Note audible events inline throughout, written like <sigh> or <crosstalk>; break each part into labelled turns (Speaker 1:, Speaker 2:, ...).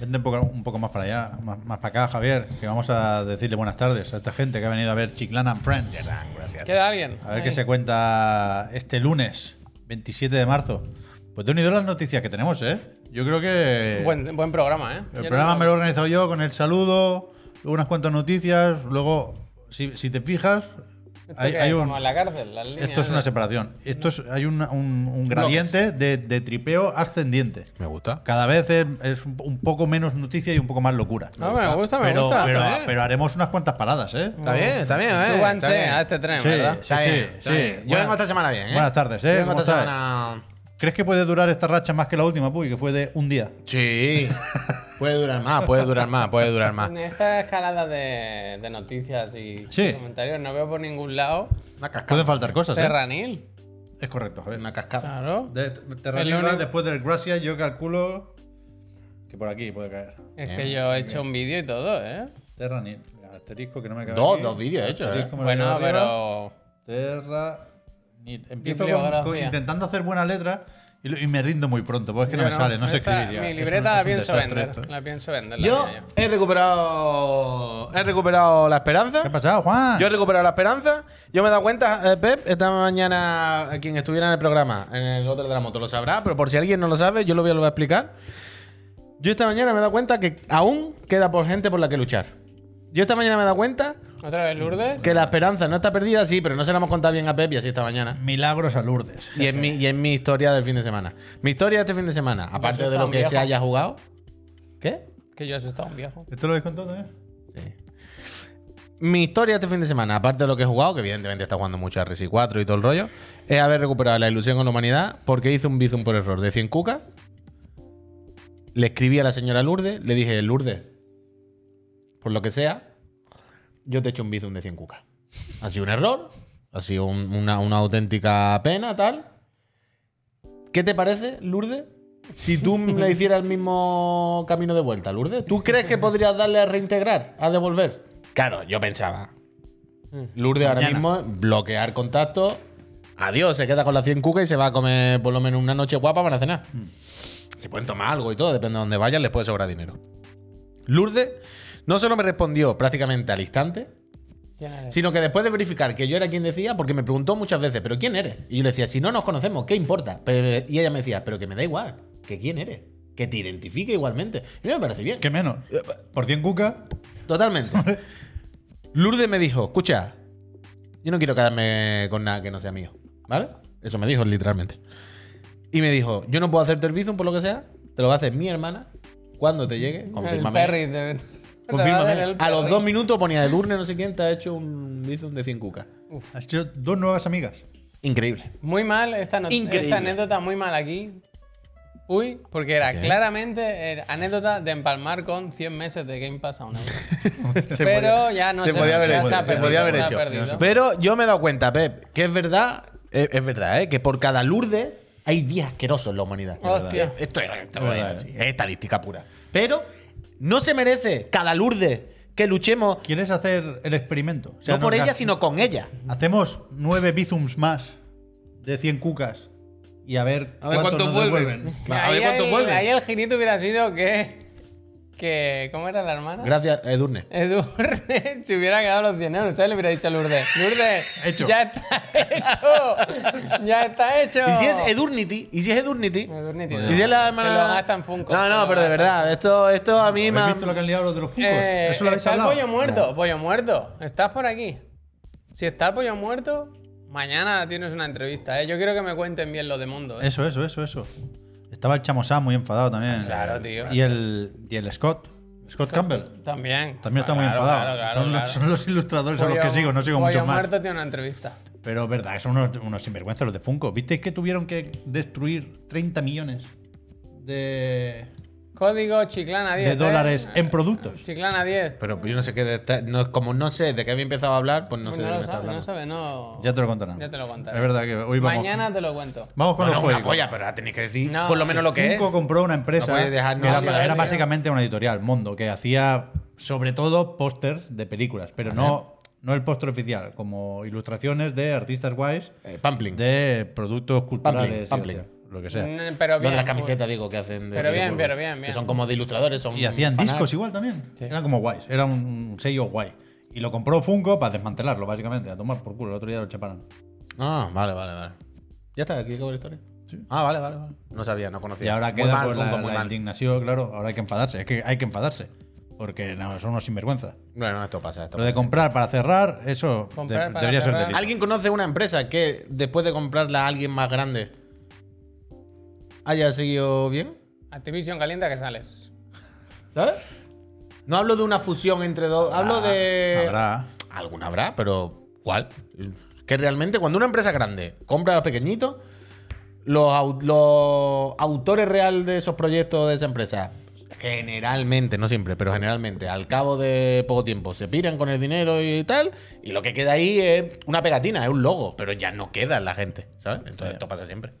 Speaker 1: Vente un poco, un poco más para allá, más, más para acá, Javier, que vamos a decirle buenas tardes a esta gente que ha venido a ver Chiclana and Friends.
Speaker 2: Gracias.
Speaker 3: ¿Queda alguien?
Speaker 1: A ver
Speaker 3: Ahí.
Speaker 1: qué se cuenta este lunes, 27 de marzo. Pues te he unido las noticias que tenemos, ¿eh? Yo creo que
Speaker 3: Buen, buen programa, ¿eh? Yo
Speaker 1: el
Speaker 3: no-
Speaker 1: programa me lo he organizado yo con el saludo, luego unas cuantas noticias, luego, si, si te fijas,
Speaker 3: ¿Esto
Speaker 1: hay,
Speaker 3: qué
Speaker 1: hay
Speaker 3: es?
Speaker 1: un...
Speaker 3: Como en la cárcel, las líneas
Speaker 1: Esto es una
Speaker 3: de-
Speaker 1: separación. Esto es, hay un, un- un gradiente de, de tripeo ascendiente.
Speaker 2: Me gusta.
Speaker 1: Cada vez es, es un un poco menos noticia y un poco más locura.
Speaker 3: No, me gusta, me
Speaker 1: pero,
Speaker 3: gusta.
Speaker 1: pero,
Speaker 2: está bien.
Speaker 1: pero haremos unas cuantas paradas, ¿eh?
Speaker 2: Está bien, está bien, eh.
Speaker 3: Súbanse
Speaker 2: está bien.
Speaker 3: a este tren,
Speaker 1: Sí,
Speaker 3: ¿verdad?
Speaker 1: sí,
Speaker 2: Está
Speaker 1: sí,
Speaker 2: bien, está
Speaker 1: sí.
Speaker 2: bien. Yo
Speaker 1: Buena-
Speaker 2: vengo esta semana bien, ¿eh?
Speaker 1: Buenas tardes, ¿eh?
Speaker 2: Yo vengo
Speaker 1: ¿Cómo
Speaker 2: esta
Speaker 1: estás?
Speaker 2: semana.
Speaker 1: ¿Crees que puede durar esta racha más que la última, Puy, que fue de un día?
Speaker 2: Sí.
Speaker 1: <laughs>
Speaker 2: puede durar más, puede durar más, puede durar más.
Speaker 3: En esta escalada de, de noticias y
Speaker 1: Sí.
Speaker 3: comentarios no veo por ningún lado
Speaker 2: Una cascada.
Speaker 1: Pueden faltar cosas, ¿eh?
Speaker 3: Terranil.
Speaker 1: Es correcto, Javier.
Speaker 2: Una cascada.
Speaker 3: Claro.
Speaker 1: De- Terranil
Speaker 3: El
Speaker 1: va
Speaker 3: único-
Speaker 1: después del Gracia, yo calculo que por aquí puede caer.
Speaker 3: Es que yo he hecho un vídeo y todo, ¿eh?
Speaker 1: Terranil. Mira, Asterisco que no me cabe
Speaker 2: Dos,
Speaker 1: aquí.
Speaker 2: dos vídeos hechos, ¿eh?
Speaker 1: Asterisco me lo llevo
Speaker 3: Bueno,
Speaker 1: arriba.
Speaker 3: pero.
Speaker 1: Terra. ni- Empiezo con- con,
Speaker 3: Bibliografía.
Speaker 1: intentando hacer buena letra y, lo- y me rindo muy pronto, porque es que no,
Speaker 3: yo
Speaker 1: me sale, no sé
Speaker 3: Esta-
Speaker 1: escribir. ya.
Speaker 3: Mi
Speaker 1: Es
Speaker 3: libreta
Speaker 1: un-
Speaker 3: la
Speaker 1: es un
Speaker 3: pienso
Speaker 1: desastre
Speaker 3: vender.
Speaker 1: esto.
Speaker 3: La pienso vender. la
Speaker 2: Yo
Speaker 3: mía,
Speaker 2: he recuperado. He recuperado la esperanza.
Speaker 1: ¿Qué ha pasado, Juan?
Speaker 2: Yo he recuperado la esperanza. Yo me he dado cuenta, eh, Pep, esta mañana, quien estuviera en el programa, en el otro de la moto, lo sabrá, pero por si alguien no lo sabe, yo lo voy a, lo voy a explicar. Yo esta mañana me he dado cuenta que aún queda por gente por la que luchar. Yo esta mañana me he dado cuenta
Speaker 3: ¿Otra vez Lourdes?
Speaker 2: que la esperanza no está perdida, sí, pero no se la hemos contado bien a Pep y así esta mañana.
Speaker 1: Milagros a Lourdes.
Speaker 2: Y es mi, y es mi historia del fin de semana. Mi historia de este fin de semana, aparte
Speaker 3: Versus
Speaker 2: de lo
Speaker 3: un
Speaker 2: que se
Speaker 3: viejo.
Speaker 2: haya jugado. ¿Qué?
Speaker 3: Que yo he asustado a un viejo.
Speaker 1: ¿Esto lo habéis contado
Speaker 2: eh?
Speaker 1: también?
Speaker 2: Mi historia este fin de semana, aparte de lo que he jugado, que evidentemente está jugando mucho a Resi 4 y todo el rollo, es haber recuperado la ilusión con la humanidad porque hice un bizum por error de 100 cucas. Le escribí a la señora Lourdes, le dije, Lourdes, por lo que sea, yo te echo un bizum de 100 cucas. Ha sido un error, ha sido un- una, una auténtica pena, tal. ¿Qué te parece, Lourdes? Si <laughs> tú le hicieras el mismo camino de vuelta, Lourdes, ¿tú crees que podrías darle a reintegrar, a devolver? Mm. Claro, yo pensaba. Lourdes ahora
Speaker 1: Mañana.
Speaker 2: mismo, bloquear contacto. Adiós, se queda con las 100 cucas y se va a comer por lo menos una noche guapa para cenar. Se pueden tomar algo y todo, depende de dónde vayan, les puede sobrar dinero. Lourdes no solo me respondió prácticamente al instante,
Speaker 3: ¿Quién eres?
Speaker 2: sino que después de verificar que yo era quien decía, porque me preguntó muchas veces, ¿pero quién eres? Y yo le decía, si no nos conocemos, ¿qué importa? Pero- y ella me decía, pero que me da igual, que quién eres, que te identifique igualmente. Y a mí me parece bien.
Speaker 1: ¿Qué menos?
Speaker 2: Eh,
Speaker 1: ¿Por 100 cuca?
Speaker 3: <laughs>
Speaker 2: Totalmente. Lourdes me dijo, escucha, yo no quiero quedarme con nada que no sea mío, ¿vale? Eso me dijo literalmente. Y me dijo, yo no puedo hacerte el bizum por lo que sea, te lo va a hacer mi hermana cuando te llegue,
Speaker 3: El
Speaker 2: confírmame.
Speaker 3: Perry. te- te va a
Speaker 2: Confírmame.
Speaker 3: dar <laughs> el
Speaker 2: A los
Speaker 3: Perry.
Speaker 2: dos minutos ponía Edurne, no sé quién, te ha hecho un bizum de 100 cucas.
Speaker 1: Has hecho dos nuevas amigas.
Speaker 2: Increíble.
Speaker 3: Muy mal esta, not-
Speaker 2: Increíble.
Speaker 3: esta anécdota, muy mal aquí. Uy, porque era
Speaker 2: ¿Qué?
Speaker 3: claramente era anécdota de empalmar con 100 meses de Game Pass a un euro.
Speaker 2: <laughs> Se
Speaker 3: Pero
Speaker 2: podía-
Speaker 3: ya no
Speaker 2: se
Speaker 3: se-
Speaker 2: podía haber
Speaker 3: ya
Speaker 2: hecho.
Speaker 3: se ha
Speaker 2: se
Speaker 3: perdido,
Speaker 2: podía haber
Speaker 3: se ha
Speaker 2: hecho.
Speaker 3: perdido.
Speaker 2: Pero yo me he dado cuenta, Pep, que es verdad, es, es verdad, ¿eh? que por cada Lourdes hay días asquerosos en la humanidad.
Speaker 3: Hostia.
Speaker 2: Eh, Esto, es, esto
Speaker 1: Es verdad,
Speaker 2: es- es estadística pura. Pero no se merece cada Lourdes que luchemos,
Speaker 1: ¿Quieres hacer el experimento? O sea,
Speaker 2: no por
Speaker 1: nos
Speaker 2: ella,
Speaker 1: gast-
Speaker 2: sino con ella.
Speaker 1: Hacemos nueve bizums más de 100 cucas y a ver,
Speaker 2: A ver cuántos
Speaker 1: nos
Speaker 2: vuelven.
Speaker 3: Que
Speaker 2: A ver
Speaker 3: ahí
Speaker 2: cuánto
Speaker 3: el-
Speaker 2: vuelve.
Speaker 3: Ahí el girito hubiera sido que. que ¿Cómo era la hermana?
Speaker 2: Gracias, Edurne.
Speaker 3: Edurne <laughs> se hubiera quedado los 100 euros, ¿sabes? Le hubiera dicho a Lourdes, Lourdes,
Speaker 1: Hecho.
Speaker 3: ya está <laughs> hecho, ya está hecho.
Speaker 2: Y si es Edurnity, y si es Edurnity,
Speaker 3: Edurne, tío.
Speaker 2: y si es la
Speaker 3: Se lo
Speaker 2: hermana.
Speaker 3: gasta en Funko.
Speaker 2: No,
Speaker 3: se lo
Speaker 2: no, pero de
Speaker 3: gasta.
Speaker 2: verdad, esto, esto a mí me.
Speaker 1: ¿Habéis
Speaker 2: ha-
Speaker 1: visto lo que han liado los de los funcos?
Speaker 3: Eh,
Speaker 1: ¿Eso lo habéis
Speaker 3: está el
Speaker 1: hablado?
Speaker 3: pollo muerto, pollo muerto. ¿Estás por aquí? Si está el pollo muerto, mañana tienes una entrevista, ¿eh? Yo quiero que me cuenten bien lo de mundo, ¿eh?
Speaker 1: Eso, eso, eso, eso. Estaba el Chamosá muy enfadado también.
Speaker 3: Claro, tío.
Speaker 1: Y el, y el Scott, Scott Campbell,
Speaker 3: También.
Speaker 1: también está muy
Speaker 3: Claro,
Speaker 1: enfadado.
Speaker 3: claro, claro,
Speaker 1: son,
Speaker 3: claro.
Speaker 1: Los, son los ilustradores a los que
Speaker 3: Pollo-
Speaker 1: sigo, no sigo muchos
Speaker 3: Pollo
Speaker 1: más.
Speaker 3: muerto tiene una entrevista.
Speaker 1: Pero es verdad, son unos, unos sinvergüenzas los de Funko. ¿Visteis que tuvieron que destruir 30 millones de,
Speaker 3: Código Chiclana 10.
Speaker 1: de
Speaker 3: ¿eh?
Speaker 1: dólares en productos?
Speaker 3: Chiclana 10.
Speaker 2: Pero yo no sé qué. de esta- no- como no sé de qué había empezado a hablar, pues no
Speaker 3: No,
Speaker 2: sé de qué
Speaker 3: lo
Speaker 2: me está
Speaker 3: sabe,
Speaker 2: hablando.
Speaker 3: no sabe, no.
Speaker 1: Ya te lo contarán.
Speaker 3: Ya te lo contaré.
Speaker 1: Es verdad que hoy vamos.
Speaker 3: Mañana te lo cuento.
Speaker 1: Vamos con
Speaker 2: Bueno,
Speaker 1: los
Speaker 2: una
Speaker 1: juegos.
Speaker 2: polla, pero ahora tenéis que decir
Speaker 3: No.
Speaker 2: por lo menos lo que
Speaker 1: Funko
Speaker 2: es.
Speaker 1: compró una empresa
Speaker 2: No puedes dejarnos
Speaker 1: que era,
Speaker 2: así,
Speaker 1: era
Speaker 3: ¿verdad?
Speaker 1: básicamente una editorial, Mondo, que hacía sobre todo pósters de películas, pero no, no el póster oficial, como ilustraciones de artistas guays
Speaker 2: Eh, Pampling.
Speaker 1: de productos culturales. y
Speaker 2: Pampling.
Speaker 1: hostia. lo que sea.
Speaker 3: Mm, Pero
Speaker 2: Lo de
Speaker 3: bien.
Speaker 2: las camisetas, digo, que hacen. de-
Speaker 3: Pero bien,
Speaker 2: de-
Speaker 3: pero bien, bien.
Speaker 2: Que son como de ilustradores. Son
Speaker 1: Y hacían
Speaker 2: fanart.
Speaker 1: discos igual también.
Speaker 3: Sí.
Speaker 1: Era como guays, era un- un sello guay. Y lo compró Funko para desmantelarlo, básicamente, a tomar por culo. El otro día lo chaparon.
Speaker 2: Ah, vale, vale, vale. Ya está, aquí acabó la historia.
Speaker 1: Sí.
Speaker 2: Ah, vale, vale, vale. No sabía, no conocía.
Speaker 1: Y ahora
Speaker 2: Muy
Speaker 1: queda
Speaker 2: mal,
Speaker 1: pues,
Speaker 2: Funko,
Speaker 1: la,
Speaker 2: muy
Speaker 1: la
Speaker 2: mal.
Speaker 1: indignación, claro, ahora hay que enfadarse. Es que hay que enfadarse. Porque no, son unos sinvergüenza.
Speaker 2: Bueno, esto pasa, esto
Speaker 1: Lo de comprar para cerrar, eso de-
Speaker 3: Comprar para
Speaker 1: debería ser
Speaker 3: cerrar.
Speaker 1: delito.
Speaker 2: ¿Alguien conoce una empresa que después de comprarla a alguien más grande haya seguido bien?
Speaker 3: Activision calienta que sales.
Speaker 2: ¿Sabes? No hablo de una fusión entre dos, hablo de.
Speaker 1: Ah, Habrá.
Speaker 2: Alguna habrá, pero ¿cuál? Que realmente cuando una empresa grande compra a los pequeñitos, los, au- los autores real de esos proyectos de esa empresa, generalmente, no siempre, pero generalmente, al cabo de poco tiempo, se piran con el dinero y tal, y lo que queda ahí es una pegatina, es un logo, pero ya no queda en la gente, ¿sabes? Entonces esto pasa siempre.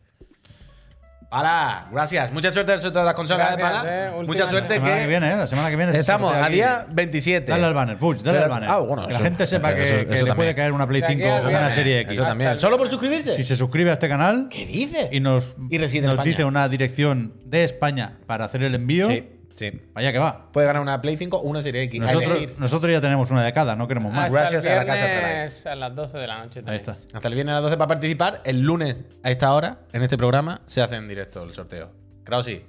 Speaker 2: ¡Hala! Gracias. Mucha suerte al sorteo de las consolas,
Speaker 3: Gracias,
Speaker 2: ¿eh, pana?
Speaker 3: eh, última
Speaker 2: Mucha
Speaker 1: La
Speaker 2: suerte
Speaker 1: semana
Speaker 2: que
Speaker 1: que viene, ¿eh? La semana que viene. se
Speaker 2: Estamos
Speaker 1: sortea
Speaker 2: a
Speaker 1: aquí.
Speaker 2: día 27.
Speaker 1: Dale al banner, push, dale
Speaker 2: Pero-
Speaker 1: al banner.
Speaker 2: ah, bueno,
Speaker 1: que la
Speaker 2: eso-
Speaker 1: gente sepa
Speaker 2: eso-
Speaker 1: que,
Speaker 2: eso
Speaker 1: que le puede
Speaker 2: también.
Speaker 1: caer una Play
Speaker 3: De aquí
Speaker 1: 5
Speaker 3: al
Speaker 1: o una
Speaker 3: viernes.
Speaker 1: serie X.
Speaker 2: Eso también. ¿Solo por suscribirse?
Speaker 1: Si se suscribe a este canal
Speaker 2: ¿Qué dices?
Speaker 1: y nos,
Speaker 2: Y reside en
Speaker 1: nos
Speaker 2: España.
Speaker 1: dice una dirección de España para hacer el envío,
Speaker 2: Sí, sí.
Speaker 1: allá que va.
Speaker 2: Puede ganar una Play 5 o una Serie X. A elegir.
Speaker 1: Nosotros, nosotros ya tenemos una de cada, no queremos más.
Speaker 3: Hasta
Speaker 2: gracias
Speaker 3: el
Speaker 2: a la Casa
Speaker 3: viernes A las 12 de la noche.
Speaker 1: Ahí
Speaker 3: tenéis.
Speaker 1: está.
Speaker 2: Hasta el viernes a las 12 para participar. El lunes a esta hora, en este programa, se hace en directo el sorteo. Krausi,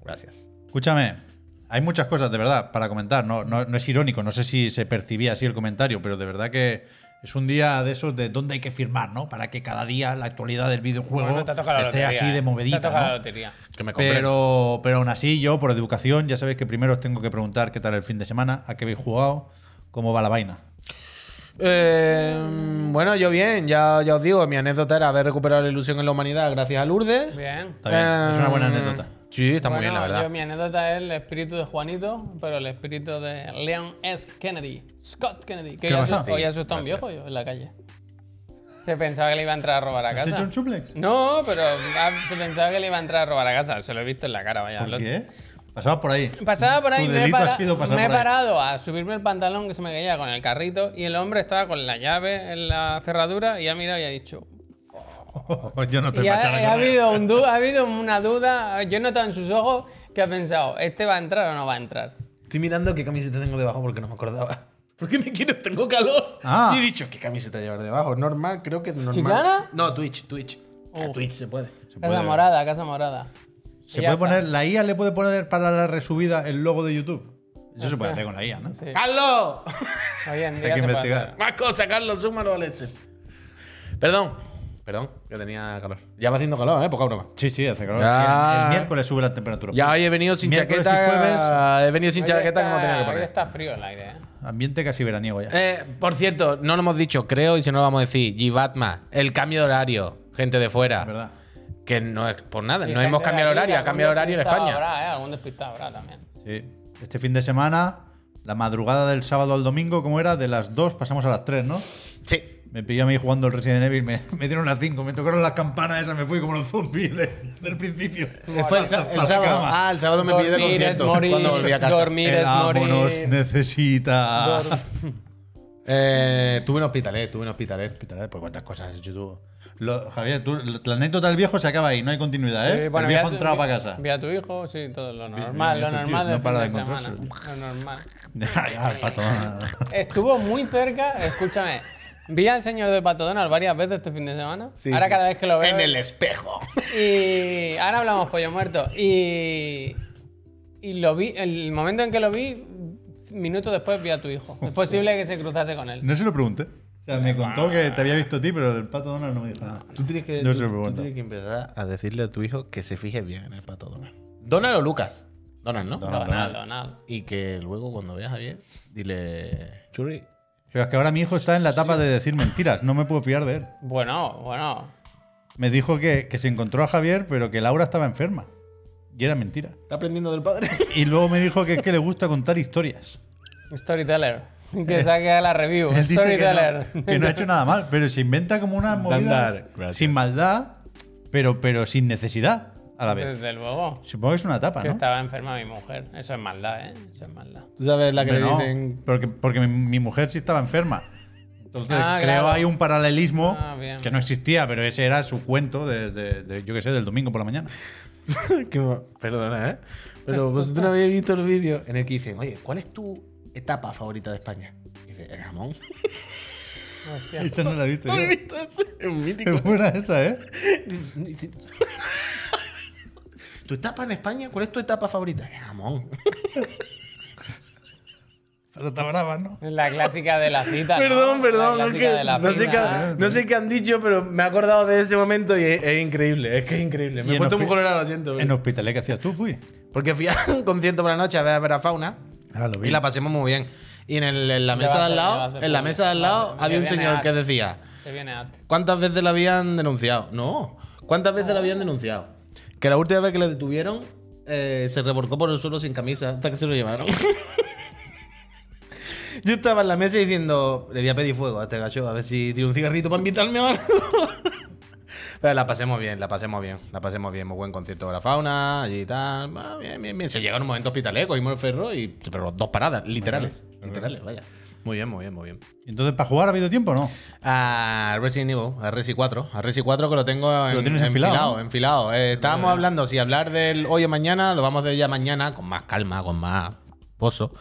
Speaker 2: gracias.
Speaker 1: Escúchame, hay muchas cosas de verdad para comentar. No, no, no es irónico, no sé si se percibía así el comentario, pero de verdad que es un día de esos de donde hay que firmar, ¿no? Para que cada día la actualidad del videojuego
Speaker 3: Bueno, te ha tocado la
Speaker 1: esté
Speaker 3: lotería,
Speaker 1: así
Speaker 3: eh.
Speaker 1: de movedita.
Speaker 3: Te ha tocado
Speaker 1: ¿no?
Speaker 3: la lotería.
Speaker 2: Que me compren.
Speaker 1: Pero, pero aún así, yo por educación, ya sabéis que primero os tengo que preguntar qué tal el fin de semana, a qué habéis jugado, cómo va la vaina.
Speaker 2: Eh, bueno, yo bien. Ya, ya os digo, mi anécdota era haber recuperado la ilusión en la humanidad gracias a Lourdes.
Speaker 3: Bien.
Speaker 1: Está bien, es una buena
Speaker 2: Eh,
Speaker 1: anécdota.
Speaker 2: Sí, está muy bien, la
Speaker 3: Bueno,
Speaker 2: verdad.
Speaker 3: yo, mi anécdota es el espíritu de Juanito, pero el espíritu de Leon S. Kennedy, Scott Kennedy, que
Speaker 1: ¿Qué
Speaker 3: hoy
Speaker 1: pasa?
Speaker 3: asustó, hoy asustó a un
Speaker 2: Gracias.
Speaker 3: viejo yo en la calle. Se pensaba que le iba a entrar a robar a
Speaker 1: ¿Has
Speaker 3: casa.
Speaker 1: hecho un suplex?
Speaker 3: No, pero ah, se pensaba que le iba a entrar a robar a casa. Se lo he visto en la cara, vaya.
Speaker 1: ¿Por
Speaker 3: Lo-
Speaker 1: qué? Pasaba por ahí.
Speaker 3: Pasaba por ahí,
Speaker 1: Tu
Speaker 3: me he,
Speaker 1: delito ha
Speaker 3: para-
Speaker 1: sido pasar
Speaker 3: me he
Speaker 1: por ahí. <laughs>
Speaker 3: parado a subirme el pantalón que se me caía con el carrito y el hombre estaba con la llave en la cerradura y ha mirado y ha dicho,
Speaker 1: Oh, yo no estoy
Speaker 3: y ha,
Speaker 1: marchando a
Speaker 3: y ha
Speaker 1: correr.
Speaker 3: habido un
Speaker 1: <laughs>
Speaker 3: du- ha habido una duda, yo he notado en sus ojos que ha pensado, ¿este va a entrar o no va a entrar?
Speaker 2: Estoy mirando qué camiseta tengo debajo porque no me acordaba. <laughs> Porque me quiero, tengo calor.
Speaker 1: Ah.
Speaker 2: Y he dicho, ¿qué camiseta llevar debajo? Normal, creo que normal.
Speaker 3: ¿Chicana?
Speaker 2: No, Twitch, Twitch.
Speaker 3: Oh.
Speaker 2: A Twitch se puede.
Speaker 1: Se
Speaker 3: Casa
Speaker 1: puede,
Speaker 3: morada, casa morada.
Speaker 1: se
Speaker 3: Y ya
Speaker 1: puede poner, la IA le puede poner para la resubida el logo de YouTube. Eso se puede hacer con la IA, ¿no?
Speaker 3: Sí.
Speaker 2: ¡Carlos!
Speaker 3: está. Hoy en
Speaker 1: Hay que
Speaker 3: día se puede
Speaker 1: investigar.
Speaker 3: hacer.
Speaker 2: Más cosas, Carlos, súmalo al Excel. Perdón. Perdón, que tenía calor. Ya va haciendo calor, ¿eh? Poca broma.
Speaker 1: Sí, sí, hace calor.
Speaker 2: Ya.
Speaker 1: Y El, el miércoles sube la temperatura.
Speaker 2: Ya hoy he venido sin
Speaker 1: Miércoles y
Speaker 2: chaqueta.
Speaker 1: jueves.
Speaker 2: He venido sin
Speaker 3: Hoy
Speaker 2: chaqueta como
Speaker 3: está-
Speaker 2: tenía que
Speaker 3: Hoy
Speaker 2: poner.
Speaker 3: está frío el aire, ¿eh?
Speaker 1: Ambiente casi veraniego ya.
Speaker 2: Eh, por cierto, no lo hemos dicho, creo, y si no lo vamos a decir. G-Batman, el cambio de horario, gente de fuera.
Speaker 1: Es verdad.
Speaker 2: Que no es por nada,
Speaker 3: Y
Speaker 2: no
Speaker 3: gente
Speaker 2: hemos
Speaker 3: de
Speaker 2: cambiado el
Speaker 3: aquí,
Speaker 2: horario, ha
Speaker 3: algún
Speaker 2: cambiado el horario en
Speaker 3: despistado
Speaker 2: España.
Speaker 3: Habrá, ¿eh? Algún despistado habrá también.
Speaker 1: Sí. Este fin de semana, la madrugada del sábado al domingo, ¿cómo era? De las 2 pasamos a las 3, ¿no?
Speaker 2: Sí.
Speaker 1: Me pilló a mí jugando el Resident Evil, me, me dieron las 5, me tocaron las campanas esas, me fui como los zombies de- del principio.
Speaker 2: Eh, Fue el,
Speaker 1: Hasta-
Speaker 2: sa-
Speaker 1: hasta
Speaker 2: el
Speaker 1: la
Speaker 2: sábado.
Speaker 1: cama.
Speaker 2: Ah, el sábado me pillé de
Speaker 3: Dormir es
Speaker 2: concierto
Speaker 3: morir.
Speaker 2: cuando volví a casa.
Speaker 3: Dormir
Speaker 1: el
Speaker 3: es
Speaker 1: amo nos
Speaker 3: morir.
Speaker 1: necesita.
Speaker 3: Dor-
Speaker 2: Eh, tuve un hospitalet, tuve un eh, hospitalet.
Speaker 1: Hospitalet, Pues cuántas cosas en YouTube. Lo- Javier, tú, lo- la anécdota del viejo se acaba ahí, no hay continuidad, ¿eh?
Speaker 3: Sí,
Speaker 1: el
Speaker 3: bueno, ve
Speaker 1: viejo
Speaker 3: a
Speaker 1: ha
Speaker 3: tu-
Speaker 1: entrado para casa.
Speaker 3: Ve a tu hijo, sí, todo lo normal,
Speaker 1: ve a tu
Speaker 3: lo
Speaker 1: tío,
Speaker 3: normal
Speaker 1: no
Speaker 3: del
Speaker 1: para
Speaker 3: fin
Speaker 1: de
Speaker 3: de semana. Lo normal.
Speaker 1: <laughs> Ya, el pato, no, no, no.
Speaker 3: Estuvo muy cerca, escúchame. Vi al señor del Pato Donald varias veces este fin de semana. ahora cada vez que lo veo.
Speaker 2: En el espejo.
Speaker 3: Y ahora hablamos pollo muerto. Y, y lo vi, el momento en que lo vi, minutos después vi a tu hijo. Es posible que se cruzase con él.
Speaker 1: No se lo pregunté. O sea, me contó que te había visto a ti, pero del pato Donald no me dijo nada.
Speaker 2: Tú tienes que,
Speaker 1: No
Speaker 2: tú-
Speaker 1: se lo
Speaker 2: tú
Speaker 1: pregunto.
Speaker 2: tienes que empezar a decirle a tu hijo que se fije bien en el pato Donald. ¿Donald o Lucas? Donald, ¿no?
Speaker 1: Donald.
Speaker 3: Donald, Donald.
Speaker 2: Y que luego cuando veas a Javier, dile, Churri,
Speaker 1: Pero es que ahora mi hijo está en la etapa de decir mentiras, no me puedo fiar de él.
Speaker 3: Bueno, bueno.
Speaker 1: Me dijo que, que se encontró a Javier, pero que Laura estaba enferma. Y era mentira.
Speaker 2: ¿está aprendiendo del padre? <laughs>
Speaker 1: Y luego me dijo que es que le gusta contar historias.
Speaker 3: Storyteller. <laughs> Que saque la review.
Speaker 1: Él dice que
Speaker 3: Storyteller.
Speaker 1: no, que no ha hecho nada mal, pero se inventa como una movida
Speaker 2: Andar, gracias.
Speaker 1: sin maldad, pero, pero sin necesidad a la vez.
Speaker 3: Desde luego.
Speaker 1: Supongo que es una etapa,
Speaker 3: Que
Speaker 1: ¿no?
Speaker 3: estaba enferma mi mujer. Eso es maldad, ¿eh? Eso es maldad.
Speaker 2: Tú sabes la que
Speaker 1: Hombre,
Speaker 2: le
Speaker 1: no,
Speaker 2: dicen... <laughs>
Speaker 1: porque porque mi, mi mujer sí estaba enferma. Entonces,
Speaker 3: Ah,
Speaker 1: creo
Speaker 3: claro.
Speaker 1: hay un paralelismo
Speaker 3: Ah, bien.
Speaker 1: que no existía, pero ese era su cuento de, de- de, yo qué sé, del domingo por la mañana.
Speaker 2: Que va- Perdona, ¿eh? Pero vosotros no habéis visto el vídeo en el que dicen, oye, ¿cuál es tu etapa favorita de España? Y dice, el
Speaker 1: <laughs>
Speaker 2: jamón. <laughs>
Speaker 3: Hostia.
Speaker 1: Esa no la he visto.
Speaker 2: ¿No
Speaker 1: yo. <laughs>
Speaker 2: habéis visto eso? Es un mítico.
Speaker 1: Es buena esta, ¿eh?
Speaker 2: <laughs> Dice, ¿Tu etapa en España? ¿Cuál es tu etapa favorita? El jamón.
Speaker 1: Pero está brava, ¿no?
Speaker 3: Es La clásica de la cita. ¿no?
Speaker 2: Perdón,
Speaker 3: La
Speaker 2: perdón, es
Speaker 3: clásica
Speaker 2: que
Speaker 3: de la
Speaker 2: no, sé
Speaker 3: cita.
Speaker 2: qué,
Speaker 1: Ah,
Speaker 2: han- no sé qué han dicho, pero me he acordado de ese momento y es, es increíble, es que es increíble.
Speaker 1: Y
Speaker 2: Me he
Speaker 1: en
Speaker 2: puesto
Speaker 1: hospi-
Speaker 2: muy colorado, lo siento.
Speaker 1: En hospitales que hacías tú, fui.
Speaker 2: Porque fui a <laughs> un concierto por la noche a ver a Vera Fauna
Speaker 1: Ah, lo vi.
Speaker 2: y la pasemos muy bien. Y en, el- en la
Speaker 3: Ya
Speaker 2: mesa
Speaker 3: va a
Speaker 2: de al
Speaker 3: ser, ya va a
Speaker 2: lado,
Speaker 3: ser
Speaker 2: en la
Speaker 3: pobre.
Speaker 2: mesa de al lado
Speaker 3: Vale,
Speaker 2: había un
Speaker 3: que viene
Speaker 2: señor que
Speaker 3: harto.
Speaker 2: decía,
Speaker 3: Te viene at.
Speaker 2: ¿cuántas veces la habían denunciado? No, ¿cuántas veces la habían denunciado? Que la última vez que la detuvieron eh, se revolcó por el suelo sin camisa hasta que se lo llevaron. <laughs> Yo estaba en la mesa diciendo, le voy a pedir fuego a este gacho, a ver si tiene un cigarrito para invitarme o algo. <laughs> Pero la pasemos bien, la pasemos bien, la pasemos bien. Muy buen concierto de la fauna, allí y tal. Ah, bien, bien, bien. Se llega en un momento hospitaleco, cogimos el ferro y. Pero dos paradas, literales. literales, vaya. Muy bien, muy bien, muy bien.
Speaker 1: Entonces, ¿para jugar ha habido tiempo o no?
Speaker 2: A Resident Evil, a Resi 4, a Resi 4 que lo tengo en,
Speaker 1: tienes enfilado,
Speaker 2: enfilado. enfilado,
Speaker 1: ¿no?
Speaker 2: Eh, estábamos hablando, si hablar del hoy o mañana, lo vamos de ya mañana, con más calma, con más pozo.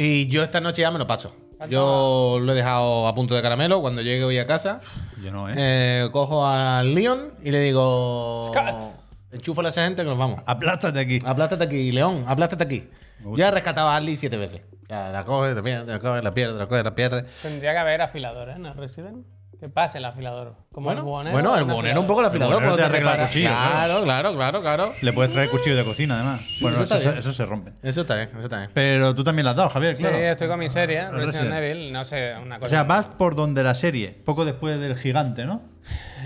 Speaker 2: Y yo esta noche ya me lo paso. Yo lo he dejado a punto de caramelo cuando llegue hoy a casa.
Speaker 1: Yo no, ¿eh?
Speaker 2: Eh, cojo al Leon y le digo.
Speaker 3: Scott.
Speaker 2: Enchúfale a esa gente que nos vamos.
Speaker 1: Aplástate aquí.
Speaker 2: Aplástate aquí, León, aplástate aquí.
Speaker 1: gusta.
Speaker 2: Ya he rescatado a Ali siete veces. Ya, la coge, la pierde, la coge, la pierde, la coge, la pierde.
Speaker 3: Tendría que haber afilador, ¿eh? En el Resident. Que pase el afilador. Como el buhonero.
Speaker 2: bueno, el
Speaker 3: un
Speaker 2: bonero un poco el afilador.
Speaker 1: buhonero
Speaker 2: cuando
Speaker 1: te arregla el
Speaker 2: repara.
Speaker 1: cuchillo,
Speaker 2: Claro, claro, claro, claro.
Speaker 1: Le puedes traer cuchillo de cocina, además. bueno,
Speaker 2: eso
Speaker 1: eso,
Speaker 2: está
Speaker 1: se-
Speaker 2: bien.
Speaker 1: eso se rompe.
Speaker 2: Eso está bien, eso está bien.
Speaker 1: Pero tú también la has dado, Javier,
Speaker 3: Sí,
Speaker 1: claro.
Speaker 3: estoy con mi serie, Resident
Speaker 1: Resident.
Speaker 3: Evil. No sé, una cosa.
Speaker 1: O sea, vas por donde la serie, poco después del gigante, ¿no?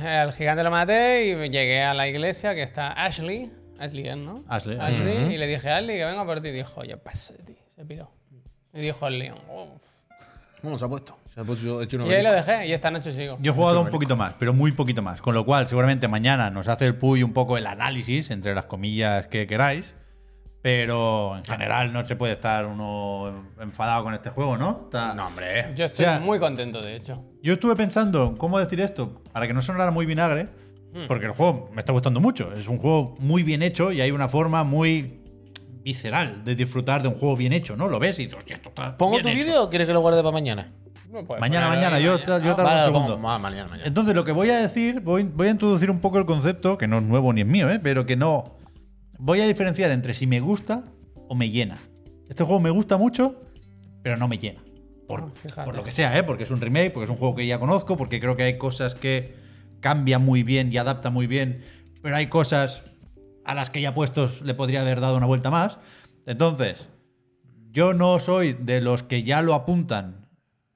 Speaker 3: Al gigante lo maté y llegué a la iglesia que está Ashley. Ashley, es, ¿no?
Speaker 1: Ashley,
Speaker 3: Y le dije a Ashley que venga por ti. Y dijo, yo paso de ti. Se piró. Y dijo el Leon. "Oh".
Speaker 2: ¿Cómo se ha puesto? Se ha puesto hecho una
Speaker 3: Y ahí lo dejé y esta noche sigo.
Speaker 1: Yo he jugado un poquito más, pero muy poquito más. Con lo cual, seguramente mañana nos hace el Puy un poco el análisis, entre las comillas que queráis. Pero en general no se puede estar uno enfadado con este juego, ¿no? Está-
Speaker 2: No, hombre.
Speaker 3: Yo estoy
Speaker 1: O sea,
Speaker 3: muy contento, de hecho.
Speaker 1: Yo estuve pensando en cómo decir esto para que no sonara muy vinagre,
Speaker 2: Hmm.
Speaker 1: porque el juego me está gustando mucho. Es un juego muy bien hecho y hay una forma muy visceral de disfrutar de un juego bien hecho, ¿no? Lo ves y dices, hostia, esto está.
Speaker 2: ¿Pongo
Speaker 1: bien
Speaker 2: tu
Speaker 1: hecho".
Speaker 2: vídeo o quieres que lo guarde para mañana?
Speaker 3: No puedes
Speaker 1: Mañana,
Speaker 3: ponerlo
Speaker 1: mañana,
Speaker 3: ahí,
Speaker 1: yo,
Speaker 3: mañana.
Speaker 1: yo
Speaker 3: Ah,
Speaker 1: tardo
Speaker 2: Vale,
Speaker 1: un
Speaker 2: lo pongo
Speaker 1: segundo.
Speaker 2: ma- mañana, mañana.
Speaker 1: Entonces, lo que voy a decir, voy, voy a introducir un poco el concepto, que no es nuevo ni es mío, ¿eh? pero que no. Voy a diferenciar entre si me gusta o me llena. Este juego me gusta mucho, pero no me llena. Por,
Speaker 3: Ah, fíjate.
Speaker 1: por lo que sea, ¿eh? porque es un remake, porque es un juego que ya conozco, porque creo que hay cosas que cambian muy bien y adaptan muy bien, pero hay cosas a las que ya puestos le podría haber dado una vuelta más. Entonces, yo no soy de los que ya lo apuntan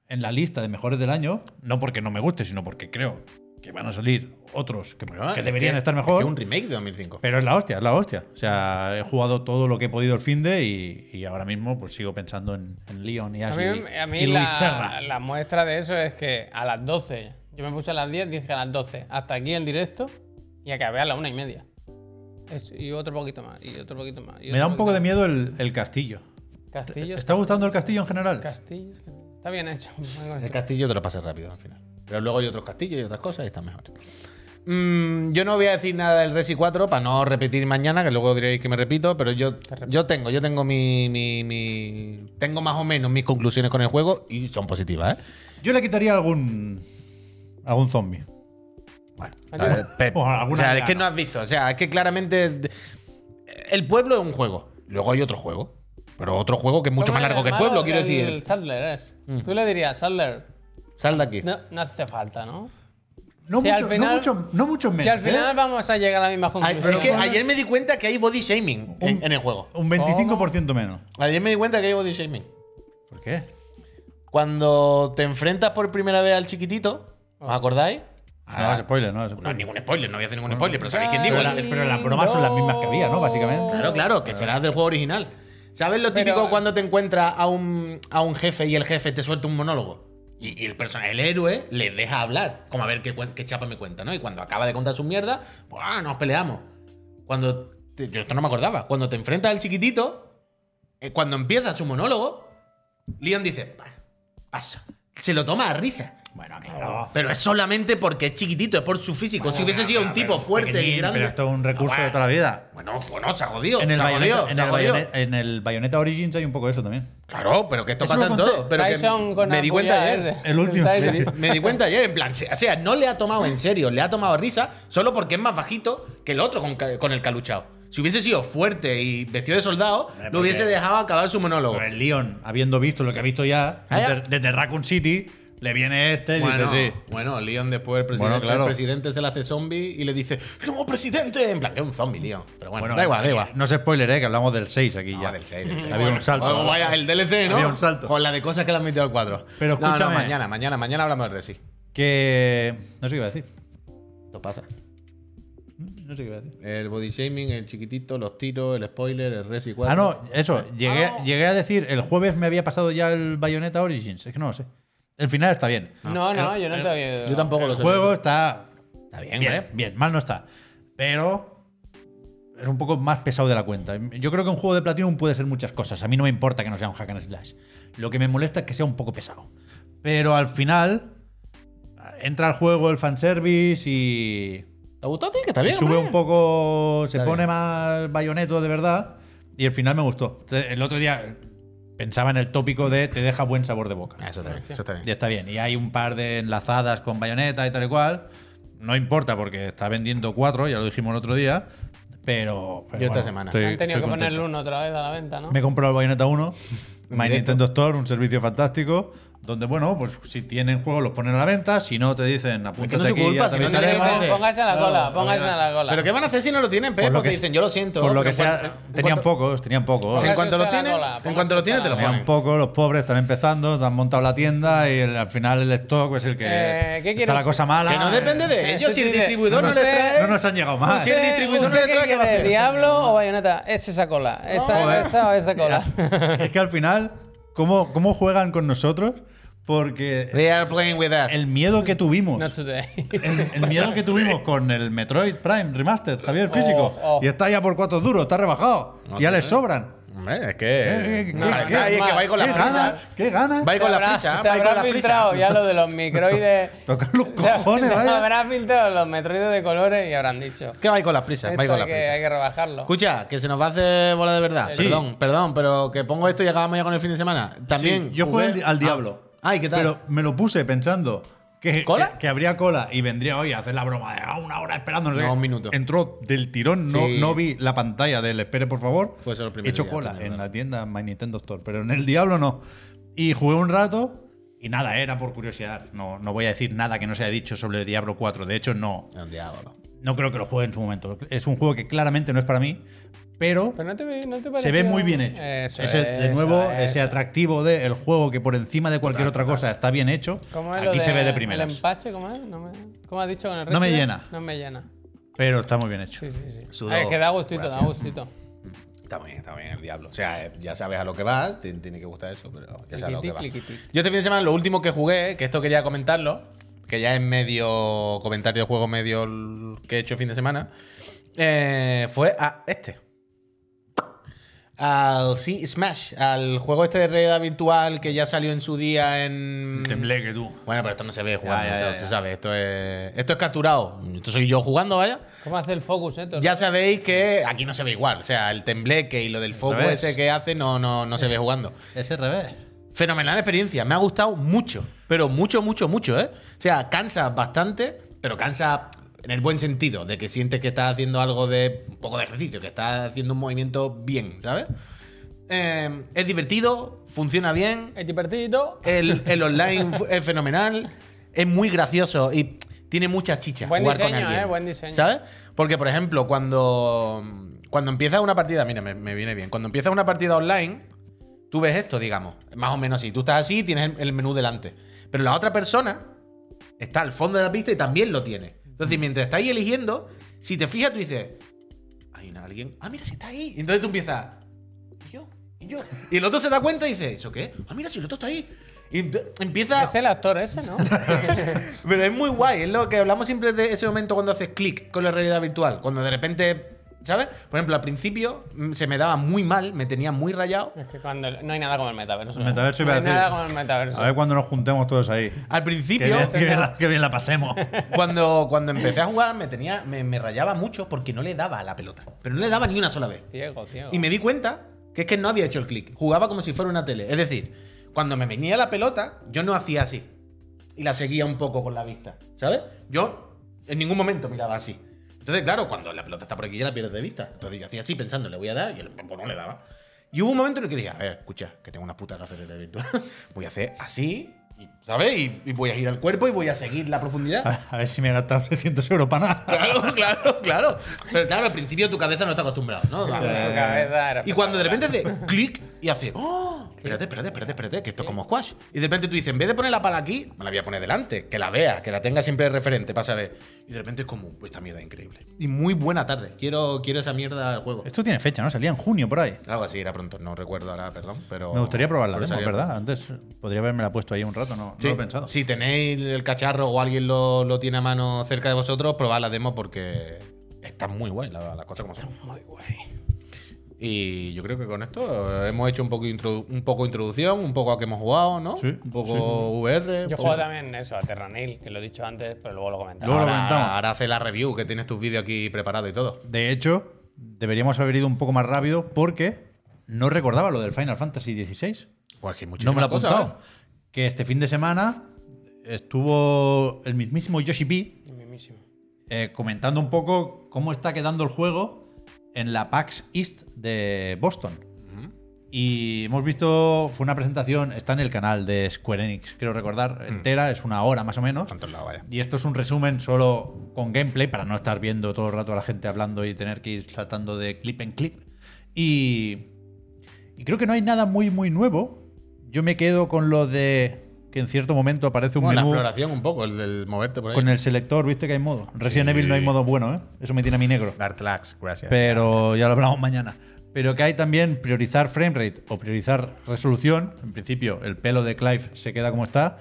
Speaker 1: en la lista de mejores del año, no porque no me guste, sino porque creo que van a salir otros que,
Speaker 2: Bueno,
Speaker 1: que
Speaker 2: Ah, es
Speaker 1: deberían
Speaker 2: eh, que-
Speaker 1: estar
Speaker 2: es
Speaker 1: mejor.
Speaker 2: que es un remake de 2005.
Speaker 1: Pero es la hostia, es la hostia. O sea, he jugado todo lo que he podido el fin de y, y ahora mismo pues sigo pensando en, en Leon y
Speaker 3: A
Speaker 1: Ashley
Speaker 3: mí, a mí
Speaker 1: y Luis
Speaker 3: la,
Speaker 1: Serra.
Speaker 3: la muestra de eso es que a las 12, yo me puse a las 10, dije a las 12, hasta aquí el directo y acabé a las una y media. Es- y otro poquito más, y otro poquito más.
Speaker 1: Me da un poco de miedo el, el castillo. ¿Te
Speaker 3: Castillo.
Speaker 1: está gustando el castillo en general?
Speaker 3: Castillo. Está bien hecho. <laughs> muy
Speaker 2: El
Speaker 3: construido.
Speaker 2: castillo te lo pasas rápido al final. Pero luego hay otros castillos y otras cosas y están mejores. Mm, yo no voy a decir nada del Resi 4 para no repetir mañana, que luego diréis que me repito, pero yo, yo tengo, yo tengo mi, mi- mi- Tengo más o menos mis conclusiones con el juego y son positivas, ¿eh?
Speaker 1: Yo le quitaría algún algún zombie.
Speaker 2: Bueno,
Speaker 3: Ayuda.
Speaker 2: a ver, Pep,
Speaker 1: O alguna
Speaker 2: o sea, es
Speaker 1: vegana.
Speaker 2: que no has visto. O sea, es que claramente. El pueblo es un juego. Luego hay otro juego. Pero otro juego que es mucho más largo que el pueblo, quiero
Speaker 3: El
Speaker 2: decir.
Speaker 3: Sadler es.
Speaker 1: Mm.
Speaker 3: Tú le dirías, Sadler,
Speaker 2: Sal de aquí.
Speaker 3: no, no hace falta, ¿no?
Speaker 1: No,
Speaker 3: Si al
Speaker 1: mucho,
Speaker 3: final-
Speaker 1: no, mucho, no muchos menos.
Speaker 3: Si al
Speaker 1: ¿eh?
Speaker 3: final vamos a llegar a la misma
Speaker 2: Ay,
Speaker 3: conclusión.
Speaker 2: es que ayer me di cuenta que hay body shaming en,
Speaker 1: Un-
Speaker 2: en el juego.
Speaker 1: Un 25% menos.
Speaker 2: Ayer me di cuenta que hay body shaming.
Speaker 1: ¿Por qué?
Speaker 2: Cuando te enfrentas por primera vez al chiquitito, ¿os acordáis?
Speaker 1: No hagas spoiler, no hagas
Speaker 2: No es
Speaker 1: spoiler.
Speaker 2: ningún spoiler, no voy a hacer ningún spoiler, pero ¿sabéis quién
Speaker 1: Pero,
Speaker 2: digo?
Speaker 1: la- pero las bromas son las mismas que había, ¿no? Básicamente.
Speaker 2: Claro, claro, que será del juego original. ¿Sabes lo típico
Speaker 3: Pero-
Speaker 2: cuando te encuentras a un, a un jefe y el jefe te suelta un monólogo? Y, y el personaje, el héroe, le deja hablar. Como a ver qué, cuen- qué chapa me cuenta, ¿no? Y cuando acaba de contar su mierda, pues ah, nos peleamos. Cuando. te- yo esto no me acordaba. Cuando te enfrentas al chiquitito, eh, cuando empieza su monólogo, Leon dice, "Pa- paso. Se lo toma a risa.
Speaker 1: Bueno, claro.
Speaker 4: Pero es solamente porque es chiquitito, es por su físico. si hubiese sido un tipo fuerte y
Speaker 1: Pequeñín,
Speaker 4: grande.
Speaker 1: Pero esto es un recurso
Speaker 4: Ah,
Speaker 1: de toda la vida.
Speaker 4: Bueno, bueno, se ha jodido.
Speaker 1: En el,
Speaker 4: se ha jodido,
Speaker 1: bayoneta,
Speaker 4: se
Speaker 1: en,
Speaker 4: ha
Speaker 1: el
Speaker 4: jodido.
Speaker 1: bayoneta, en el Bayonetta Origins hay un poco de eso también.
Speaker 4: Claro, pero que esto
Speaker 1: Eso
Speaker 4: pasa
Speaker 1: lo
Speaker 4: en
Speaker 1: conté.
Speaker 4: todo. Pero que
Speaker 3: Tyson con
Speaker 4: me
Speaker 3: la
Speaker 4: di cuenta
Speaker 3: polla
Speaker 4: ayer.
Speaker 3: verde.
Speaker 1: El último.
Speaker 3: Tyson.
Speaker 1: Me di-
Speaker 4: Me di cuenta ayer, en plan, se- o sea, no le ha tomado en serio, le ha tomado risa solo porque es más bajito que el otro con, ca- con el caluchao. Si hubiese sido fuerte y vestido de soldado,
Speaker 1: Hombre,
Speaker 4: lo
Speaker 1: porque-
Speaker 4: hubiese dejado acabar su monólogo.
Speaker 1: Pero el Leon, habiendo visto lo que ha visto ya,
Speaker 4: Ah, ya.
Speaker 1: desde, desde Raccoon City, le viene este y
Speaker 2: Bueno,
Speaker 1: dice, sí.
Speaker 2: bueno, Leon después el presidente,
Speaker 1: Bueno, claro.
Speaker 2: el presidente se le hace zombie y le dice, ¡No, presidente! En plan, es un zombie, Leon. Pero bueno,
Speaker 1: Bueno, eh,
Speaker 2: da igual, da igual.
Speaker 1: No se spoiler, eh, que hablamos del 6 aquí ya.
Speaker 2: del seis, del seis.
Speaker 1: Ha habido un salto.
Speaker 2: Oh, vaya, el DLC, ¿no?
Speaker 1: Había un salto.
Speaker 2: Con la de cosas que le han metido al cuadro.
Speaker 1: Pero
Speaker 2: No, no,
Speaker 1: escúchame.
Speaker 2: mañana, mañana, mañana hablamos del Resi.
Speaker 1: Que. No sé qué iba a decir.
Speaker 2: Esto pasa.
Speaker 1: No sé qué iba a decir.
Speaker 2: El body shaming, el chiquitito, los tiros, el spoiler, el Resi 4.
Speaker 1: Ah, no, eso. Llegué, llegué a decir, el jueves me había pasado ya el Bayonetta Origins. Es que no lo sé. El final está bien.
Speaker 3: No, no, yo no te había
Speaker 2: Yo tampoco lo
Speaker 1: El
Speaker 2: sé.
Speaker 1: juego está
Speaker 2: Está bien,
Speaker 1: bien,
Speaker 2: ¿eh?
Speaker 1: bien, mal no está. Pero es un poco más pesado de la cuenta. Yo creo que un juego de Platinum puede ser muchas cosas. A mí no me importa que no sea un hack and slash. Lo que me molesta es que sea un poco pesado. Pero al final entra al juego el fanservice y,
Speaker 2: ¿Te ha gustado a ti? Que está
Speaker 1: y
Speaker 2: bien.
Speaker 1: sube
Speaker 2: hombre.
Speaker 1: un poco, se
Speaker 2: Está
Speaker 1: pone
Speaker 2: bien.
Speaker 1: más bayoneto de verdad. Y el final me gustó. Te- El otro día pensaba en el tópico de te deja buen sabor de boca.
Speaker 2: Ah, Eso está bien, eso está bien.
Speaker 1: Ya está bien. Y hay un par de enlazadas con bayoneta y tal y cual. No importa porque está vendiendo cuatro, ya lo dijimos el otro día. Pero. pero
Speaker 2: Yo esta semana.
Speaker 3: Han tenido que
Speaker 1: eh, estoy
Speaker 3: ponerle
Speaker 1: contento.
Speaker 3: uno otra vez a la venta, ¿no?
Speaker 1: Me he comprado el Bayonetta
Speaker 2: <laughs>
Speaker 1: 1, My
Speaker 2: directo.
Speaker 1: Nintendo Store, un servicio fantástico. Donde, bueno, pues si tienen juegos los ponen a la venta. Si no, te dicen apúntate
Speaker 2: su
Speaker 1: aquí.
Speaker 2: culpa,
Speaker 1: ya
Speaker 2: si
Speaker 1: te
Speaker 2: no
Speaker 3: Así que
Speaker 1: avisaremos".
Speaker 2: parece.
Speaker 3: Póngase a la cola,
Speaker 1: Claro,
Speaker 3: póngase
Speaker 1: mira.
Speaker 3: a la cola.
Speaker 2: Pero ¿qué van a hacer si no lo tienen, Pepe?
Speaker 1: Por lo
Speaker 2: Porque
Speaker 1: que
Speaker 2: dicen,
Speaker 1: sea-
Speaker 2: yo lo siento.
Speaker 1: Por lo
Speaker 2: pero
Speaker 1: que sea,
Speaker 2: cuando- en
Speaker 1: tenían
Speaker 2: cuanto-
Speaker 1: pocos, tenían pocos.
Speaker 2: En
Speaker 3: Póngase
Speaker 2: cuanto lo
Speaker 3: usted a la
Speaker 2: tienen,
Speaker 3: cola,
Speaker 2: en
Speaker 3: póngase
Speaker 2: cuanto lo
Speaker 3: usted
Speaker 2: tienen,
Speaker 3: a la
Speaker 2: te lo
Speaker 3: cola.
Speaker 1: Tenían
Speaker 2: ponen.
Speaker 1: pocos, los pobres están empezando, te han montado la tienda y el- al final el stock es el que
Speaker 3: Eh, ¿qué
Speaker 1: está
Speaker 3: quieres?
Speaker 1: la cosa mala.
Speaker 2: Que no depende de
Speaker 3: Eh,
Speaker 2: ellos. Si el
Speaker 3: usted-
Speaker 2: distribuidor no,
Speaker 3: no,
Speaker 2: le
Speaker 3: usted-
Speaker 2: trae.
Speaker 1: No nos han llegado más.
Speaker 2: Sí, el distribuidor
Speaker 3: ¿Usted
Speaker 2: no le
Speaker 3: qué
Speaker 2: trae que va a
Speaker 3: quiere,
Speaker 2: hacer.
Speaker 3: ¿Diablo o bayoneta? Es esa cola. Esa,
Speaker 1: Joder.
Speaker 3: esa o esa cola.
Speaker 1: <laughs> es que al final, ¿cómo, cómo juegan con nosotros? Porque
Speaker 2: They are playing with us.
Speaker 1: el miedo que tuvimos.
Speaker 3: Not today.
Speaker 1: El, el miedo que tuvimos con el Metroid Prime Remastered, Javier Físico.
Speaker 3: oh.
Speaker 1: Y está ya por cuatro duros, está rebajado.
Speaker 2: No
Speaker 1: ya
Speaker 2: te
Speaker 1: les
Speaker 2: creo.
Speaker 1: sobran.
Speaker 2: Hombre, es
Speaker 1: Eh,
Speaker 2: que.
Speaker 1: eh,
Speaker 2: No,
Speaker 1: qué-
Speaker 2: el
Speaker 1: qué-
Speaker 2: detalle es que va ahí con
Speaker 1: ¿Qué
Speaker 2: la prisa.
Speaker 1: ganas? ¿Qué ganas?
Speaker 2: Va ahí con
Speaker 3: Se
Speaker 2: la
Speaker 3: habrá-
Speaker 2: prisa.
Speaker 3: Se
Speaker 2: Va ahí con
Speaker 3: habrá
Speaker 2: la
Speaker 3: filtrado
Speaker 2: prisa.
Speaker 3: ya lo de los
Speaker 1: <laughs>
Speaker 3: microides.
Speaker 1: Tocar
Speaker 3: <laughs>
Speaker 1: los cojones,
Speaker 3: se
Speaker 1: vaya.
Speaker 3: habrá filtrado los metroides de colores y habrán dicho.
Speaker 2: Que va ahí con las prisas. Va ahí
Speaker 3: "Esto
Speaker 2: con
Speaker 3: hay
Speaker 2: las
Speaker 3: que,
Speaker 2: prisas.
Speaker 3: hay que rebajarlo.
Speaker 2: Escucha, que se nos va a hacer bola de verdad.
Speaker 1: Sí.
Speaker 2: Perdón, perdón, pero que pongo esto y acabamos ya con el fin de semana. También.
Speaker 1: Sí, yo jugué al di- al
Speaker 2: Ah.
Speaker 1: diablo.
Speaker 2: Ay, ¿qué tal?
Speaker 1: Pero me lo puse pensando que,
Speaker 2: ¿Cola?
Speaker 1: que, que habría cola y vendría hoy a hacer la broma de "Ah, una hora esperando. No, sé
Speaker 2: No,
Speaker 1: qué".
Speaker 2: un minuto.
Speaker 1: Entró del tirón, no,
Speaker 2: Sí.
Speaker 1: no vi la pantalla del espere, por favor.
Speaker 2: Fue eso el primer
Speaker 1: He hecho
Speaker 2: día,
Speaker 1: cola
Speaker 2: también,
Speaker 1: en
Speaker 2: ¿verdad?
Speaker 1: la tienda My Nintendo Store, pero en el Diablo no. Y jugué un rato y nada, era por curiosidad. No, no voy a decir nada que no se haya dicho sobre el Diablo 4. De hecho, no,
Speaker 2: Un diablo.
Speaker 1: no creo que lo juegue en su momento. Es un juego que claramente no es para mí, pero
Speaker 3: Pero no te, ve- no te
Speaker 1: se ve
Speaker 3: pareció-
Speaker 1: muy bien hecho.
Speaker 3: Eso
Speaker 1: Ese, de
Speaker 3: es,
Speaker 1: nuevo,
Speaker 3: eso
Speaker 1: ese
Speaker 3: es.
Speaker 1: atractivo del juego que por encima de cualquier otra cosa está bien hecho,
Speaker 3: ¿Cómo es lo
Speaker 1: aquí se
Speaker 3: de-
Speaker 1: ve de
Speaker 3: ¿El
Speaker 1: primeras.
Speaker 3: empache? ¿Cómo es? No me- ¿Cómo has dicho con el
Speaker 1: No me
Speaker 3: Resident?
Speaker 1: llena.
Speaker 3: No me llena.
Speaker 1: Pero está muy bien hecho.
Speaker 3: Sí, sí, sí.
Speaker 2: Sudó.
Speaker 3: Ah, es que da gustito, da
Speaker 2: Gracias.
Speaker 3: gustito.
Speaker 2: Está muy bien, está muy bien el diablo. O sea, eh, ya sabes a lo que va, te tiene que gustar eso, pero ya sabes a lo que va. Yo
Speaker 3: Cliquití,
Speaker 2: este
Speaker 3: cliquití.
Speaker 2: fin de semana lo último que jugué, que esto quería comentarlo, que ya es medio comentario de juego, medio l- que he hecho fin de semana, eh, fue a este. Al sí, Smash, al juego este de realidad virtual que ya salió en su día en...
Speaker 1: Tembleque tú.
Speaker 2: Bueno, pero esto no se ve jugando,
Speaker 1: ya,
Speaker 2: o sea,
Speaker 1: ya,
Speaker 2: se
Speaker 1: ya.
Speaker 2: sabe, esto es, esto es capturado. Esto soy yo jugando, vaya.
Speaker 3: ¿Cómo hace el focus, eh? Torre?
Speaker 2: Ya sabéis que aquí no se ve igual. O sea, el tembleque y lo del foco
Speaker 1: revés.
Speaker 2: ese que hace no, no, no se ve jugando.
Speaker 1: Es al revés.
Speaker 2: Fenomenal experiencia. Me ha gustado mucho. Pero mucho, mucho, mucho, ¿eh? O sea, cansa bastante, pero cansa en el buen sentido, de que sientes que estás haciendo algo de un poco de ejercicio, que estás haciendo un movimiento bien, ¿sabes? Eh, es divertido, funciona bien,
Speaker 3: El divertido.
Speaker 2: el, el online fu- es fenomenal, es muy gracioso y tiene mucha chicha.
Speaker 3: Buen
Speaker 2: jugar con
Speaker 3: diseño,
Speaker 2: alguien,
Speaker 3: eh, buen diseño.
Speaker 2: ¿Sabes? Porque, por ejemplo, cuando, cuando empiezas una partida, mira, me, me viene bien. Cuando empiezas una partida online, tú ves esto, digamos. Más o menos así. Tú estás así y tienes el, el menú delante. Pero la otra persona está al fondo de la pista y también lo tiene. Entonces, mientras estáis eligiendo, si te fijas, tú dices, hay una- alguien. Ah, mira, si está ahí. Y entonces tú empiezas. Y yo, y yo. Y el otro se da cuenta y dice, ¿eso qué? Ah, mira, si el otro está ahí. Y ent- empieza.
Speaker 3: Es el actor ese,
Speaker 1: <laughs>
Speaker 3: ¿no?
Speaker 2: Pero es muy guay, es lo que hablamos siempre de ese momento cuando haces clic con la realidad virtual, cuando de repente ¿Sabes? Por ejemplo, al principio mm, se me daba muy mal, me tenía muy rayado.
Speaker 3: Es que cuando no hay nada como el metaverso.
Speaker 1: El metaverso
Speaker 3: no
Speaker 1: iba a
Speaker 3: hay
Speaker 1: decir.
Speaker 3: nada como el metaverso.
Speaker 1: A ver cuando nos juntemos todos ahí.
Speaker 2: Al
Speaker 1: Qué
Speaker 2: principio,
Speaker 1: bien, qué bien la, qué bien la pasemos.
Speaker 3: <laughs>
Speaker 2: <laughs> cuando, cuando empecé a jugar, me, tenía, me, me rayaba mucho porque no le daba a la pelota. Pero no le daba ni una sola vez.
Speaker 3: Ciego, ciego.
Speaker 2: Y me di cuenta que es que no había hecho el clic. Jugaba como si fuera una tele. Es decir, cuando me venía la pelota, yo no hacía así. Y la seguía un poco con la vista. ¿Sabes? Yo en ningún momento miraba así. Entonces, claro, cuando la pelota está por aquí ya la pierdes de vista. Entonces yo hacía así pensando, le voy a dar y el pues, no le daba. Y hubo un momento en el que dije, a ver, escucha, que tengo una puta cafetera virtual. <laughs> voy a hacer así, y, ¿sabes? Y, y voy a ir al cuerpo y voy a seguir la profundidad.
Speaker 1: A, a ver si me he gastado 300 euros para nada.
Speaker 2: <laughs> Claro, claro, claro. Pero claro, al principio tu cabeza no está acostumbrada, ¿no?
Speaker 3: Tu
Speaker 1: Eh,
Speaker 3: cabeza era-
Speaker 2: Y cuando de repente hace clic y hace. ¡Oh! Espérate, espérate, espérate, espérate, que esto es como squash. Y de repente tú dices, en vez de poner la pala aquí, me la voy a poner delante, que la vea, que la tenga siempre de referente para saber. Y de repente es como, pues esta mierda es increíble. Y muy buena tarde. Quiero, quiero esa mierda al juego.
Speaker 1: Esto tiene fecha, ¿no? Salía en junio por ahí.
Speaker 2: Algo así era pronto, no recuerdo ahora, perdón. Pero
Speaker 1: Me gustaría probarla,
Speaker 2: pero
Speaker 1: demo,
Speaker 2: salía-
Speaker 1: ¿verdad? Antes podría haberme la puesto ahí un rato, no, no
Speaker 2: Sí,
Speaker 1: lo he pensado.
Speaker 2: Si tenéis el cacharro o alguien lo, lo tiene a mano cerca de vosotros, probad la demo porque está muy guay la- las cosas como son.
Speaker 3: Muy guay.
Speaker 2: Y yo creo que con esto hemos hecho un poco, introdu- un poco introducción, un poco a qué hemos jugado, ¿no?
Speaker 1: Sí,
Speaker 2: Un poco pues,
Speaker 1: sí.
Speaker 2: VR. un
Speaker 3: Yo
Speaker 2: poco-
Speaker 3: juego también eso, a Terranil, que lo he dicho antes, pero luego lo comentamos.
Speaker 1: Luego lo
Speaker 2: ahora,
Speaker 1: comentamos.
Speaker 2: ahora hace la review, que tienes tus vídeos aquí preparados y todo.
Speaker 1: De hecho, deberíamos haber ido un poco más rápido porque no recordaba lo del Final Fantasy XVI.
Speaker 2: Pues que hay
Speaker 1: No me lo he
Speaker 2: muchísimas cosas,
Speaker 1: apuntado. que este fin de semana estuvo el mismísimo Yoshi P
Speaker 3: Mismísimo.
Speaker 1: eh, comentando un poco cómo está quedando el juego en la PAX East de Boston. Y hemos visto, fue una presentación, está en el canal de Square Enix, creo recordar, entera, es una hora más o menos.
Speaker 2: Tanto lado, vaya.
Speaker 1: Y esto es un resumen solo con gameplay para no estar viendo todo el rato a la gente hablando y tener que ir saltando de clip en clip. Y, y creo que no hay nada muy, muy nuevo. Yo me quedo con lo de que en cierto momento aparece un
Speaker 2: Bueno, la
Speaker 1: menú
Speaker 2: exploración un poco, el del moverte por ahí.
Speaker 1: con el selector, viste que hay modo. Resident
Speaker 2: Sí.
Speaker 1: Evil no hay modo bueno, ¿eh? Eso me tiene a mi negro.
Speaker 2: Dartlax, gracias.
Speaker 1: Pero ya lo hablamos mañana. Pero que hay también priorizar framerate o priorizar resolución. En principio, el pelo de Clive se queda como está.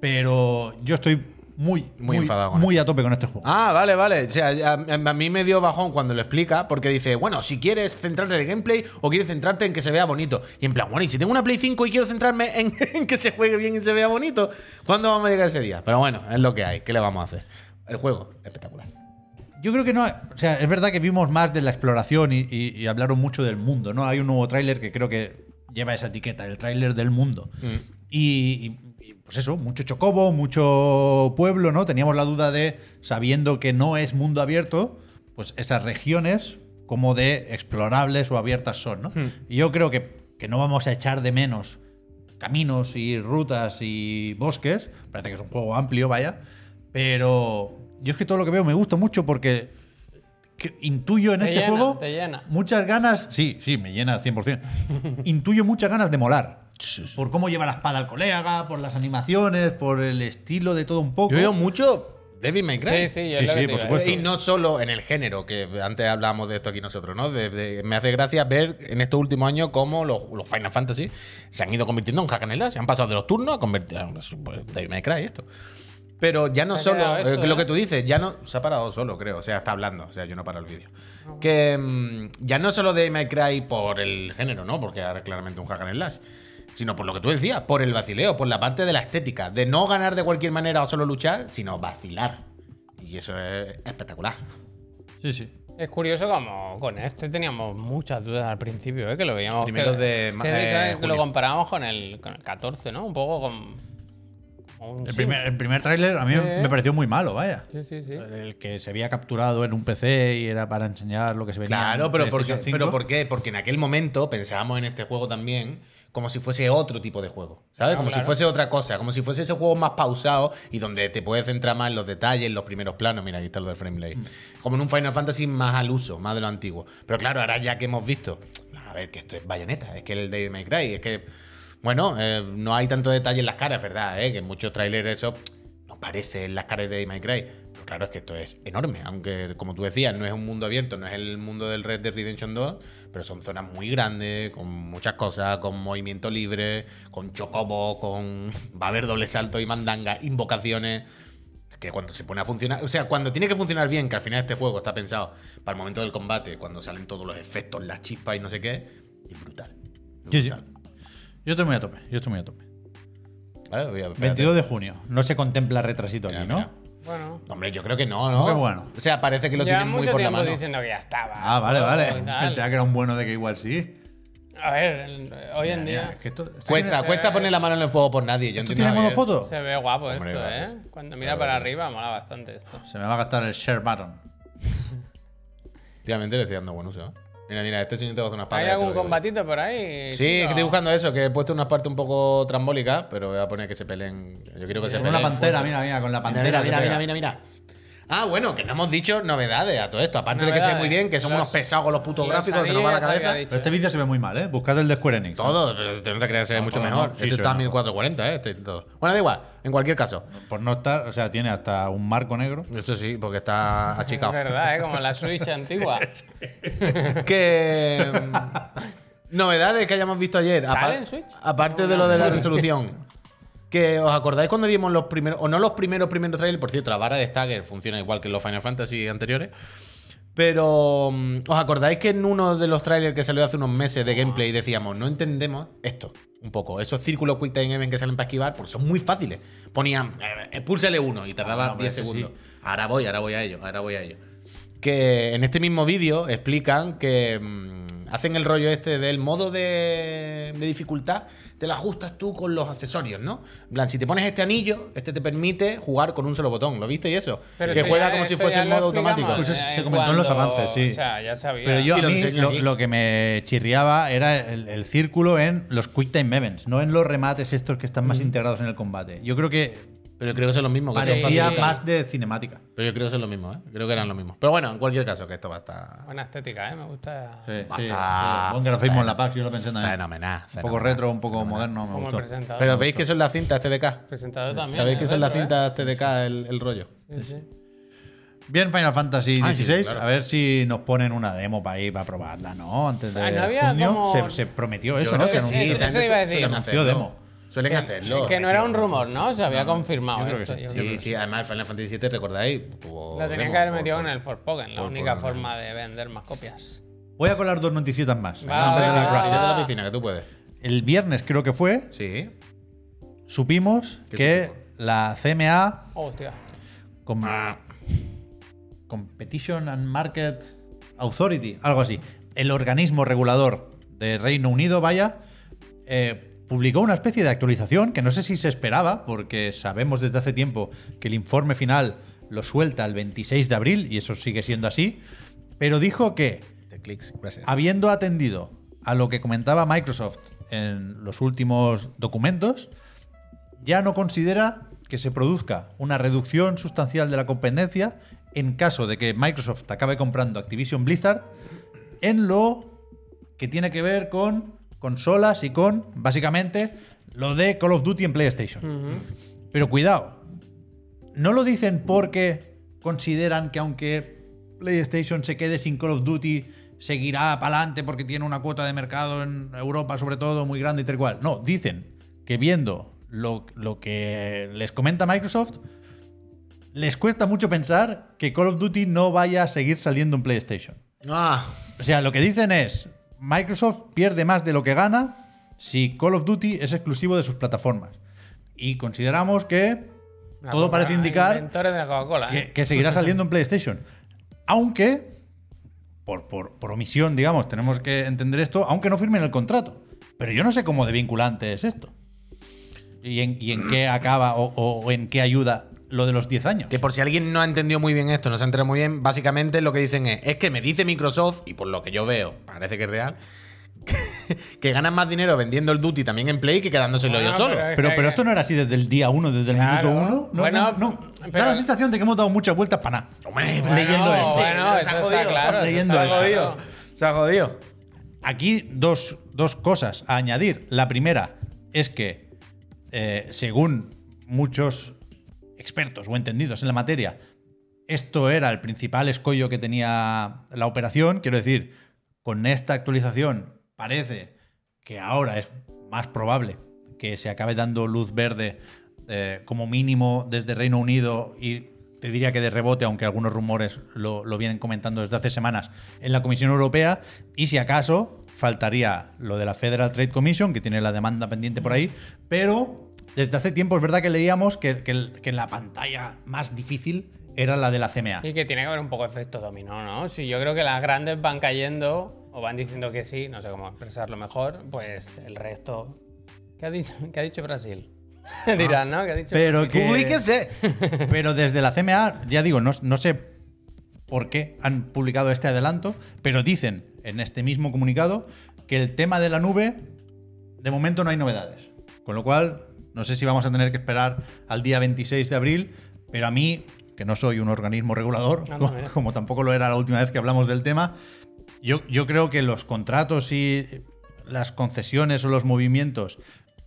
Speaker 1: Pero yo estoy muy,
Speaker 2: Muy enfadado con
Speaker 1: muy a tope con este juego.
Speaker 2: Ah, vale, vale. O sea, a, a mí me dio bajón cuando lo explica, porque dice, bueno, si quieres centrarte en el gameplay o quieres centrarte en que se vea bonito. Y en plan, bueno, y si tengo una Play 5 y quiero centrarme en, <laughs> en que se juegue bien y se vea bonito, ¿cuándo vamos a llegar ese día? Pero bueno, es lo que hay. ¿Qué le vamos a hacer? El juego, espectacular.
Speaker 1: Yo creo que no. O sea, es verdad que vimos más de la exploración y, y- y hablaron mucho del mundo, ¿no? Hay un nuevo tráiler que creo que lleva esa etiqueta, el tráiler del mundo. Y, y- y, pues eso, mucho chocobo, mucho pueblo, ¿no? Teníamos la duda de, sabiendo que no es mundo abierto, pues esas regiones como de explorables o abiertas son, ¿no? Y yo creo que, que no vamos a echar de menos caminos y rutas y bosques. Parece que es un juego amplio, vaya. Pero yo es que todo lo que veo me gusta mucho porque que- intuyo en
Speaker 3: Te
Speaker 1: este
Speaker 3: llena,
Speaker 1: juego
Speaker 3: te llena.
Speaker 1: muchas ganas. Sí, sí, me llena
Speaker 3: <laughs>
Speaker 1: 100%. intuyo muchas ganas de molar. Por cómo lleva la espada al colega, por las animaciones, por el estilo de todo un poco.
Speaker 2: Yo veo mucho David May Cry.
Speaker 3: Sí, sí, yo
Speaker 1: Sí, sí,
Speaker 3: lo que te
Speaker 1: por
Speaker 3: iba a
Speaker 1: supuesto.
Speaker 2: Y no solo en el género, que antes hablábamos de esto aquí nosotros, ¿no? De- de- me hace gracia ver en estos últimos años cómo los, los Final Fantasy se han ido convirtiendo en hack and slash. Se han pasado de los turnos a convertir en pues, Devil May Cry esto. Pero ya no
Speaker 3: Se ha
Speaker 2: solo,
Speaker 3: quedado esto,
Speaker 2: eh, lo que
Speaker 3: ¿eh?
Speaker 2: tú dices, ya no. Se ha parado solo, creo. O sea, está hablando. O sea, yo no paro el vídeo. Que mm, ya no solo de May Cry por el género, ¿no? Porque ahora es claramente un hack and slash. Sino por lo que tú decías, por el vacileo, por la parte de la estética. De no ganar de cualquier manera o solo luchar, sino vacilar. Y eso es espectacular.
Speaker 1: Sí, sí.
Speaker 3: Es curioso como con este teníamos muchas dudas al principio, ¿eh? que lo veíamos.
Speaker 2: Primero
Speaker 3: que,
Speaker 2: de ma-
Speaker 3: que,
Speaker 2: eh,
Speaker 3: que
Speaker 2: julio.
Speaker 3: lo comparábamos con el, con el 14, ¿no? Un poco con. con un
Speaker 1: El
Speaker 3: sí.
Speaker 1: primer, el primer tráiler a mí
Speaker 3: Sí.
Speaker 1: me pareció muy malo, vaya.
Speaker 3: Sí, sí, sí.
Speaker 2: Eh,
Speaker 1: El que se había capturado en un PC y era para enseñar lo que se venía.
Speaker 2: Claro,
Speaker 1: en
Speaker 2: pero ¿por, qué,
Speaker 1: PlayStation 5.
Speaker 2: pero ¿por qué? Porque en aquel momento pensábamos en este juego también como si fuese otro tipo de juego, ¿sabes?
Speaker 3: Ah,
Speaker 2: como si
Speaker 3: claro.
Speaker 2: fuese otra cosa, como si fuese ese juego más pausado y donde te puedes centrar más en los detalles, en los primeros planos. Mira, aquí está lo del frame
Speaker 1: Mm.
Speaker 2: rate. Como en un Final Fantasy más al uso, más de lo antiguo. Pero claro, ahora ya que hemos visto, a ver, que esto es bayoneta, es que el David May Cry, es que, bueno, eh, no hay tanto detalle en las caras, ¿verdad? eh? Que en muchos trailers eso no parece en las caras de David May Cry. Pero claro, es que esto es enorme, aunque como tú decías, no es un mundo abierto, no es el mundo del Red Dead Redemption 2, pero son zonas muy grandes, con muchas cosas, con movimiento <laughs> libre, con chocobo, con... va a haber doble salto y mandanga, invocaciones... que cuando se pone a funcionar, o sea, cuando tiene que funcionar bien, que al final este juego está pensado para el momento del combate, cuando salen todos los efectos, las chispas y no sé qué, es brutal. Es
Speaker 1: Sí, sí.
Speaker 2: brutal.
Speaker 1: Yo estoy muy a tope, yo estoy muy a tope.
Speaker 2: Vale, voy a- espérate.
Speaker 1: 22 de junio. No se contempla retrasito
Speaker 2: Mira,
Speaker 1: aquí, ¿no?
Speaker 2: mira.
Speaker 3: Bueno.
Speaker 2: Hombre, yo creo que no, ¿no?
Speaker 1: Qué bueno.
Speaker 2: O sea, parece que lo
Speaker 3: Lleva
Speaker 2: tienen muy
Speaker 3: mucho
Speaker 2: por la
Speaker 3: tiempo
Speaker 2: mano.
Speaker 3: diciendo que ya estaba.
Speaker 1: Ah, vale, <laughs> vale.
Speaker 3: y <laughs> tal.
Speaker 1: Pensaba que era un bueno de que igual sí.
Speaker 3: A ver, el- hoy en
Speaker 1: Mira,
Speaker 3: día
Speaker 1: es que esto, esto
Speaker 2: Cuesta,
Speaker 1: tiene-
Speaker 2: cuesta poner la mano en el fuego por nadie. Yo
Speaker 1: ¿Esto
Speaker 2: entiendo
Speaker 1: tiene modo
Speaker 2: que-
Speaker 1: foto?
Speaker 3: se ve guapo
Speaker 2: Hombre,
Speaker 3: esto,
Speaker 2: gracias.
Speaker 3: ¿eh? Cuando mira
Speaker 2: Claro,
Speaker 3: para
Speaker 2: claro.
Speaker 3: arriba, mola bastante esto.
Speaker 1: Se me va a gastar el share button.
Speaker 2: Efectivamente le estoy dando buen uso. ¿eh? Mira, mira, este señor te va a hacer unas palas.
Speaker 3: ¿Hay
Speaker 2: ya te
Speaker 3: algún
Speaker 2: lo digo yo.
Speaker 3: combatito por ahí?
Speaker 2: Sí,
Speaker 3: chico?
Speaker 2: que estoy buscando eso, que he puesto unas partes un poco trambólicas, pero voy a poner que se peleen. Yo quiero que se
Speaker 1: Con
Speaker 2: peleen.
Speaker 1: una pantera,
Speaker 2: fuerte.
Speaker 1: mira, mira, con la
Speaker 2: Mira,
Speaker 1: pantera.
Speaker 2: mira,
Speaker 1: que
Speaker 2: mira,
Speaker 1: pega.
Speaker 2: mira, mira, mira. Ah, bueno, que no hemos dicho novedades a todo esto. Aparte de que sé
Speaker 3: Novedades.
Speaker 2: muy bien que somos
Speaker 3: Los-
Speaker 2: unos pesados con los putos
Speaker 3: los
Speaker 2: gráficos, que nos va la
Speaker 3: anillos ya se
Speaker 2: cabeza.
Speaker 3: había dicho.
Speaker 1: Pero este vídeo se ve muy mal, ¿eh? Buscad el de Square Enix.
Speaker 2: Todo, pero tendrá que ser mucho
Speaker 1: todo,
Speaker 2: mejor.
Speaker 1: no. Sí,
Speaker 2: este
Speaker 1: sí,
Speaker 2: está a
Speaker 1: no.
Speaker 2: 1440, eh, este y todo. Bueno, da igual, en cualquier caso.
Speaker 1: Por no estar, o sea, tiene hasta un marco negro.
Speaker 2: Eso sí, porque está
Speaker 3: Es
Speaker 2: achicado.
Speaker 3: verdad, ¿eh? Como la
Speaker 2: <laughs>
Speaker 3: Switch antigua.
Speaker 2: que mm, novedades que hayamos visto ayer
Speaker 3: ¿Sale
Speaker 2: apar-
Speaker 3: en Switch?
Speaker 2: aparte de lo de la resolución
Speaker 3: <laughs>
Speaker 2: que os acordáis cuando vimos los primeros o no los primeros primeros trailers por cierto la vara de Stagger funciona igual que en los Final Fantasy anteriores pero mm, os acordáis que en uno de los trailers que salió hace unos meses de gameplay decíamos no entendemos esto un poco esos círculos quick time event que salen para esquivar porque son muy fáciles ponían eh, púlsale uno y
Speaker 1: Ah,
Speaker 2: tardaba
Speaker 1: no, pero
Speaker 2: 10
Speaker 1: ese sí.
Speaker 2: segundos ahora voy ahora voy a ello ahora voy a ello que en este mismo vídeo explican que mm, hacen el rollo este del modo de, de dificultad, te lo ajustas tú con los accesorios, ¿no? En plan, si te pones este anillo, este te permite jugar con un solo botón, ¿lo viste y eso?
Speaker 3: Pero
Speaker 2: que
Speaker 3: esto
Speaker 2: juega
Speaker 3: ya-
Speaker 2: como si
Speaker 3: esto
Speaker 2: fuese
Speaker 3: ya
Speaker 2: en
Speaker 3: lo
Speaker 2: modo automático.
Speaker 3: explicamos,
Speaker 1: Pues eso
Speaker 3: eh,
Speaker 1: se comentó en los
Speaker 3: cuando-
Speaker 1: avances, sí.
Speaker 3: O sea, ya sabía.
Speaker 1: Pero yo
Speaker 2: Y
Speaker 1: a
Speaker 2: lo
Speaker 1: mí
Speaker 2: enseña
Speaker 1: lo,
Speaker 2: aquí.
Speaker 1: lo que me chirriaba era el, el círculo en los Quick Time Events, no en los remates estos que están
Speaker 2: Mm.
Speaker 1: más integrados en el combate. Yo creo que
Speaker 2: Pero yo creo que eso es lo mismo. que son
Speaker 1: parecía
Speaker 2: facilitas.
Speaker 1: más de cinemática.
Speaker 2: Pero yo creo que eso es lo mismo, ¿eh? Creo que eran lo mismo. Pero bueno, en cualquier caso, que esto va a estar
Speaker 3: Buena estética, ¿eh? Me gusta.
Speaker 1: Sí,
Speaker 2: Basta.
Speaker 1: sí. Buen grafismo en la PAX, yo lo pensé también. Un
Speaker 2: fenomenal.
Speaker 1: poco
Speaker 2: fenomenal.
Speaker 1: retro, un poco moderno, me
Speaker 3: Como el
Speaker 1: gustó.
Speaker 3: presentador.
Speaker 2: Pero veis que son las cintas TDK.
Speaker 3: presentador también.
Speaker 2: este Sabéis que
Speaker 3: es
Speaker 2: son las
Speaker 3: otro, ¿eh?
Speaker 2: cintas TDK este el, el rollo.
Speaker 3: Sí, sí.
Speaker 1: Bien Final Fantasy
Speaker 2: Ah, sí,
Speaker 1: XVI,
Speaker 2: claro.
Speaker 1: a ver si nos ponen una demo para ir para probarla, ¿no? Antes de
Speaker 3: Ah, no había
Speaker 1: junio.
Speaker 3: como-
Speaker 1: Se, se prometió eso,
Speaker 2: Yo
Speaker 1: ¿no?
Speaker 2: creo
Speaker 1: Se
Speaker 2: que
Speaker 3: sí,
Speaker 1: anunció-
Speaker 3: eso
Speaker 2: también
Speaker 3: iba a
Speaker 2: su-
Speaker 3: decir.
Speaker 1: se anunció demo.
Speaker 2: Suelen hacerlo.
Speaker 3: Que no era un rumor, ¿no? Se había confirmado
Speaker 1: yo creo que
Speaker 3: esto.
Speaker 1: sí.
Speaker 3: yo
Speaker 2: Sí,
Speaker 3: creo.
Speaker 2: sí, además Final Fantasy VII, recordáis, tuvo.
Speaker 3: La tenían
Speaker 2: demo
Speaker 3: que haber
Speaker 2: por-
Speaker 3: metido
Speaker 2: por-
Speaker 3: en el Forspoken, la
Speaker 2: por-
Speaker 3: única
Speaker 2: por-
Speaker 3: forma de vender más copias.
Speaker 1: Voy a colar dos noticitas más.
Speaker 3: Va,
Speaker 1: antes de
Speaker 3: venga,
Speaker 1: las
Speaker 3: va,
Speaker 1: gracias.
Speaker 2: Tira
Speaker 3: va.
Speaker 2: a Ah, la piscina, que tú puedes.
Speaker 1: El viernes creo que fue,
Speaker 2: Sí.
Speaker 1: supimos
Speaker 2: ¿Qué
Speaker 1: que la CMA,
Speaker 3: Oh, Hostia.
Speaker 1: Com-
Speaker 2: Ah,
Speaker 1: Competition and Market Authority, algo así, el organismo regulador de Reino Unido, vaya, eh, publicó una especie de actualización que no sé si se esperaba, porque sabemos desde hace tiempo que el informe final lo suelta el 26 de abril, y eso sigue siendo así, pero dijo que
Speaker 2: Te clics, gracias.
Speaker 1: Habiendo atendido a lo que comentaba Microsoft en los últimos documentos, ya no considera que se produzca una reducción sustancial de la competencia en caso de que Microsoft acabe comprando Activision Blizzard en lo que tiene que ver con consolas y con, básicamente, lo de Call of Duty en PlayStation. Pero cuidado, no lo dicen porque consideran que aunque PlayStation se quede sin Call of Duty, seguirá para adelante porque tiene una cuota de mercado en Europa, sobre todo, muy grande y tal y cual. No, dicen que viendo lo, lo que les comenta Microsoft, les cuesta mucho pensar que Call of Duty no vaya a seguir saliendo en PlayStation.
Speaker 2: Ah,
Speaker 1: O sea, lo que dicen es, Microsoft pierde más de lo que gana si Call of Duty es exclusivo de sus plataformas. Y consideramos que
Speaker 3: La
Speaker 1: todo
Speaker 3: Coca-
Speaker 1: parece indicar
Speaker 3: Inventores de la Coca-Cola. ¿eh?
Speaker 1: que, que
Speaker 3: <laughs>
Speaker 1: seguirá saliendo en PlayStation. Aunque, por, por- por omisión, digamos, tenemos que entender esto, aunque no firmen el contrato. Pero yo no sé cómo de vinculante es esto. Y en, y en qué acaba o, o- o en qué ayuda lo de los 10 años.
Speaker 2: que por si alguien no ha entendido muy bien esto, no se ha enterado muy bien, básicamente lo que dicen es, es que me dice Microsoft, y por lo que yo veo, parece que es real, <laughs> que, que ganan más dinero vendiendo el Duty también en Play que quedándoselo
Speaker 3: Ah,
Speaker 2: yo solo.
Speaker 3: pero-
Speaker 1: Pero, pero esto no era así desde el día 1, desde el
Speaker 3: Claro.
Speaker 1: minuto 1. No,
Speaker 3: Bueno,
Speaker 1: no, no. Da
Speaker 3: pero-
Speaker 1: la sensación de que hemos dado muchas vueltas para nada.
Speaker 2: Hombre,
Speaker 3: Bueno,
Speaker 1: leyendo esto.
Speaker 3: Bueno,
Speaker 2: Se
Speaker 3: eso
Speaker 2: ha
Speaker 3: está
Speaker 2: jodido,
Speaker 3: claro, eso
Speaker 1: leyendo
Speaker 3: está
Speaker 1: esto.
Speaker 3: claro.
Speaker 2: se ha jodido.
Speaker 1: Aquí dos, dos cosas a añadir. La primera es que, eh, según muchos expertos o entendidos en la materia, esto era el principal escollo que tenía la operación. Quiero decir, con esta actualización parece que ahora es más probable que se acabe dando luz verde eh, como mínimo desde Reino Unido y te diría que de rebote, aunque algunos rumores lo, lo vienen comentando desde hace semanas, en la Comisión Europea. Y si acaso, faltaría lo de la Federal Trade Commission, que tiene la demanda pendiente por ahí, pero desde hace tiempo es verdad que leíamos que, que el- que la pantalla más difícil era la de la CMA.
Speaker 3: Y que tiene que haber un poco de efecto dominó, ¿no? Si yo creo que las grandes van cayendo o van diciendo que sí, no sé cómo expresarlo mejor, pues el resto. ¿Qué ha dicho, qué ha dicho Brasil? <laughs> Dirán, ¿no? ¿Qué ha dicho
Speaker 1: Pero
Speaker 3: Brasil?
Speaker 1: que.
Speaker 3: <laughs>
Speaker 1: Pero desde la CMA, ya digo, no, no sé por qué han publicado este adelanto, pero dicen en este mismo comunicado que el tema de la nube, de momento no hay novedades. Con lo cual, no sé si vamos a tener que esperar al día 26 de abril, pero a mí, que no soy un organismo regulador,
Speaker 3: Ah, no,
Speaker 1: como,
Speaker 3: mira.
Speaker 1: como tampoco lo era la última vez que hablamos del tema, yo, yo creo que los contratos y las concesiones o los movimientos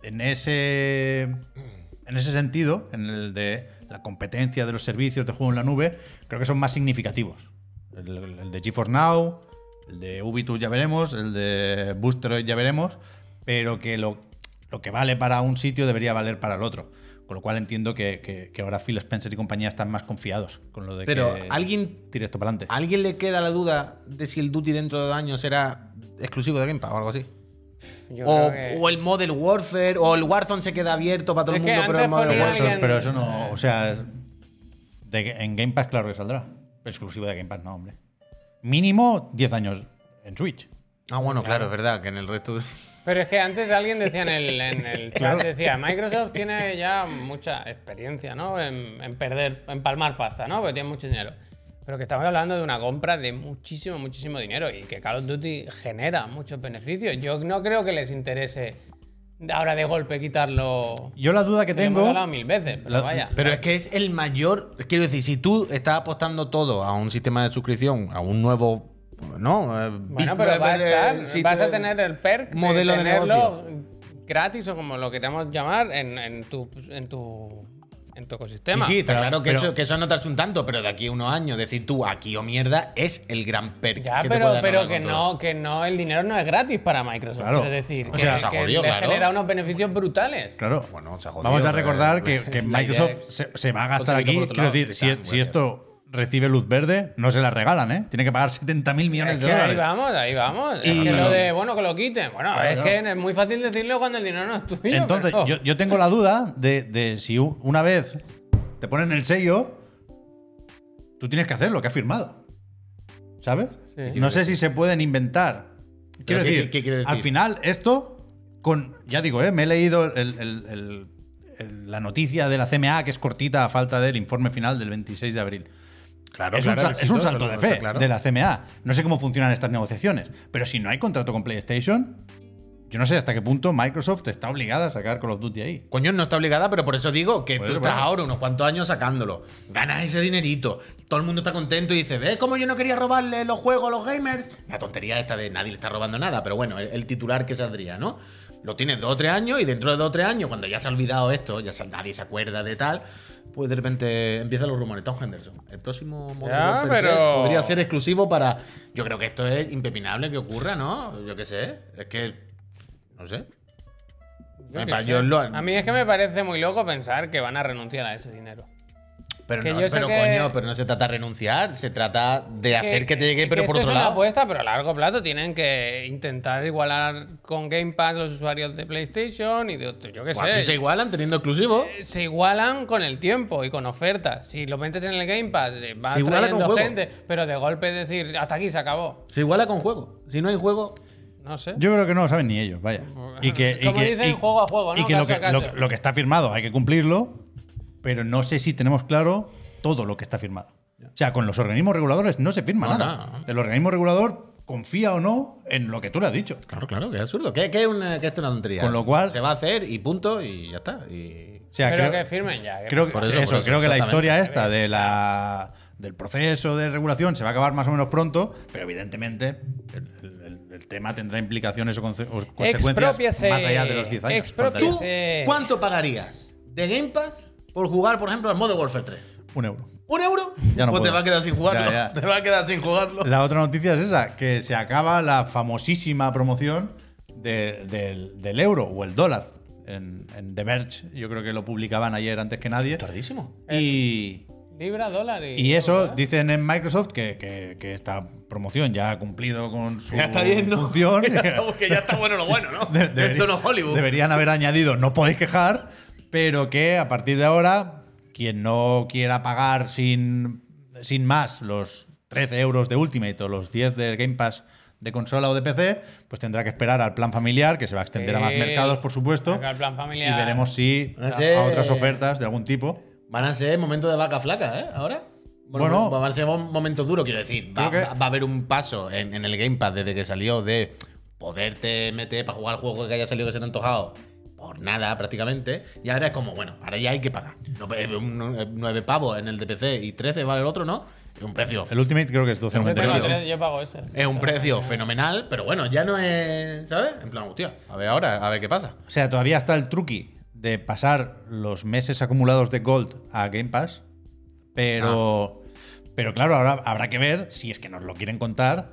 Speaker 1: en ese, en ese sentido, en el de la competencia de los servicios de juego en la nube, creo que son más significativos. El, el de GeForce Now, el de Ubisoft ya veremos, el de Boosteroid ya veremos, pero que lo, lo que vale para un sitio debería valer para el otro. Con lo cual entiendo que, que- que ahora Phil Spencer y compañía están más confiados con lo de
Speaker 2: Pero,
Speaker 1: que
Speaker 2: ¿alguien-
Speaker 1: tire esto para adelante.
Speaker 2: ¿A alguien le queda la duda de si el Duty dentro de dos años será exclusivo de Game Pass o algo así?
Speaker 3: Yo
Speaker 2: O,
Speaker 3: creo que-
Speaker 2: o el Model Warfare, o el Warzone se queda abierto para todo el
Speaker 3: Es que
Speaker 2: mundo, pero el
Speaker 3: antes
Speaker 2: Model
Speaker 3: ponía
Speaker 1: Pero
Speaker 2: Warfare.
Speaker 1: eso,
Speaker 3: alguien-
Speaker 1: pero eso no, o sea, es- de- en Game Pass claro que saldrá. Exclusivo de Game Pass, no, hombre. Mínimo 10 años en Switch.
Speaker 2: Ah, bueno, claro, es verdad, que en el resto. de-
Speaker 3: Pero es que antes alguien decía en el, en
Speaker 2: <laughs>
Speaker 3: el chat, decía, Microsoft tiene ya mucha experiencia, ¿no? En, en perder, en palmar pasta, ¿no? Porque tiene mucho dinero. Pero que estamos hablando de una compra de muchísimo, muchísimo dinero y que Call of Duty genera muchos beneficios. Yo no creo que les interese ahora de golpe quitarlo.
Speaker 1: Yo la duda que
Speaker 3: Lo hemos
Speaker 1: tengo.
Speaker 3: hablado mil veces, pero
Speaker 1: La-
Speaker 3: vaya.
Speaker 2: Pero es que es el mayor. Quiero decir, si tú estás apostando todo a un sistema de suscripción, a un nuevo. ¿No? Eh,
Speaker 3: Bueno,
Speaker 2: bis-
Speaker 3: pero va a
Speaker 2: eh,
Speaker 3: estar-
Speaker 2: si
Speaker 3: vas
Speaker 2: tú-
Speaker 3: a tener el perk
Speaker 2: modelo
Speaker 3: de
Speaker 2: de
Speaker 3: tenerlo gratis o como lo queramos llamar en, en tu en tu en tu
Speaker 2: Sí,
Speaker 3: ecosistema.
Speaker 2: sí, está
Speaker 1: Pero-
Speaker 2: claro que,
Speaker 1: pero-
Speaker 2: eso, que eso anotarse un tanto, pero de aquí a unos años decir tú aquí o mierda es el gran perk.
Speaker 3: Ya,
Speaker 2: que te
Speaker 3: pero,
Speaker 2: puede dar
Speaker 3: pero
Speaker 2: una
Speaker 3: que
Speaker 2: consola.
Speaker 3: no, que no, el dinero no es gratis para Microsoft.
Speaker 1: Claro.
Speaker 3: Es decir,
Speaker 1: O
Speaker 3: que,
Speaker 1: sea,
Speaker 2: se ha
Speaker 3: que
Speaker 2: jodido,
Speaker 3: le
Speaker 2: claro.
Speaker 3: genera unos beneficios brutales.
Speaker 1: Claro.
Speaker 2: Bueno, se ha jodido,
Speaker 1: Vamos a
Speaker 2: pero-
Speaker 1: recordar
Speaker 2: <laughs>
Speaker 1: que, que
Speaker 2: la idea
Speaker 1: Microsoft
Speaker 2: es-
Speaker 1: se, se va a gastar
Speaker 2: conseguirlo
Speaker 1: aquí.
Speaker 2: por otro
Speaker 1: Quiero
Speaker 2: lado,
Speaker 1: decir, si,
Speaker 2: quizá,
Speaker 1: si
Speaker 2: bueno.
Speaker 1: esto recibe luz verde, no se la regalan, ¿eh? Tiene que pagar 70.000 millones
Speaker 3: Es
Speaker 1: de
Speaker 3: que ahí
Speaker 1: dólares.
Speaker 3: vamos, ahí vamos. Es
Speaker 1: Y-
Speaker 3: que lo de, bueno, que lo quiten. Bueno,
Speaker 1: Claro,
Speaker 3: es
Speaker 1: claro.
Speaker 3: que es muy fácil decirlo cuando el dinero no es tuyo.
Speaker 1: Entonces,
Speaker 3: pero-
Speaker 1: yo, yo tengo la duda de, de si u- una vez te ponen el sello, tú tienes que hacer lo que has firmado. ¿Sabes?
Speaker 3: Sí.
Speaker 1: No sé si se pueden inventar. Quiero
Speaker 2: qué-
Speaker 1: decir,
Speaker 2: qué- qué quiere decir?
Speaker 1: al final, esto, con. Ya digo, ¿eh? me he leído el- el- el- el- la noticia de la CMA, que es cortita a falta del informe final del 26 de abril
Speaker 2: Claro,
Speaker 1: es,
Speaker 2: claro,
Speaker 1: un, sal-
Speaker 2: exitoso,
Speaker 1: es un salto de
Speaker 2: está
Speaker 1: fe
Speaker 2: claro.
Speaker 1: de la CMA. No sé cómo funcionan estas negociaciones, pero si no hay contrato con PlayStation, yo no sé hasta qué punto Microsoft está obligada a sacar Call of Duty ahí.
Speaker 2: Coño, no está obligada, pero por eso digo que
Speaker 1: Bueno,
Speaker 2: tú estás
Speaker 1: bueno.
Speaker 2: ahora unos cuantos años sacándolo. Ganas ese dinerito. Todo el mundo está contento y dice, ¿ves cómo yo no quería robarle los juegos a los gamers? La tontería esta de nadie le está robando nada, pero bueno, el, el titular que saldría, ¿no? Lo tienes dos o tres años y dentro de dos o tres años, cuando ya se ha olvidado esto, ya se- nadie se acuerda de tal, pues de repente empiezan los rumores. Tom Henderson, el próximo Modern
Speaker 3: Ya,
Speaker 2: Warfare
Speaker 3: pero-
Speaker 2: 3 podría ser exclusivo para... Yo creo que esto es impepinable que ocurra, ¿no? Yo qué sé. Es que... No sé.
Speaker 3: yo
Speaker 2: me
Speaker 3: qué
Speaker 2: pa-
Speaker 3: sé.
Speaker 2: yo lo-
Speaker 3: A mí es que me parece muy loco pensar que van a renunciar a ese dinero.
Speaker 2: Pero,
Speaker 3: Que
Speaker 2: no,
Speaker 3: yo sé
Speaker 2: pero
Speaker 3: que-
Speaker 2: coño, pero no se trata de renunciar, se trata de hacer que te llegue, pero por
Speaker 3: esto
Speaker 2: otro
Speaker 3: es una
Speaker 2: lado.
Speaker 3: apuesta, pero a largo plazo tienen que intentar igualar con Game Pass los usuarios de PlayStation y de otro, yo qué
Speaker 2: O Pues así
Speaker 3: sé.
Speaker 2: se igualan teniendo exclusivo.
Speaker 3: se igualan con el tiempo y con ofertas. Si lo metes en el Game Pass, eh, va
Speaker 2: Se iguala con
Speaker 3: trayendo
Speaker 2: juego.
Speaker 3: gente, pero de golpe decir, hasta aquí se acabó.
Speaker 2: Se iguala con juego. Si no hay juego.
Speaker 3: No sé.
Speaker 1: Yo creo que no lo saben ni ellos, vaya. Y que, y
Speaker 3: Como
Speaker 1: que-
Speaker 3: dicen,
Speaker 1: y-
Speaker 3: juego a juego, ¿no?
Speaker 1: y que lo
Speaker 3: Caso a
Speaker 1: que, lo
Speaker 3: caso.
Speaker 1: que- lo que está firmado hay que cumplirlo, pero no sé si tenemos claro todo lo que está firmado. O sea, con los organismos reguladores no se firma
Speaker 2: No,
Speaker 1: nada.
Speaker 2: no, no.
Speaker 1: El organismo regulador confía o no en lo que tú le has dicho.
Speaker 2: Claro, claro, que es absurdo. Que, que es una, que esto es una tontería.
Speaker 1: Con lo cual-
Speaker 2: Se va a hacer y punto y ya está. Y...
Speaker 1: O sea,
Speaker 3: pero
Speaker 1: creo-
Speaker 3: que firmen ya. que
Speaker 1: Creo que,
Speaker 3: no
Speaker 2: Eh, pues Por eso,
Speaker 1: eso,
Speaker 2: por eso,
Speaker 1: creo que la
Speaker 2: exactamente.
Speaker 1: historia esta de la, del proceso de regulación se va a acabar más o menos pronto, pero evidentemente el, el- el- el tema tendrá implicaciones o, conse- o consecuencias
Speaker 3: Expropiese.
Speaker 1: más allá de los 10 años.
Speaker 3: Expropiese.
Speaker 2: ¿Tú
Speaker 1: Faltaría.
Speaker 3: Sí.
Speaker 2: cuánto pagarías de Game Pass por jugar, por ejemplo, al modo Warfare 3?
Speaker 1: Un euro.
Speaker 2: ¿Un euro?
Speaker 1: Ya no
Speaker 2: pues te
Speaker 1: puedo.
Speaker 2: va a quedar sin jugarlo.
Speaker 1: Ya, ya.
Speaker 2: <laughs> Te va a quedar sin jugarlo.
Speaker 1: La otra noticia es esa, que se acaba la famosísima promoción de- del, del euro o el dólar. en, en The Verge. Yo creo que lo publicaban ayer antes que nadie.
Speaker 2: Tardísimo.
Speaker 3: eh,
Speaker 1: Y,
Speaker 3: Libra, dólar y. ¿eh?
Speaker 1: y eso
Speaker 3: ¿verdad?
Speaker 1: dicen en Microsoft que, que- que esta promoción ya ha cumplido con su
Speaker 2: Ya está bien, ¿no?
Speaker 1: función.
Speaker 2: <laughs> Porque <laughs> ya está bueno lo bueno, ¿no?
Speaker 1: <laughs> De-
Speaker 2: Esto
Speaker 1: debería-
Speaker 2: no es Hollywood.
Speaker 1: Deberían haber añadido, no podéis quejar, pero que a partir de ahora, quien no quiera pagar sin, sin más los 13 euros de Ultimate o los 10 del Game Pass de consola o de PC, pues tendrá que esperar al plan familiar, que se va a extender a más
Speaker 3: Sí,
Speaker 1: mercados, por supuesto.
Speaker 3: saca el plan familiar.
Speaker 1: Y veremos si
Speaker 2: No
Speaker 1: a-
Speaker 2: sé.
Speaker 1: a otras ofertas de algún tipo.
Speaker 2: Van a ser momentos de vaca flaca, ¿eh? Ahora.
Speaker 1: Bueno.
Speaker 2: van a ser mom- momentos duros, quiero decir.
Speaker 1: Creo
Speaker 2: Va,
Speaker 1: que-
Speaker 2: va- va a haber un paso en, en el Game Pass desde que salió de poderte meter para jugar juegos que haya salido que se te ha antojado por nada prácticamente. Y ahora es como, bueno, ahora ya hay que pagar. No, eh, un- eh, nueve pavos en el de PC y 13 vale el otro, ¿no? Es un precio.
Speaker 1: El Ultimate creo que es 12
Speaker 3: Yo tengo
Speaker 2: precio.
Speaker 3: tres, yo pago ese.
Speaker 2: Es un precio fenomenal, pero bueno, ya no es. ¿Sabes? En plan, hostia, a ver ahora, a ver qué pasa.
Speaker 1: O sea, todavía está el truqui de pasar los meses acumulados de Gold a Game Pass. Pero. Pero claro, ahora habrá que ver, si es que nos lo quieren contar,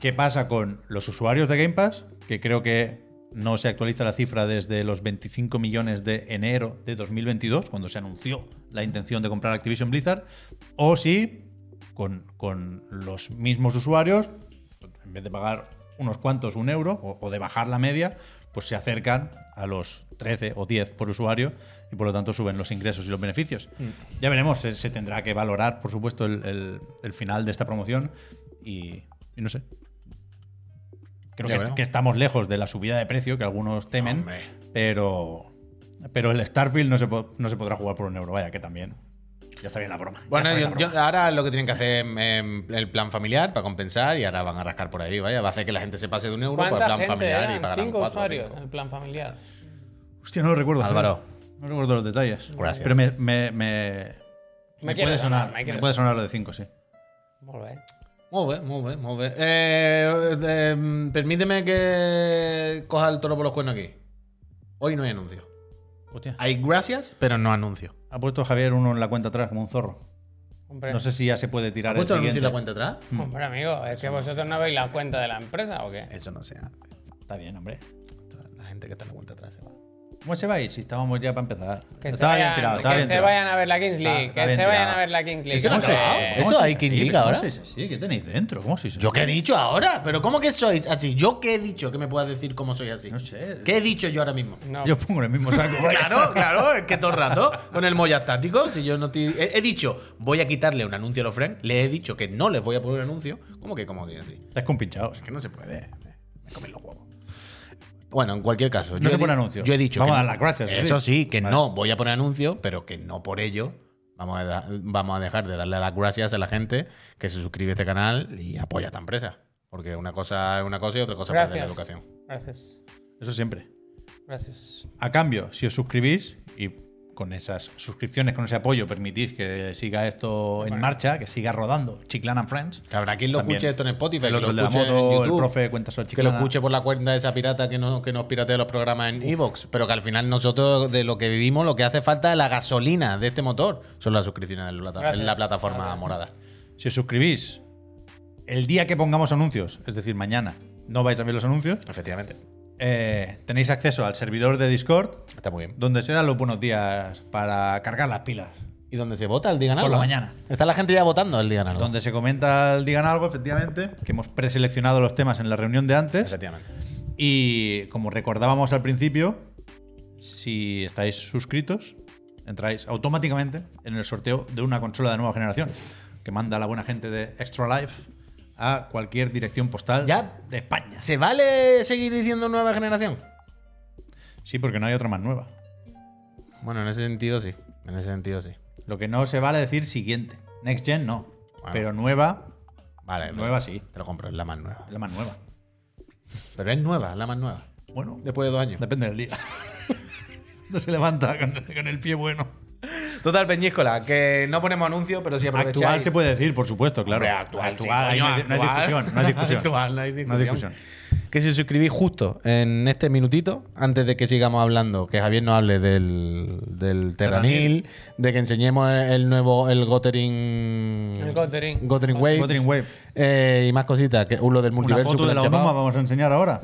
Speaker 1: qué pasa con los usuarios de Game Pass, que creo que no se actualiza la cifra desde los 25 millones de enero de 2022, cuando se anunció la intención de comprar Activision Blizzard, o si con, con los mismos usuarios, en vez de pagar unos cuantos un euro o, o de bajar la media, pues se acercan a los 13 o 10 por usuario y por lo tanto suben los ingresos y los beneficios.
Speaker 2: Mm.
Speaker 1: Ya veremos, se, se tendrá que valorar, por supuesto, el, el- el final de esta promoción y, y no sé. Creo
Speaker 2: Ya
Speaker 1: que,
Speaker 2: veremos.
Speaker 1: que estamos lejos de la subida de precio que algunos temen,
Speaker 2: Hombre.
Speaker 1: pero pero el Starfield no se, po- no se podrá jugar por un euro, vaya, que también. Ya está bien la broma. ya
Speaker 2: Bueno,
Speaker 1: está bien
Speaker 2: yo-
Speaker 1: la
Speaker 2: yo-
Speaker 1: broma.
Speaker 2: ahora lo que tienen que hacer es em, el plan familiar para compensar y ahora van a rascar por ahí, vaya. Va a hacer que la gente se pase de un euro para el
Speaker 3: ¿Cuánta
Speaker 2: plan
Speaker 3: gente
Speaker 2: familiar y
Speaker 3: eran?
Speaker 2: pagarán
Speaker 3: Cinco
Speaker 2: cuatro o
Speaker 3: usuarios en
Speaker 2: cinco.
Speaker 3: el plan familiar.
Speaker 1: Hostia, no lo recuerdo.
Speaker 2: Álvaro.
Speaker 1: No recuerdo los detalles.
Speaker 2: Gracias.
Speaker 1: Pero me, me, me, me
Speaker 3: quiere
Speaker 1: puede sonar.
Speaker 3: me
Speaker 1: Me,
Speaker 3: quiere-
Speaker 1: puede sonar lo de 5, sí.
Speaker 3: Molt bé.
Speaker 2: Muy bien, muy bien, muy bien. Eh, eh, permíteme que coja el toro por los cuernos aquí. Hoy no hay anuncio.
Speaker 1: Hostia.
Speaker 2: Hay gracias, pero no anuncio.
Speaker 1: Ha puesto Javier uno en la cuenta atrás como un zorro.
Speaker 3: Hombre,
Speaker 1: No sé si ya se puede tirar
Speaker 2: ¿Has
Speaker 1: el
Speaker 2: puesto el anuncio
Speaker 1: siguiente.
Speaker 2: en la cuenta atrás?
Speaker 3: hombre, amigo, es que vosotros no veis la cuenta de la empresa o qué.
Speaker 2: Eso no se hace.
Speaker 1: Está bien, hombre.
Speaker 2: La gente que está en la cuenta atrás se va.
Speaker 1: ¿Cómo se va a ir? Si estábamos ya para empezar.
Speaker 3: Que
Speaker 1: estaba
Speaker 3: se
Speaker 1: bien
Speaker 3: vayan,
Speaker 1: tirado.
Speaker 3: que
Speaker 1: Estaba bien
Speaker 3: se
Speaker 1: tirado.
Speaker 3: vayan a ver la Kings
Speaker 1: Está-
Speaker 3: League.
Speaker 1: está
Speaker 3: que
Speaker 1: bien
Speaker 3: se vayan
Speaker 1: tirado.
Speaker 3: a ver la Kings League.
Speaker 2: Eso no
Speaker 3: hombre.
Speaker 2: se sabe.
Speaker 1: ¿Cómo
Speaker 2: Eso
Speaker 1: sois
Speaker 2: hay quien
Speaker 1: así?
Speaker 2: diga
Speaker 1: ¿Cómo
Speaker 2: ahora.
Speaker 1: sois así? ¿Qué tenéis dentro? ¿Cómo sois así?
Speaker 2: ¿Yo qué he dicho ahora? ¿Pero cómo que sois así? ¿Yo qué he dicho que me puedas decir cómo soy así?
Speaker 1: No sé.
Speaker 2: ¿Qué he dicho yo ahora mismo?
Speaker 3: No,
Speaker 1: Yo pongo en el mismo saco. vaya.
Speaker 2: Claro, claro, es que todo el rato con el moya estático, si yo no te he, he dicho, voy a quitarle un anuncio a los friends, le he dicho que no les voy a poner un anuncio, ¿cómo que como que así?
Speaker 1: Estás compinchado.
Speaker 2: Que no se puede, me comen los huevos. Bueno, en cualquier caso, yo
Speaker 1: se
Speaker 2: he
Speaker 1: pone
Speaker 2: di-
Speaker 1: anuncio.
Speaker 2: Yo he dicho
Speaker 1: Vamos
Speaker 2: que
Speaker 1: a
Speaker 2: no-
Speaker 1: dar las gracias, eso
Speaker 2: Eso
Speaker 1: sí.
Speaker 2: sí, que no voy a poner anuncio, pero que no por ello vamos a, da- vamos a dejar de darle las gracias a la gente que se suscribe a este canal y apoya a esta empresa, porque una cosa es una cosa y otra cosa es perder la
Speaker 3: gracias.
Speaker 2: educación.
Speaker 3: Gracias.
Speaker 1: Eso siempre.
Speaker 3: Gracias.
Speaker 1: A cambio, si os suscribís y con esas suscripciones, con ese apoyo, permitís que siga esto en marcha, que siga rodando, Chiclan and Friends.
Speaker 2: Que habrá quien lo
Speaker 1: También.
Speaker 2: escuche esto en Spotify,
Speaker 1: El
Speaker 2: que
Speaker 1: otro
Speaker 2: lo
Speaker 1: el de la
Speaker 2: escuche en
Speaker 1: moto, el
Speaker 2: YouTube.
Speaker 1: profe cuenta sobre
Speaker 2: Que lo
Speaker 1: Chiclana.
Speaker 2: escuche por la cuenta de esa pirata que, no, que nos piratea los programas en Evox. Pero que al final nosotros de lo que vivimos, lo que hace falta es la gasolina de este motor. Son las suscripciones de la, plata-
Speaker 3: Gracias.
Speaker 2: en la plataforma morada.
Speaker 1: Si os suscribís el día que pongamos anuncios, es decir, mañana, no vais a ver los anuncios,
Speaker 2: Efectivamente.
Speaker 1: eh, tenéis acceso al servidor de Discord,
Speaker 2: Está muy bien.
Speaker 1: donde se dan los buenos días para cargar las pilas.
Speaker 2: ¿Y dónde se vota el Digan
Speaker 1: Por
Speaker 2: Algo?
Speaker 1: la mañana.
Speaker 2: Está la gente ya votando el Digan Algo.
Speaker 1: Donde se comenta el Digan Algo, efectivamente, que hemos preseleccionado los temas en la reunión de antes.
Speaker 2: Efectivamente.
Speaker 1: Y como recordábamos al principio, si estáis suscritos, entráis automáticamente en el sorteo de una consola de nueva generación que manda la buena gente de Extra Life a cualquier dirección postal
Speaker 2: Ya.
Speaker 1: de España.
Speaker 2: ¿Se vale seguir diciendo nueva generación?
Speaker 1: Sí, porque no hay otra más nueva.
Speaker 2: Bueno, en ese sentido sí. En ese sentido sí.
Speaker 1: Lo que no se vale decir siguiente. Next Gen no.
Speaker 2: Bueno.
Speaker 1: Pero nueva,
Speaker 2: Vale. pues,
Speaker 1: Nueva sí.
Speaker 2: Te lo compro, es la más nueva.
Speaker 1: es la más nueva.
Speaker 2: Pero es nueva, es la más nueva.
Speaker 1: Bueno,
Speaker 2: Después de dos años.
Speaker 1: depende del
Speaker 2: <laughs>
Speaker 1: día. no se levanta con, con el pie bueno.
Speaker 2: Total, Peñíscola, que no ponemos anuncio, pero sí aprovecháis.
Speaker 1: Actual se puede decir, por supuesto, claro.
Speaker 2: Hombre, actual, sí,
Speaker 1: ahí
Speaker 2: coño,
Speaker 1: no, hay, no hay
Speaker 2: actual.
Speaker 1: discusión. <laughs>
Speaker 2: <laughs>
Speaker 1: No hay discusión.
Speaker 2: Actual, no hay
Speaker 1: No hay
Speaker 2: discusión.
Speaker 1: discusión.
Speaker 2: Que si os suscribís justo en este minutito, antes de que sigamos hablando, que Javier nos hable del, del Terranil, de que enseñemos el nuevo, el Gothering.
Speaker 3: El Gothering.
Speaker 2: Gothering Waves.
Speaker 1: Gothering Wave.
Speaker 2: eh, y más cositas, que uno del
Speaker 1: Una
Speaker 2: multiverso.
Speaker 1: foto
Speaker 2: que
Speaker 1: de la
Speaker 2: lo han
Speaker 1: Obama
Speaker 2: chapado.
Speaker 1: vamos a enseñar ahora.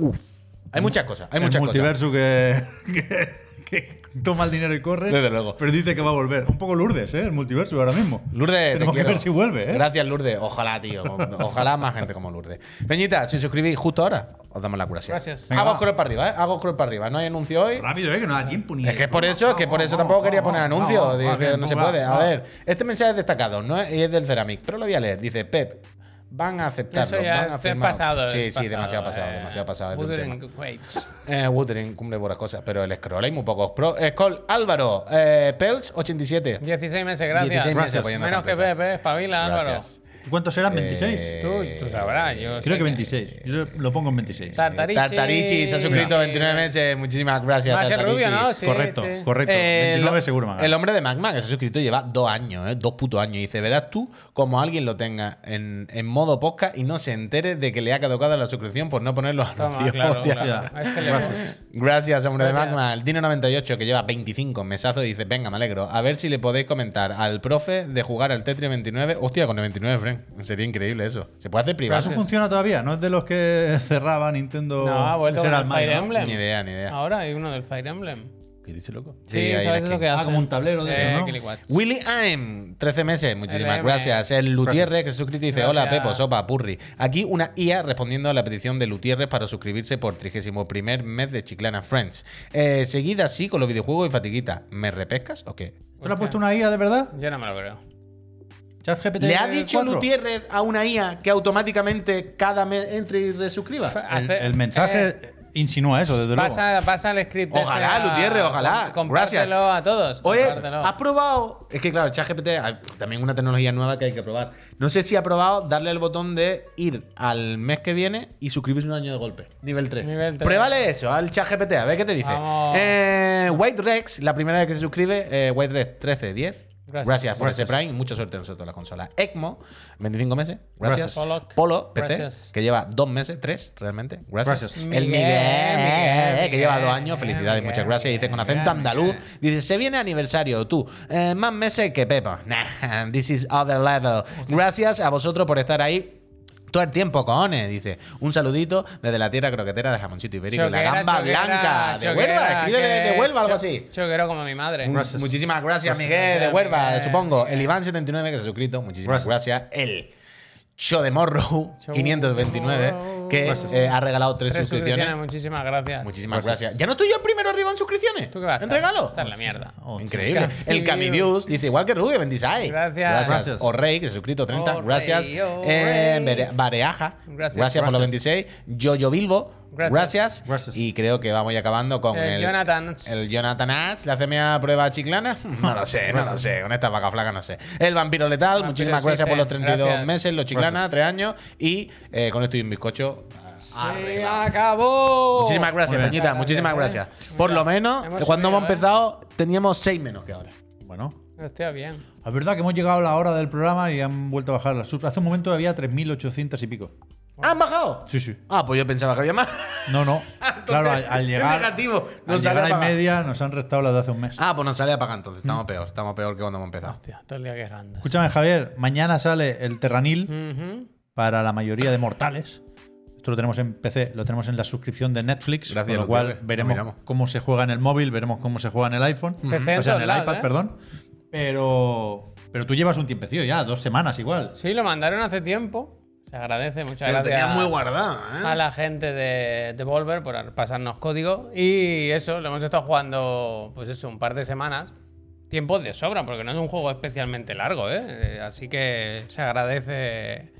Speaker 2: Hay muchas cosas, hay
Speaker 1: el
Speaker 2: muchas cosas.
Speaker 1: multiverso que, <laughs> que- que toma el dinero y corre.
Speaker 2: Desde luego.
Speaker 1: Pero dice que va a volver. Un poco Lourdes, ¿eh? El multiverso ahora mismo.
Speaker 2: Lourdes, te
Speaker 1: Tenemos que
Speaker 2: quiero.
Speaker 1: ver si vuelve, ¿eh?
Speaker 2: Gracias, Lourdes. Ojalá, tío. Ojalá más gente como Lourdes. Peñita, si os suscribís justo ahora, os damos la curación.
Speaker 3: Gracias.
Speaker 1: Venga,
Speaker 2: Hago
Speaker 1: va.
Speaker 2: scroll para arriba, ¿eh? Hago scroll para arriba. No hay anuncio hoy.
Speaker 1: Rápido, ¿eh? Que no da tiempo ni.
Speaker 2: Es que es por eso, es que por eso tampoco quería poner anuncios. Digo que no se puede. A ver, este mensaje es destacado, no es, y es del Ceramic, pero lo voy a leer. Dice Pep. Van a aceptarlo,
Speaker 3: Eso ya
Speaker 2: van a
Speaker 3: te has
Speaker 2: firmar.
Speaker 3: pasado.
Speaker 2: sí, sí,
Speaker 3: has pasado,
Speaker 2: demasiado pasado,
Speaker 3: eh.
Speaker 2: demasiado pasado. es de un
Speaker 3: Wuthering
Speaker 2: tema.
Speaker 3: Waves.
Speaker 2: Eh, Wuthering cumple buenas cosas, pero el scroll hay muy pocos. Pro, eh, scroll Álvaro, eh, Pels 87.
Speaker 3: 16 meses, gracias.
Speaker 2: 16 meses apoyando
Speaker 3: Menos
Speaker 2: esta
Speaker 3: que
Speaker 2: empresa.
Speaker 3: Pepe, espabila, Álvaro.
Speaker 2: Gracias.
Speaker 1: ¿Cuántos eran? ¿26?
Speaker 2: Eh,
Speaker 3: Tú, tú sabrás, yo sé
Speaker 1: Creo que 26. Yo lo pongo en 26.
Speaker 3: Tartarichi.
Speaker 2: Tartarichi se ha suscrito 29 meses. Muchísimas gracias,
Speaker 3: Más que
Speaker 2: Tartarichi.
Speaker 3: rubio, ¿no? Sí,
Speaker 1: correcto,
Speaker 3: sí.
Speaker 1: correcto.
Speaker 2: Eh,
Speaker 1: 29
Speaker 2: el-
Speaker 1: seguro más.
Speaker 2: El hombre de Magma que se ha suscrito lleva dos años, ¿eh? dos putos años. Y dice, verás tú como alguien lo tenga en, en modo podcast y no se entere de que le ha caducado la suscripción por no poner los
Speaker 3: Toma,
Speaker 2: anuncios.
Speaker 3: claro,
Speaker 2: Hostia.
Speaker 3: claro. Es que le-
Speaker 1: Gracias.
Speaker 2: <laughs> Gracias, hombre de
Speaker 3: Gracias.
Speaker 2: Magma. El Dino98, que lleva 25 mesazos, dice, venga, me alegro. A ver si le podéis comentar al profe de jugar al Tetris 29. Hostia, con 99, Fren. Sería increíble eso. ¿Se puede hacer
Speaker 1: Pero
Speaker 2: privado?
Speaker 1: eso funciona todavía, no es de los que <laughs> cerraba Nintendo.
Speaker 3: No, ha vuelto
Speaker 1: Ese
Speaker 3: con
Speaker 1: era
Speaker 3: el
Speaker 1: Mario,
Speaker 3: Fire
Speaker 1: ¿no?
Speaker 3: Emblem.
Speaker 2: Ni idea, ni idea.
Speaker 3: Ahora hay uno del Fire Emblem.
Speaker 2: ¿Qué dice, loco?
Speaker 3: Ah. Sí,
Speaker 2: ahí en la
Speaker 3: ¿sabes eso
Speaker 2: esquina.
Speaker 3: que hace? Eh,
Speaker 1: Ah, como un tablero de esos, ¿no?
Speaker 2: Willy I'm, 13 meses, muchísimas
Speaker 3: LM.
Speaker 2: gracias. El Lutierre que se suscrito y dice, hola
Speaker 3: Gracias.
Speaker 2: Pepo, sopa, purri. Aquí una IA respondiendo a la petición de Lutierre para suscribirse por 31 primer mes de Chiclana Friends. Eh, seguida sí con los videojuegos y fatiguita. ¿Me repescas o qué?
Speaker 1: ¿Te lo ha puesto una IA de verdad?
Speaker 3: Yo no me lo creo.
Speaker 1: ChatGPT
Speaker 2: ¿Le ha dicho
Speaker 1: 4?
Speaker 2: Lutierre a una IA que automáticamente cada mes entre y resuscriba?
Speaker 1: El,
Speaker 3: Hace-
Speaker 1: el mensaje
Speaker 3: eh,
Speaker 1: insinúa eso, desde luego.
Speaker 3: pasa, pasa el script.
Speaker 2: Ojalá,
Speaker 3: ese a-
Speaker 2: Lutierre, ojalá.
Speaker 3: Compártelo
Speaker 2: Gracias.
Speaker 3: a todos.
Speaker 2: Oye,
Speaker 3: compártelo.
Speaker 2: ¿has probado? Es que claro, el ChatGPT hay también una tecnología nueva que hay que probar. No sé si ha probado darle el botón de ir al mes que viene y suscribirse un año de golpe. Nivel 3.
Speaker 3: Nivel tres.
Speaker 2: Pruébale eso al ChatGPT, a ver qué te dice.
Speaker 3: Vamos.
Speaker 2: Eh, White Rex, la primera vez que se suscribe, eh, White Rex 13, 10.
Speaker 3: Gracias.
Speaker 2: Gracias, por ese Prime. Mucha suerte a nosotros en la consola. ECMO, 25 meses.
Speaker 1: Gracias.
Speaker 2: Gracias.
Speaker 3: Pollock.
Speaker 2: Polo, PC,
Speaker 3: Gracias.
Speaker 2: que lleva dos meses, tres realmente. Gracias.
Speaker 1: Gracias.
Speaker 2: El
Speaker 3: Pues Miguel,
Speaker 2: Miguel,
Speaker 3: Miguel,
Speaker 2: que lleva
Speaker 3: Miguel,
Speaker 2: dos años. Felicidades,
Speaker 3: Miguel,
Speaker 2: muchas gracias. Dice con acento
Speaker 1: Miguel,
Speaker 2: andaluz. Dice, se viene aniversario, tú. Eh, más meses que Pepa. <laughs> Nah, this is other level. Gracias a vosotros por estar ahí. Todo el tiempo, cojones, dice. Un saludito desde la tierra croquetera de jamoncito ibérico y la
Speaker 3: Choquera,
Speaker 2: gamba
Speaker 3: choquera,
Speaker 2: blanca de
Speaker 3: choquera,
Speaker 2: Huelva. Escribe de, de
Speaker 3: que-
Speaker 2: Huelva, algo
Speaker 3: cho-
Speaker 2: así.
Speaker 3: Choquero como mi madre.
Speaker 2: Muchísimas gracias, Miguel de
Speaker 3: Gracias,
Speaker 2: Huelva,
Speaker 3: Miguel.
Speaker 2: supongo. El Iván79 que se ha suscrito. Muchísimas gracias. El Cho de Morro
Speaker 3: Cho
Speaker 2: 529
Speaker 3: Morrow.
Speaker 2: que
Speaker 3: Gracias.
Speaker 2: eh, ha regalado tres,
Speaker 3: Tres suscripciones,
Speaker 2: suscripciones.
Speaker 3: Muchísimas gracias.
Speaker 2: Muchísimas gracias. Ya no estoy yo el primero arriba en suscripciones.
Speaker 3: ¿Tú qué vas a
Speaker 2: En
Speaker 3: estar?
Speaker 2: regalo.
Speaker 3: Está en la mierda.
Speaker 1: Oh,
Speaker 2: Increíble.
Speaker 3: sí.
Speaker 2: El Camiviews dice igual que Rubio 26.
Speaker 3: Gracias.
Speaker 2: Gracias.
Speaker 1: Gracias.
Speaker 2: O Rey, que se ha suscrito 30.
Speaker 3: Oh, Rey,
Speaker 2: gracias.
Speaker 3: oh,
Speaker 2: Eh,
Speaker 3: Rey.
Speaker 2: Bere- Bareaja.
Speaker 3: Gracias.
Speaker 2: Gracias. por los 26. Yoyo Bilbo.
Speaker 3: Gracias.
Speaker 2: Gracias.
Speaker 1: Gracias.
Speaker 2: Y creo que vamos ya acabando con
Speaker 3: El
Speaker 2: el,
Speaker 3: Jonathan.
Speaker 2: El Jonathan As. ¿Le hace media prueba a chiclana? <laughs> No lo sé, no lo sé. Con esta vaca flaca no sé. El vampiro letal.
Speaker 3: Vampiro
Speaker 2: muchísimas gracias por los
Speaker 3: existe.
Speaker 2: 32
Speaker 3: Gracias.
Speaker 2: meses. Los chiclana, 3 años. Y eh, con esto y un bizcocho.
Speaker 3: Se acabó.
Speaker 2: Muchísimas gracias,
Speaker 1: Muy bien.
Speaker 2: Peñita.
Speaker 3: Gracias,
Speaker 2: Muchísimas
Speaker 3: gracias.
Speaker 2: gracias. Por
Speaker 3: Mira,
Speaker 2: lo menos,
Speaker 3: hemos
Speaker 2: cuando
Speaker 3: subido, ¿eh?
Speaker 2: hemos empezado, teníamos seis menos que ahora.
Speaker 1: Bueno.
Speaker 3: Hostia, bien.
Speaker 1: Es verdad que hemos llegado a la hora del programa y han vuelto a bajar las subs. Hace un momento había 3.800 y pico.
Speaker 2: ¿Han bajado?
Speaker 1: Sí, sí.
Speaker 2: Ah, pues yo pensaba que había más. <laughs>
Speaker 1: No, no. claro, al, al
Speaker 2: es
Speaker 1: llegar.
Speaker 2: negativo,
Speaker 1: Al
Speaker 2: nos sale
Speaker 1: llegar a y
Speaker 2: apagado.
Speaker 1: media nos han restado las de hace un mes.
Speaker 2: Ah, pues nos sale apaga entonces. Estamos peor. Estamos peor que cuando hemos empezado.
Speaker 3: Hostia, todo el día quejando.
Speaker 1: Escúchame, Javier. Mañana sale el
Speaker 2: Mm.
Speaker 1: Terranil
Speaker 3: Ujú.
Speaker 1: para la mayoría de mortales. Esto lo tenemos en PC, lo tenemos en la suscripción de Netflix,
Speaker 2: Gracias,
Speaker 1: con lo
Speaker 2: lo
Speaker 1: cual
Speaker 2: tienes. Lo
Speaker 1: veremos
Speaker 2: miramos.
Speaker 1: cómo se juega en el móvil, veremos cómo se juega en el iPhone,
Speaker 3: PC
Speaker 1: o sea,
Speaker 3: en
Speaker 1: en el iPad,
Speaker 3: todos lados, ¿eh?
Speaker 1: perdón. Pero, pero tú llevas un tiempecillo ya, dos semanas igual.
Speaker 3: Sí, lo mandaron hace tiempo. Se agradece, muchas
Speaker 2: Pero
Speaker 3: gracias.
Speaker 2: tenía muy guardado, ¿eh?
Speaker 3: a la gente de Devolver por pasarnos código. Y eso, lo hemos estado jugando, pues eso, un par de semanas. Tiempos de sobra, porque no es un juego especialmente largo, ¿eh? Eh, Así que se agradece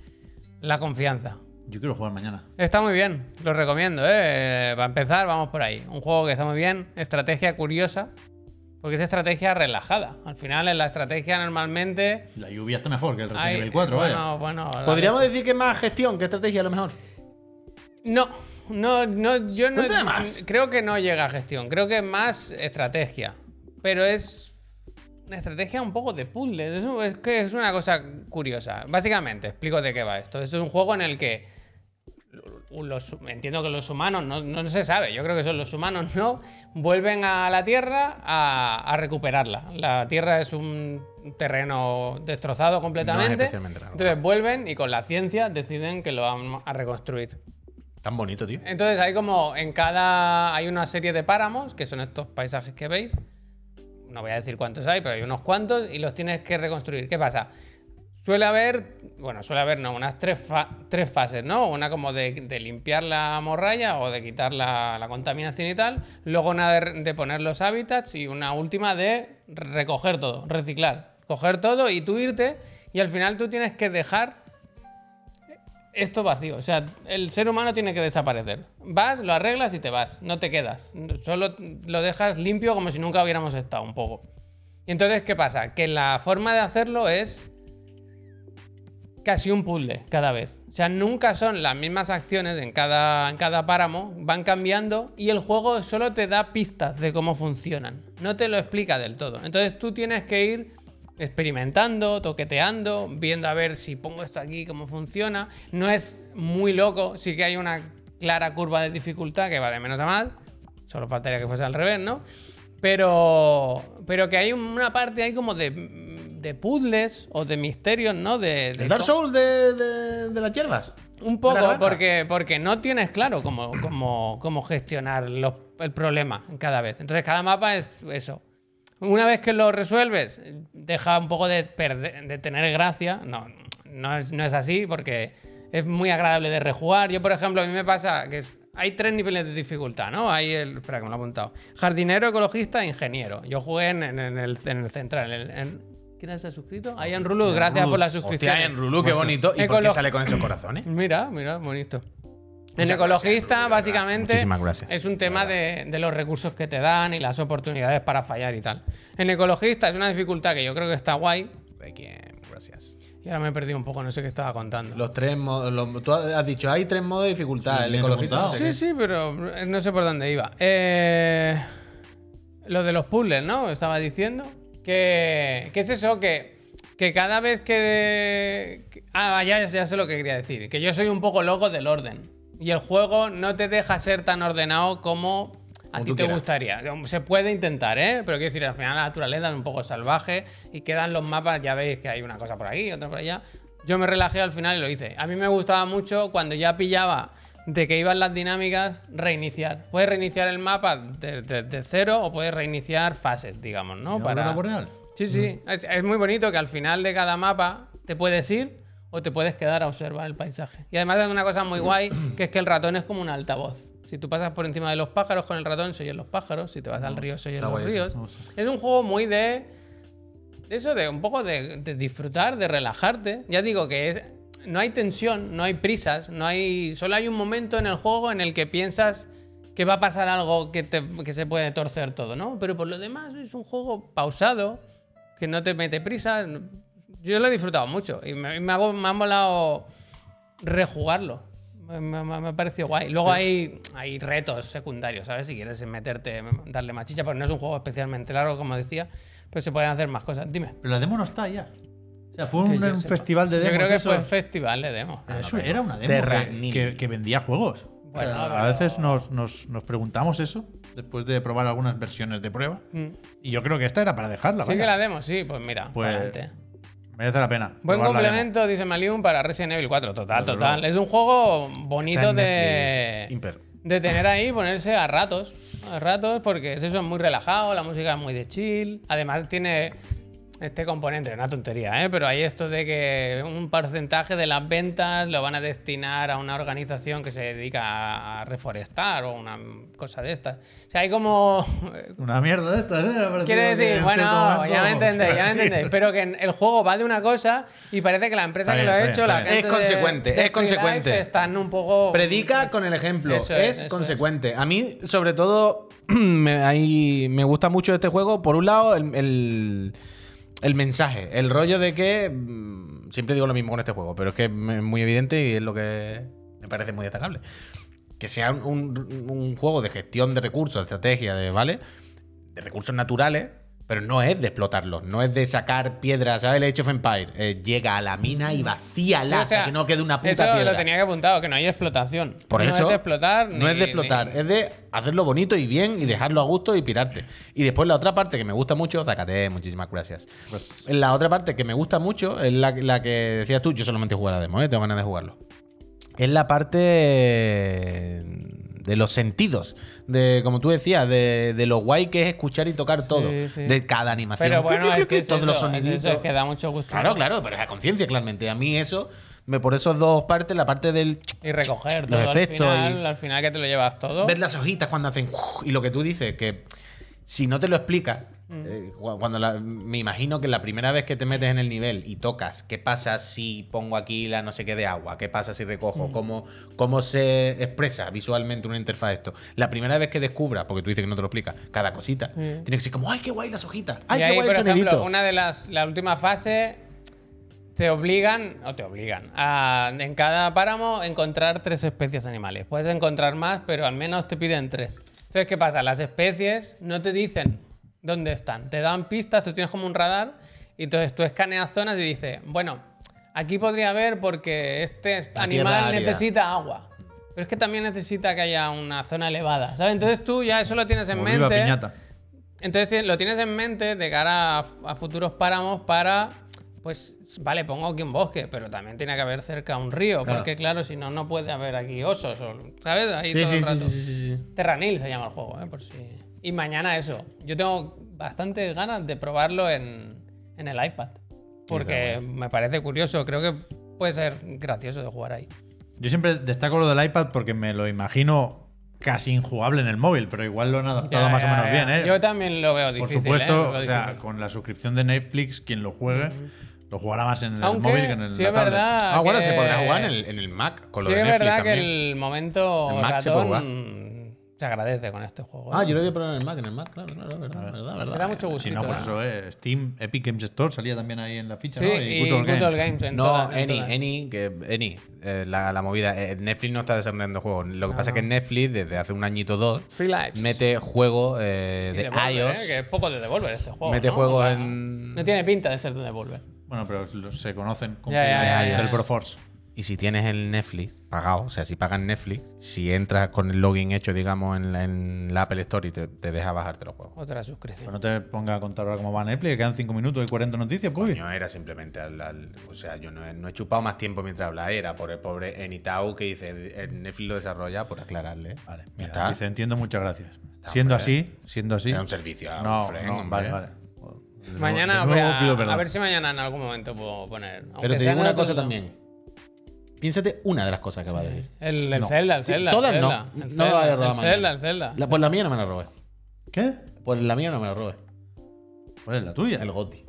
Speaker 3: la confianza.
Speaker 1: Yo quiero jugar mañana.
Speaker 3: Está muy bien, lo recomiendo, ¿eh? Para empezar, vamos por ahí. Un juego que está muy bien, estrategia curiosa, porque es estrategia relajada. Al final, en la estrategia normalmente.
Speaker 1: La lluvia está mejor que el Resident
Speaker 3: hay-
Speaker 1: Evil 4, vaya.
Speaker 3: bueno, bueno, la
Speaker 2: Podríamos decir que es más gestión que estrategia, a lo mejor.
Speaker 3: No, no, no, yo no.
Speaker 2: Cuéntame más.
Speaker 3: Creo que no llega a gestión. Creo que es más estrategia. Pero es una estrategia un poco de puzzle. Es, un- es que es una cosa curiosa. Básicamente, explico de qué va esto. Esto es un juego en el que. Los, entiendo que los humanos, no, no se sabe, yo creo que son los humanos, ¿no? Vuelven a la Tierra a, a recuperarla. La Tierra es un terreno destrozado completamente.
Speaker 2: especialmente raro.
Speaker 3: Entonces vuelven y con la ciencia deciden que lo van a reconstruir.
Speaker 4: Tan bonito, tío.
Speaker 3: Entonces hay como en cada hay una serie de páramos, que son estos paisajes que veis. No voy a decir cuántos hay, pero hay unos cuantos y los tienes que reconstruir. ¿Qué pasa? Suele haber, bueno, suele haber no, unas tres, fa- tres fases, ¿no? Una como de, de limpiar la morralla o de quitar la, la contaminación y tal. Luego una de, re- de poner los hábitats y una última de recoger todo, reciclar. Coger todo y tú irte y al final tú tienes que dejar esto vacío. O sea, el ser humano tiene que desaparecer. Vas, lo arreglas y te vas. No te quedas. Solo lo dejas limpio como si nunca hubiéramos estado un poco. Y entonces, ¿qué pasa? Que la forma de hacerlo es casi un puzzle cada vez. O sea, nunca son las mismas acciones en cada, en cada páramo, van cambiando y el juego solo te da pistas de cómo funcionan. No te lo explica del todo. Entonces tú tienes que ir experimentando, toqueteando, viendo a ver si pongo esto aquí, cómo funciona. No es muy loco, sí que hay una clara curva de dificultad que va de menos a más. Solo faltaría que fuese al revés, ¿no? Pero, pero que hay una parte ahí como de, de puzzles o de misterios, ¿no? De, de
Speaker 4: El Dark
Speaker 3: cómo-
Speaker 4: Souls de, de- de las hierbas.
Speaker 3: un
Speaker 4: ¿De
Speaker 3: poco,
Speaker 4: la rata?
Speaker 3: porque, porque no tienes claro cómo, cómo, cómo gestionar los- el problema cada vez. Entonces, cada mapa es eso. Una vez que lo resuelves, deja un poco de, perder- de tener gracia. No, no es, no es así, porque es muy agradable de rejugar. Yo, por ejemplo, a mí me pasa que es- hay tres niveles de dificultad, ¿no? Hay el. Espera, que me lo he apuntado. Jardinero, ecologista e ingeniero. Yo jugué en, en- en el, en el central. en- en- ¿Quién se ha suscrito? Ahí en Rulu, gracias por la suscripción.
Speaker 4: Hostia, en Rulu, qué bonito. ¿Y por qué
Speaker 3: Ecolo-
Speaker 4: sale con esos corazones?
Speaker 3: Mira, mira, bonito. En ecologista, básicamente,
Speaker 4: Muchísimas gracias.
Speaker 3: es un tema de, de los recursos que te dan y las oportunidades para fallar y tal. En ecologista es una dificultad que yo creo que está guay.
Speaker 4: Requiem, gracias.
Speaker 3: Y ahora me he perdido un poco, no sé qué estaba contando.
Speaker 4: Los tres modos. los- tú has dicho, hay tres modos de dificultad.
Speaker 1: Sí,
Speaker 4: Ah, el
Speaker 1: bien
Speaker 4: ecologista.
Speaker 1: apuntado.
Speaker 4: no sé
Speaker 3: Sí,
Speaker 4: qué.
Speaker 3: sí, pero eh, no sé por dónde iba. Eh, lo de los puzzles, ¿no? Estaba diciendo. Que, que es eso, que, que cada vez que, que- Ah, ya, ya sé lo que quería decir. Que yo soy un poco loco del orden. Y el juego no te deja ser tan ordenado como a
Speaker 4: Como
Speaker 3: ti
Speaker 4: tú
Speaker 3: te
Speaker 4: quieras.
Speaker 3: gustaría. Se puede intentar, ¿eh? Pero quiero decir, al final la naturaleza es un poco salvaje y quedan los mapas, ya veis que hay una cosa por aquí, otra por allá. Yo me relajé al final y lo hice. A mí me gustaba mucho cuando ya pillaba de que iban las dinámicas, reiniciar. Puedes reiniciar el mapa desde cero o puedes reiniciar fases, digamos, ¿no?
Speaker 1: ¿La aurora boreal?
Speaker 3: Sí, sí.
Speaker 4: Mm.
Speaker 3: Es, es muy bonito que al final de cada mapa te puedes ir o te puedes quedar a observar el paisaje. Y además hay una cosa muy guay, que es que el ratón es como un altavoz. Si tú pasas por encima de los pájaros con el ratón, se oyen los pájaros. Si te vas al río, se oyen
Speaker 4: Ah, está
Speaker 3: los
Speaker 4: guay eso.
Speaker 3: ríos. Es un juego muy de... de Eso de un poco de, de disfrutar, de relajarte. Ya digo que es... No hay tensión, no hay prisas, no hay... Solo hay un momento en el juego en el que piensas que va a pasar algo que, te- que se puede torcer todo, ¿no? Pero por lo demás es un juego pausado, que no te mete prisa. Yo lo he disfrutado mucho y me, me, hago- me ha molado rejugarlo. Me, me- me- me ha parecido guay. Luego hay, hay retos secundarios, ¿sabes? Si quieres meterte, darle más chicha, porque no es un juego especialmente largo, como decía, pero se pueden hacer más cosas. Dime.
Speaker 1: Pero la demo no está ya. O sea, fue
Speaker 3: Que
Speaker 1: un,
Speaker 3: yo
Speaker 1: un
Speaker 3: sepa.
Speaker 1: festival de
Speaker 3: Yo
Speaker 1: demos.
Speaker 3: creo
Speaker 1: de Ah,
Speaker 3: que fue
Speaker 1: esos.
Speaker 3: festival de demos.
Speaker 1: Pero eso era una demo
Speaker 4: Terra
Speaker 1: que,
Speaker 4: Nil.
Speaker 1: que- que vendía juegos.
Speaker 3: Bueno,
Speaker 1: a veces nos, nos- nos preguntamos eso después de probar algunas versiones de prueba. Y yo creo que esta era para dejarla.
Speaker 3: Mm. Sí que
Speaker 1: vaya.
Speaker 3: la demos, sí, pues mira.
Speaker 1: Pues,
Speaker 3: adelante.
Speaker 1: Merece la pena. probar
Speaker 3: Buen
Speaker 1: la demo.
Speaker 3: complemento, dice Malium, para Resident Evil 4. Total,
Speaker 1: Desde
Speaker 3: total.
Speaker 1: luego.
Speaker 3: Es un juego
Speaker 4: Está
Speaker 3: bonito
Speaker 4: en
Speaker 3: de,
Speaker 4: Netflix, Imper.
Speaker 3: de tener ahí, ponerse a ratos. A ratos, porque es eso, es muy relajado, la música es muy de chill. Además, tiene este componente, una tontería, ¿eh? pero hay esto de que un porcentaje de las ventas lo van a destinar a una organización que se dedica a reforestar o una cosa de estas. O sea, hay como
Speaker 1: Una mierda de estas, ¿eh? Ha parecido
Speaker 3: Quiere
Speaker 1: que
Speaker 3: decir,
Speaker 1: estoy
Speaker 3: bueno,
Speaker 1: tomando-
Speaker 3: ya me entendéis, ya me
Speaker 1: <laughs> Sí.
Speaker 3: entendéis. Pero que en- el juego va de una cosa y parece que la empresa
Speaker 1: Está bien,
Speaker 3: que lo ha
Speaker 1: está
Speaker 3: hecho,
Speaker 1: bien,
Speaker 3: la
Speaker 1: está
Speaker 3: gente.
Speaker 1: bien.
Speaker 4: Es consecuente,
Speaker 3: de- de
Speaker 4: es consecuente.
Speaker 3: Freelife Están un poco.
Speaker 4: Predica con el ejemplo.
Speaker 3: Eso es,
Speaker 4: es,
Speaker 3: eso
Speaker 4: consecuente. A mí, sobre todo, <clears throat> me, ahí me gusta mucho este juego. Por un lado, el, el- el mensaje. El rollo de que. mm, Siempre digo lo mismo con este juego, pero es que es muy evidente y es lo que me parece muy destacable. Que sea un, un- un juego de gestión de recursos, de estrategia, de, ¿vale? de recursos naturales, pero no es de explotarlos, no es de sacar piedras, ¿sabes? El Age of Empire eh, llega a la mina y vacía
Speaker 3: O sea,
Speaker 4: la que no quede una puta
Speaker 3: eso
Speaker 4: piedra.
Speaker 3: lo tenía que apuntado, que no hay explotación.
Speaker 4: Por
Speaker 3: no
Speaker 4: eso.
Speaker 3: es de explotar.
Speaker 4: No
Speaker 3: ni-
Speaker 4: es de explotar,
Speaker 3: ni-
Speaker 4: es de hacerlo bonito y bien y dejarlo a gusto y pirarte. Y después la otra parte que me gusta mucho, Zacate, muchísimas gracias.
Speaker 2: Pues
Speaker 4: La otra parte que me gusta mucho es la, la que decías tú, yo solamente jugué a la demo, ¿eh? tengo ganas de jugarlo.
Speaker 2: es la parte de los sentidos. De, como tú decías, de, de lo guay que es escuchar y tocar todo.
Speaker 3: sí.
Speaker 2: De cada animación.
Speaker 3: Pero bueno, es que es
Speaker 2: todos
Speaker 3: eso,
Speaker 2: los
Speaker 3: es
Speaker 2: soniditos.
Speaker 3: eso, es que da mucho gusto.
Speaker 2: Claro, claro, pero es a conciencia, claramente. A mí eso, me, por esas dos partes, la parte del... ch-
Speaker 3: Y recoger
Speaker 2: Los
Speaker 3: todo
Speaker 2: efectos
Speaker 3: al final,
Speaker 2: y-
Speaker 3: al final que te lo llevas todo.
Speaker 2: Ver las hojitas cuando hacen... Y lo que tú dices, que si no te lo explica,
Speaker 3: Mm.
Speaker 2: eh, cu- cuando la- me imagino que la primera vez que te metes en el nivel y tocas, ¿qué pasa si pongo aquí la no sé qué de agua? ¿Qué pasa si
Speaker 3: Mm.
Speaker 2: recojo? ¿Cómo, cómo se expresa visualmente una interfaz esto? La primera vez que descubras, porque tú dices que no te lo explica, cada cosita, tienes que decir como, ¡ay, qué guay las hojitas!
Speaker 3: Mm.
Speaker 2: ¡Ay,
Speaker 3: y
Speaker 2: qué
Speaker 3: ahí,
Speaker 2: guay
Speaker 3: por
Speaker 2: el sonidito!
Speaker 3: ejemplo, una de las la última fase te obligan o te obligan a en cada páramo encontrar tres especies animales. Puedes encontrar más, pero al menos te piden tres. Entonces, ¿qué pasa? Las especies no te dicen dónde están. Te dan pistas, tú tienes como un radar y entonces tú escaneas zonas y dices, bueno, aquí podría haber porque este
Speaker 2: La tierra
Speaker 3: animal
Speaker 2: árida.
Speaker 3: necesita agua. Pero es que también necesita que haya una zona elevada, ¿sabes? Entonces tú ya eso lo tienes en
Speaker 1: Como
Speaker 3: mente.
Speaker 1: viva piñata.
Speaker 3: Entonces lo tienes en mente de cara a, a futuros páramos para, pues, vale, pongo aquí un bosque, pero también tiene que haber cerca un río, porque claro, si no, no puede haber aquí osos, o- ¿sabes? Ahí todo el rato. Terranil se llama el juego, ¿eh? Por si... Y mañana eso. Yo tengo bastantes ganas de probarlo en, en el iPad, porque me parece curioso, creo que puede ser gracioso de jugar ahí.
Speaker 1: Yo siempre destaco lo del iPad porque me lo imagino casi injugable en el móvil, pero igual lo han adaptado
Speaker 3: Ya,
Speaker 1: más
Speaker 3: ya,
Speaker 1: o menos
Speaker 3: ya.
Speaker 1: bien, ¿eh?
Speaker 3: Yo también lo veo
Speaker 1: Por
Speaker 3: difícil. ¿eh? Lo
Speaker 1: supuesto,
Speaker 3: veo
Speaker 1: o sea,
Speaker 3: difícil.
Speaker 1: con la suscripción de Netflix, quien lo juegue, lo jugará más en el
Speaker 3: Aunque,
Speaker 1: móvil que en el
Speaker 3: sí
Speaker 1: la
Speaker 3: es
Speaker 1: tablet.
Speaker 3: verdad
Speaker 2: Ah, bueno, se
Speaker 3: que-
Speaker 2: podrá jugar en el, en el Mac, con lo
Speaker 3: sí,
Speaker 2: de
Speaker 3: es
Speaker 2: Netflix
Speaker 3: verdad
Speaker 2: también.
Speaker 3: que el momento
Speaker 2: En Mac se puede
Speaker 3: ratón se agradece con este juego. ¿eh?
Speaker 2: Ah, yo lo voy a poner en el Mac, en el Mac, claro, claro, verdad, verdad,
Speaker 3: Me
Speaker 2: verdad.
Speaker 3: da mucho gusto.
Speaker 1: Si no, por eso, eh, Steam, Epic Games Store salía también ahí en la ficha,
Speaker 3: Sí,
Speaker 1: ¿no?
Speaker 3: y,
Speaker 1: Good Old
Speaker 3: Good
Speaker 1: Games.
Speaker 3: Old Games. en
Speaker 2: No,
Speaker 3: todas, en
Speaker 2: Any,
Speaker 3: todas.
Speaker 2: Any, que, Any, eh, la, la movida. eh, Netflix no está desarrollando juegos. Lo que pasa es que Netflix, desde hace un añito o dos,
Speaker 3: Free Lives.
Speaker 2: mete juegos eh,
Speaker 3: Y
Speaker 2: de
Speaker 3: Devolver, ¿eh?
Speaker 2: iOS.
Speaker 3: Que es poco de Devolver este juego.
Speaker 2: Mete
Speaker 3: ¿no?
Speaker 2: juegos
Speaker 3: O sea,
Speaker 2: en-
Speaker 3: No tiene pinta de ser de Devolver.
Speaker 1: Bueno, pero lo- se conocen con
Speaker 3: Ya, ya,
Speaker 1: Free
Speaker 2: ya,
Speaker 1: Live
Speaker 2: ya.
Speaker 1: del Proforce.
Speaker 2: Y si tienes el Netflix pagado, o sea, si pagas Netflix, si entras con el login hecho, digamos, en la, en la Apple Store y te, te deja bajarte los juegos.
Speaker 3: Otra suscripción.
Speaker 1: Pues no te ponga a contar ahora cómo va Netflix, que quedan 5 minutos y 40 noticias, pues. Puy.
Speaker 2: No era simplemente al, al- O sea, yo no he, no he chupado más tiempo mientras hablaba. Era por el pobre Enitau que dice: "El Netflix lo desarrolla por aclararle.
Speaker 1: Vale,
Speaker 2: Ya
Speaker 1: mira,
Speaker 2: está.
Speaker 1: dice, entiendo, muchas gracias. siendo
Speaker 2: hombre.
Speaker 1: así, siendo así.
Speaker 2: Era un servicio a un
Speaker 1: No,
Speaker 2: friend,
Speaker 1: no,
Speaker 2: hombre.
Speaker 1: vale, vale. De nuevo-
Speaker 3: Mañana
Speaker 1: de nuevo
Speaker 3: habrá-
Speaker 1: pido perdón.
Speaker 3: a ver si mañana en algún momento puedo poner. aunque
Speaker 2: Pero te
Speaker 3: sea en
Speaker 2: digo una
Speaker 3: otro-
Speaker 2: cosa también. Piénsate una de las cosas que va a decir.
Speaker 3: El, el Zelda, el
Speaker 2: Sí,
Speaker 3: Zelda.
Speaker 2: todas
Speaker 3: el
Speaker 2: no.
Speaker 3: Zelda, el
Speaker 2: No la vaya a robar
Speaker 3: Zelda,
Speaker 2: mañana.
Speaker 3: El Zelda, el Zelda.
Speaker 2: La- pues la mía no me la robé.
Speaker 1: ¿Qué?
Speaker 2: Pues la mía no me la robé.
Speaker 1: ¿Cuál es la tuya?
Speaker 2: El Goti.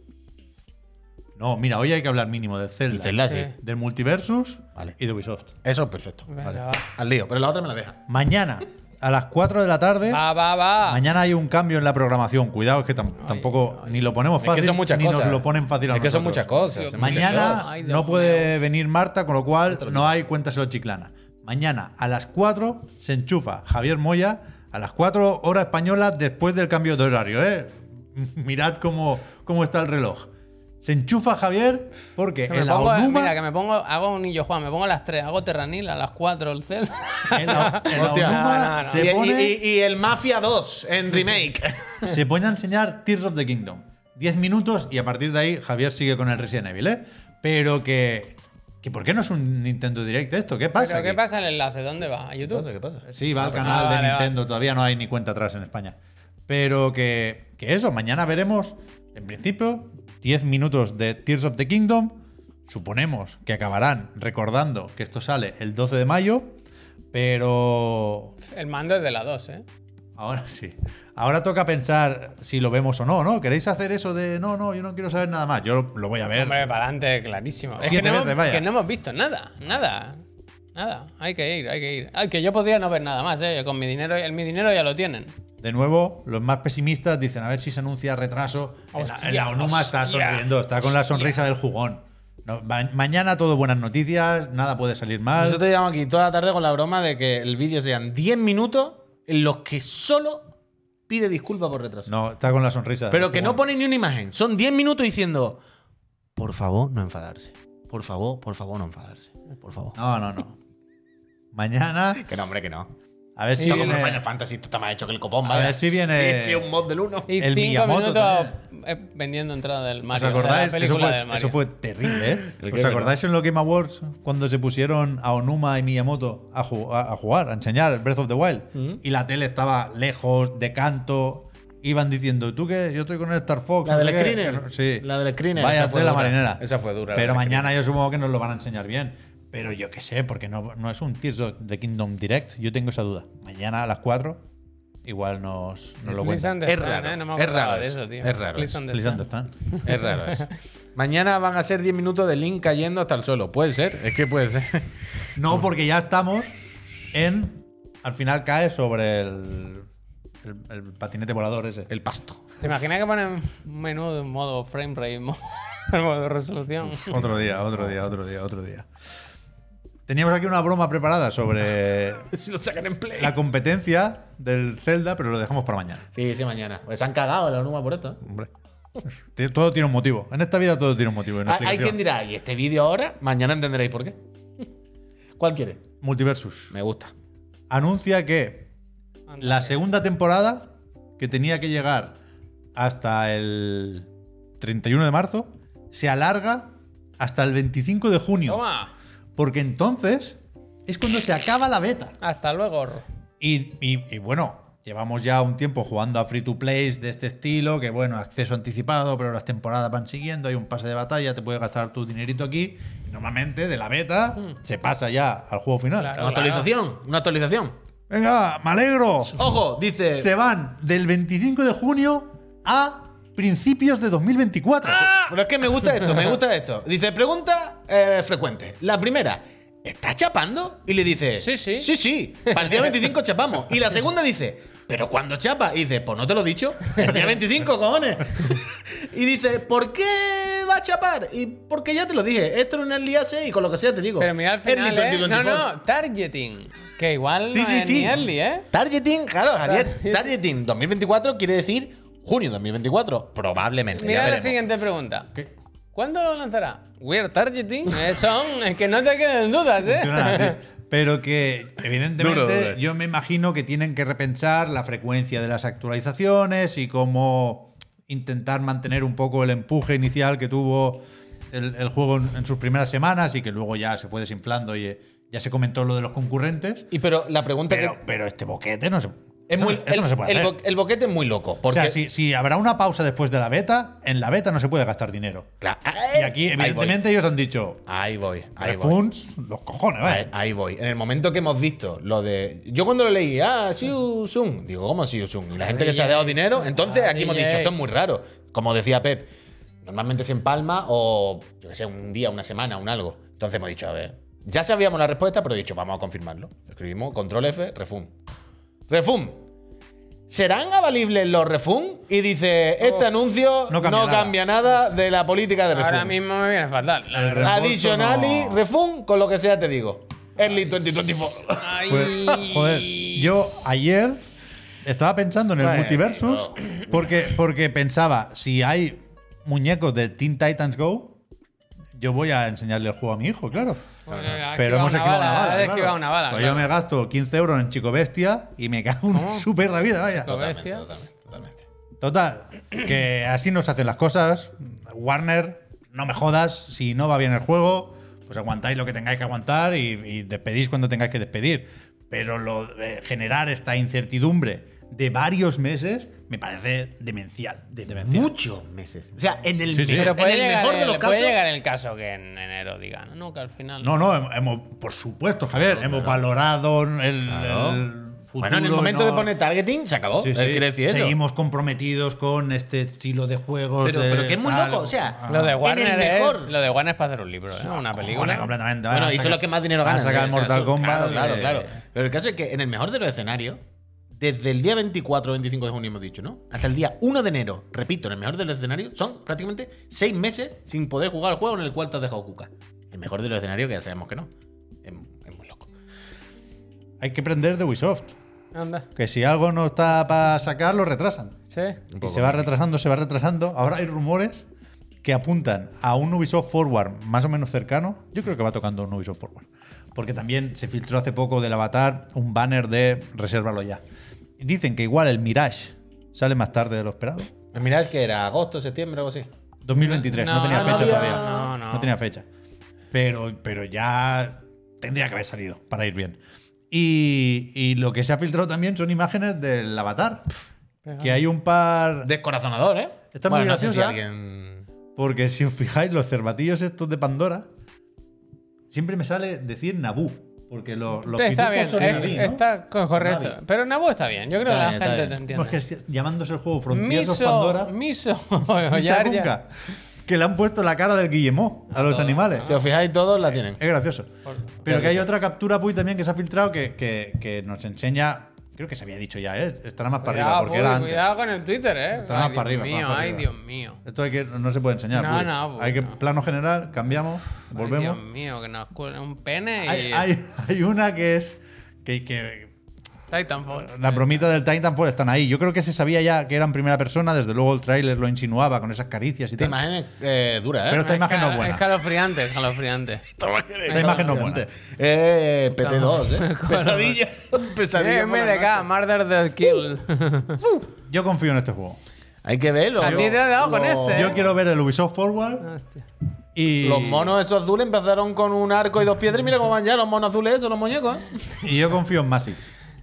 Speaker 1: No, mira, hoy hay que hablar mínimo de Zelda.
Speaker 2: Zelda sí.
Speaker 3: Sí.
Speaker 1: Del Multiversus
Speaker 2: Vale.
Speaker 1: y de Ubisoft.
Speaker 2: Eso es perfecto.
Speaker 3: Venga,
Speaker 2: Vale.
Speaker 3: va.
Speaker 2: Al lío. Pero la otra me la deja.
Speaker 1: Mañana, a las 4 de la tarde.
Speaker 2: Ah.
Speaker 3: Va, va, va.
Speaker 1: Mañana hay un cambio en la programación. Cuidado, es que tam- tampoco ni lo ponemos fácil ni nos lo ponen fácil a
Speaker 2: Es que son muchas
Speaker 1: nosotros.
Speaker 2: cosas. son muchas
Speaker 1: Mañana
Speaker 2: cosas.
Speaker 3: Ay, Dios
Speaker 1: no puede venir Marta, con lo cual no hay cuéntaselo chiclana. Mañana a las 4 se enchufa Javier Moya a las 4 hora española después del cambio de horario. ¿eh? <laughs> Mirad cómo, cómo está el reloj. Se enchufa Javier porque
Speaker 3: Que me
Speaker 1: en la
Speaker 3: pongo-
Speaker 1: Oduma,
Speaker 3: mira, que me pongo, hago un hillo Juan, me pongo a las 3, hago Terranil a las 4 el Zelda. <laughs>
Speaker 1: en la- en la
Speaker 2: Hostia.
Speaker 1: Oduma
Speaker 3: No, no, no.
Speaker 1: se
Speaker 2: Y- y-
Speaker 1: pone...
Speaker 2: y- y el Mafia 2 en remake.
Speaker 1: <laughs> Se pone a enseñar Tears of the Kingdom. 10 minutos y a partir de ahí Javier sigue con el Resident Evil, ¿eh? Pero que. que ¿Por qué no es un Nintendo Direct esto? ¿Qué pasa?
Speaker 3: ¿Pero qué
Speaker 1: aquí?
Speaker 3: pasa el enlace? ¿Dónde va? ¿A YouTube?
Speaker 2: ¿Qué pasa?
Speaker 1: Sí, va al canal
Speaker 3: Ah,
Speaker 1: de
Speaker 3: vale,
Speaker 1: Nintendo, todavía no hay ni cuenta atrás en España. Pero que, que eso, mañana veremos, en principio, 10 minutos de Tears of the Kingdom. Suponemos que acabarán recordando que esto sale el 12 de mayo, pero
Speaker 3: El mando es de la 2, ¿eh?
Speaker 1: Ahora sí. Ahora toca pensar si lo vemos o no, ¿no? ¿Queréis hacer eso de no, no, yo no quiero saber nada más? Yo lo, lo voy a ver.
Speaker 3: Hombre, para adelante, clarísimo. Es que
Speaker 1: Eh, Siete
Speaker 3: no,
Speaker 1: veces,
Speaker 3: hemos,
Speaker 1: vaya.
Speaker 3: que no hemos visto nada, nada, nada. Hay que ir, hay que ir. Ay, que yo podría no ver nada más, ¿eh? Con mi dinero, el, mi dinero ya lo tienen.
Speaker 1: De nuevo, los más pesimistas dicen a ver si se anuncia retraso. En la- en la,
Speaker 3: Hostia,
Speaker 1: ONUMA está
Speaker 3: hostia,
Speaker 1: sonriendo, está con la sonrisa del jugón. No, ma- mañana todo buenas noticias, nada puede salir mal.
Speaker 2: Nosotros llevamos aquí toda la tarde con la broma de que el vídeo sean 10 minutos en los que solo pide disculpas por retraso.
Speaker 1: No, está con la sonrisa. del
Speaker 2: Pero que no
Speaker 1: jugón.
Speaker 2: pone ni una imagen. Son 10 minutos diciendo, por favor, no enfadarse. Por favor, por favor, no enfadarse. Por favor.
Speaker 1: No, no, no. Mañana
Speaker 2: Que no, hombre, que no.
Speaker 1: A ver si.
Speaker 4: Está como el
Speaker 1: viene-
Speaker 4: Final Fantasy, esto está más hecho que el copón,
Speaker 1: A
Speaker 4: vaya.
Speaker 1: ver si viene-
Speaker 4: Sí, sí, un mod del 1.
Speaker 3: Y
Speaker 1: El
Speaker 3: cinco
Speaker 1: Miyamoto
Speaker 3: minutos eh, vendiendo entradas del
Speaker 1: ¿Os
Speaker 3: Mario. de
Speaker 1: acordáis?
Speaker 3: la
Speaker 1: Eso
Speaker 3: película
Speaker 1: fue,
Speaker 3: del Mario.
Speaker 1: eso fue terrible, ¿eh?
Speaker 5: El
Speaker 1: ¿Os
Speaker 5: que-
Speaker 1: acordáis en los Game Awards cuando se pusieron a Onuma y Miyamoto a, ju- a- a jugar, a enseñar Breath of the Wild?
Speaker 3: Mm.
Speaker 1: Y la tele estaba lejos, de canto. Iban diciendo, ¿tú qué? Yo estoy con el Star Fox.
Speaker 2: La
Speaker 1: no
Speaker 2: del
Speaker 1: sé qué".
Speaker 2: screener.
Speaker 1: Que no- Sí.
Speaker 2: La del screener,
Speaker 1: Vaya
Speaker 2: esa fue
Speaker 1: tela
Speaker 2: dura.
Speaker 1: marinera.
Speaker 2: Esa fue dura, la
Speaker 1: Pero
Speaker 2: del
Speaker 1: mañana yo supongo que nos lo van a enseñar bien. Pero yo qué sé, porque no, no es un Tears of the Kingdom Direct. Yo tengo esa duda. Mañana a las 4, igual nos, nos lo
Speaker 3: Please
Speaker 1: cuentan.
Speaker 3: understand,
Speaker 2: raro,
Speaker 3: ¿eh? No me
Speaker 2: es
Speaker 3: acordaba
Speaker 2: raro
Speaker 3: de
Speaker 2: eso,
Speaker 3: eso, tío.
Speaker 2: es raro
Speaker 3: Please
Speaker 2: eso.
Speaker 3: understand.
Speaker 1: Please understand.
Speaker 2: <laughs> Es raro eso. Mañana van a ser 10 minutos de Link cayendo hasta el suelo. Puede ser, es que puede ser.
Speaker 1: No, porque ya estamos en. Al final cae sobre el. El, el patinete volador ese.
Speaker 2: El <laughs> pasto.
Speaker 3: ¿Te imaginas que ponen un menú de modo frame rate, <laughs> mo- modo resolución?
Speaker 1: Otro día, otro día, otro día, otro día. Teníamos aquí una broma preparada sobre
Speaker 4: Si lo sacan en play.
Speaker 1: la competencia del Zelda, pero lo dejamos para mañana.
Speaker 2: Sí, sí, mañana. Pues se han cagado en la Onuma por esto.
Speaker 1: Hombre. Tiene- Todo tiene un motivo. En esta vida todo tiene un motivo. y una
Speaker 2: Ah, Hay, hay quien
Speaker 1: explicación.
Speaker 2: dirá, ¿y este vídeo ahora? Mañana entenderéis por qué. ¿Cuál quiere?
Speaker 1: Multiversus.
Speaker 2: Me gusta.
Speaker 1: Anuncia que
Speaker 3: Anda,
Speaker 1: la segunda temporada, que tenía que llegar hasta el 31 de marzo, se alarga hasta el 25 de junio.
Speaker 3: Toma,
Speaker 1: Porque entonces es cuando se acaba la beta.
Speaker 3: hasta luego. Ro.
Speaker 1: Y, y- y bueno, llevamos ya un tiempo jugando a free to play de este estilo, que bueno, acceso anticipado, pero las temporadas van siguiendo, hay un pase de batalla, te puedes gastar tu dinerito aquí. Normalmente de la beta se pasa ya al juego final.
Speaker 3: Hmm. Claro.
Speaker 2: Una actualización, una actualización.
Speaker 1: Venga, me alegro.
Speaker 2: Ojo, dice.
Speaker 1: Se van del 25 de junio a principios de 2024.
Speaker 2: Pero es que me gusta esto, me gusta esto. Dice, pregunta eh, frecuente. La primera, ¿está chapando? Y le dice,
Speaker 3: Sí, sí.
Speaker 2: Sí, sí. Para el día 25 chapamos. Y la segunda dice, ¿pero cuándo chapa? Y dice, pues no te lo he dicho. El día 25, cojones. Y dice, ¿por qué va a chapar? Y porque ya te lo dije, esto no es el día 6 y con lo que sea te digo.
Speaker 3: Pero mira al final,
Speaker 2: Early
Speaker 3: ¿eh? No,
Speaker 2: 2024.
Speaker 3: no, targeting. Que igual
Speaker 1: Sí,
Speaker 3: no
Speaker 1: sí,
Speaker 3: es
Speaker 1: sí.
Speaker 3: ni early, ¿eh?
Speaker 2: Targeting, claro, Javier.
Speaker 3: Targeting.
Speaker 2: Targeting 2024 quiere decir junio 2024, probablemente. ya
Speaker 3: Mira la
Speaker 2: veremos.
Speaker 3: siguiente pregunta. ¿Cuándo lo lanzará? We're targeting. <laughs> eh, son, es que no te queden dudas,
Speaker 1: Funcionan
Speaker 3: ¿eh?
Speaker 1: así. Pero que, evidentemente,
Speaker 5: Duro, duro.
Speaker 1: yo me imagino que tienen que repensar la frecuencia de las actualizaciones y cómo intentar mantener un poco el empuje inicial que tuvo el, el juego en, en sus primeras semanas y que luego ya se fue desinflando y eh, ya se comentó lo de los concurrentes.
Speaker 2: Y pero la pregunta
Speaker 1: Pero,
Speaker 2: que
Speaker 1: pero este boquete no se,
Speaker 2: Es
Speaker 1: no- <laughs>
Speaker 2: muy,
Speaker 1: esto
Speaker 2: el,
Speaker 1: no se puede
Speaker 2: el
Speaker 1: hacer.
Speaker 2: bo- el boquete es muy loco.
Speaker 1: O
Speaker 2: Porque,
Speaker 1: sea, si, si habrá una pausa después de la beta, en la beta no se puede gastar dinero.
Speaker 2: Claro,
Speaker 1: ah, Y aquí,
Speaker 2: Eh, ahí voy.
Speaker 1: evidentemente, ellos han dicho,
Speaker 2: Ahí voy, ahí voy.
Speaker 1: refunds, los cojones, vaya.
Speaker 2: Ahí, ahí voy. En el momento que hemos visto lo de. Yo cuando lo leí, ah, sí, Zoom. Digo, ¿cómo sí, Zoom? Y la gente que se ha dado dinero. Entonces
Speaker 3: Ah,
Speaker 2: aquí hemos
Speaker 3: DJ.
Speaker 2: dicho, esto es muy raro. Como decía Pep, normalmente se empalma o, yo qué sé, un día, una semana, un algo. Entonces hemos dicho, a ver. Ya sabíamos la respuesta, pero he dicho, vamos a confirmarlo. Escribimos, control F, refund. Refund. ¿Serán avalibles los refund? Y dice, este
Speaker 3: Oh.
Speaker 2: anuncio
Speaker 1: No
Speaker 2: no
Speaker 1: cambia
Speaker 2: cambia,
Speaker 1: nada.
Speaker 2: nada de la política de
Speaker 3: <laughs>
Speaker 2: refund.
Speaker 3: Ahora mismo me viene fatal. la
Speaker 1: El
Speaker 3: verdad.
Speaker 1: reembolso
Speaker 2: Additionally,
Speaker 1: no-
Speaker 2: refund, con lo que sea te digo. Early 2024.
Speaker 3: Ay.
Speaker 1: Pues, joder, yo ayer estaba pensando en el
Speaker 2: Ay,
Speaker 1: multiversus porque, porque pensaba, si hay muñecos de Teen Titans Go, yo voy a enseñarle el juego a mi hijo, claro.
Speaker 3: Porque ha
Speaker 1: Pero hemos esquivado una bala.
Speaker 3: ha
Speaker 1: claro.
Speaker 3: esquivado una bala.
Speaker 1: Pues
Speaker 3: claro.
Speaker 1: Yo me gasto 15 euros en Chico Bestia y me cago <laughs> en su perra vida, vaya.
Speaker 3: Lo bestia.
Speaker 1: Total, que así nos hacen las cosas. Warner, no me jodas, si no va bien el juego, pues aguantáis lo que tengáis que aguantar y, y despedís cuando tengáis que despedir. Pero lo de generar esta incertidumbre de varios meses me parece demencial. de- demencial.
Speaker 2: Muchos meses. O sea, en el,
Speaker 1: Sí, sí.
Speaker 2: me-
Speaker 1: Pero
Speaker 2: en
Speaker 3: Puede
Speaker 2: el
Speaker 3: llegar
Speaker 2: mejor de
Speaker 3: el-
Speaker 2: los
Speaker 3: Puede
Speaker 2: casos.
Speaker 3: llegar el caso que en enero digan, no, que al final.
Speaker 1: No, no, hem- hemos, por supuesto, Javier, hemos valorado el,
Speaker 2: Claro.
Speaker 1: el futuro.
Speaker 2: bueno, en el
Speaker 1: y
Speaker 2: momento
Speaker 1: no-
Speaker 2: de poner targeting, se acabó.
Speaker 1: Sí,
Speaker 2: Eh,
Speaker 1: sí.
Speaker 2: quiere decir eso.
Speaker 1: Seguimos comprometidos con este estilo de juegos.
Speaker 2: Pero-
Speaker 1: de
Speaker 2: pero que es muy
Speaker 1: tal.
Speaker 2: loco, o sea,
Speaker 1: Ah.
Speaker 3: Lo de
Speaker 2: En el
Speaker 3: Warner es.
Speaker 2: mejor.
Speaker 3: Lo de Warner es para hacer un libro, ¿eh? Una
Speaker 1: Cojones,
Speaker 3: película.
Speaker 1: completamente.
Speaker 2: Bueno,
Speaker 1: Van a
Speaker 2: y son
Speaker 1: sacar-
Speaker 2: los que más dinero
Speaker 1: van
Speaker 2: ganan.
Speaker 1: a sacar
Speaker 2: ¿eh?
Speaker 1: el
Speaker 2: O sea,
Speaker 1: Mortal
Speaker 2: eso-
Speaker 1: Kombat.
Speaker 2: Claro, claro,
Speaker 1: eh,
Speaker 2: claro. Pero el caso es que en el mejor de los escenarios, desde el día 24 o 25 de junio hemos dicho, ¿no? Hasta el día 1 de enero, repito, en el mejor de los escenarios, son prácticamente seis meses sin poder jugar al juego en el cual te has dejado cuca. El mejor de los escenarios, que ya sabemos que no. Es, es muy loco.
Speaker 1: Hay que aprender de Ubisoft.
Speaker 3: Anda.
Speaker 1: Que si algo no está para sacar, lo retrasan.
Speaker 3: Sí.
Speaker 2: Un
Speaker 1: Y
Speaker 2: poco
Speaker 1: se va
Speaker 2: friki.
Speaker 1: retrasando, se va retrasando. Ahora hay rumores que apuntan a un Ubisoft Forward más o menos cercano. Yo creo que va tocando un Ubisoft Forward. porque también se filtró hace poco del avatar un banner de resérvalo ya. Dicen que igual el Mirage sale más tarde de lo esperado.
Speaker 4: Mira, es que era agosto, septiembre o algo así.
Speaker 1: 2023, no,
Speaker 3: No,
Speaker 1: tenía
Speaker 3: no
Speaker 1: fecha
Speaker 3: había-
Speaker 1: todavía.
Speaker 3: no, no.
Speaker 1: tenía fecha. Pero, pero ya tendría que haber salido para ir bien. Y, y lo que se ha filtrado también son imágenes del avatar. Que hay un par.
Speaker 4: Descorazonador, ¿eh?
Speaker 1: Está muy
Speaker 4: bueno, no sé si
Speaker 1: graciosa.
Speaker 4: alguien...
Speaker 1: Porque si os fijáis, los cervatillos estos de Pandora. Siempre me sale decir Nabú. Porque los, los
Speaker 3: está
Speaker 1: pitufos
Speaker 3: bien,
Speaker 1: son
Speaker 3: es-
Speaker 1: Nabí, ¿no?
Speaker 3: está co- correcto.
Speaker 1: Navi.
Speaker 3: Pero Nabu está bien, yo creo
Speaker 4: Está
Speaker 3: que
Speaker 4: bien,
Speaker 3: la
Speaker 4: está
Speaker 3: gente te
Speaker 4: bien.
Speaker 1: Bueno, es
Speaker 3: entiende.
Speaker 1: Pues que es- llamándose el juego Frontiers of
Speaker 3: Miso,
Speaker 1: Pandora.
Speaker 3: miso,
Speaker 1: <laughs> y
Speaker 3: <laughs> ya- ya-
Speaker 1: Sarunga, Que le han puesto la cara del Guillemot a los animales.
Speaker 4: Si os fijáis, todos la tienen.
Speaker 1: Es gracioso. Pero que hay otra captura Puy también que se ha filtrado que, que- que nos enseña. Creo que se había dicho ya, ¿eh? Estará más para arriba,
Speaker 3: Cuidado,
Speaker 1: porque
Speaker 3: Puy,
Speaker 1: era antes.
Speaker 3: cuidado con el Twitter, eh.
Speaker 1: Está más
Speaker 3: Ay,
Speaker 1: para
Speaker 3: Dios
Speaker 1: arriba, más
Speaker 3: mío,
Speaker 1: para
Speaker 3: Ay,
Speaker 1: arriba.
Speaker 3: Dios mío.
Speaker 1: Esto hay que, no se puede enseñar.
Speaker 3: No,
Speaker 1: Puy.
Speaker 3: no, Puy,
Speaker 1: hay que,
Speaker 3: no.
Speaker 1: plano general, cambiamos,
Speaker 3: Ay,
Speaker 1: volvemos.
Speaker 3: Dios mío, que nos cuelga un pene y.
Speaker 1: Hay, hay- hay una que es. Que, que
Speaker 3: Titanfall.
Speaker 1: las bromitas del Titanfall están ahí. Yo creo que se sabía ya que era en primera persona, desde luego el tráiler lo insinuaba con esas caricias y
Speaker 4: Esta
Speaker 1: tal.
Speaker 4: imagen es eh, dura, ¿eh?
Speaker 1: Pero esta
Speaker 3: Es
Speaker 1: imagen no es
Speaker 3: cal-
Speaker 1: buena. <laughs>
Speaker 3: Escalofriante, escalofriante.
Speaker 1: Esta imagen no es buena.
Speaker 4: Eh, PT2,
Speaker 1: <laughs>
Speaker 4: ¿eh?
Speaker 3: Pesadilla.
Speaker 4: Pesadilla. por la
Speaker 3: MDK, Murder the Kill.
Speaker 1: <laughs>
Speaker 3: <laughs>
Speaker 1: Yo confío en este juego.
Speaker 4: noche. Hay que verlo.
Speaker 3: A ti te ha dado con este, ¿eh?
Speaker 1: Yo quiero ver el Ubisoft Forward
Speaker 3: Hostia.
Speaker 1: y.
Speaker 4: Los monos esos azules empezaron con un arco y dos piedras. Y mira cómo van ya los monos azules esos, los muñecos. ¿eh?
Speaker 1: Y yo confío en Massive.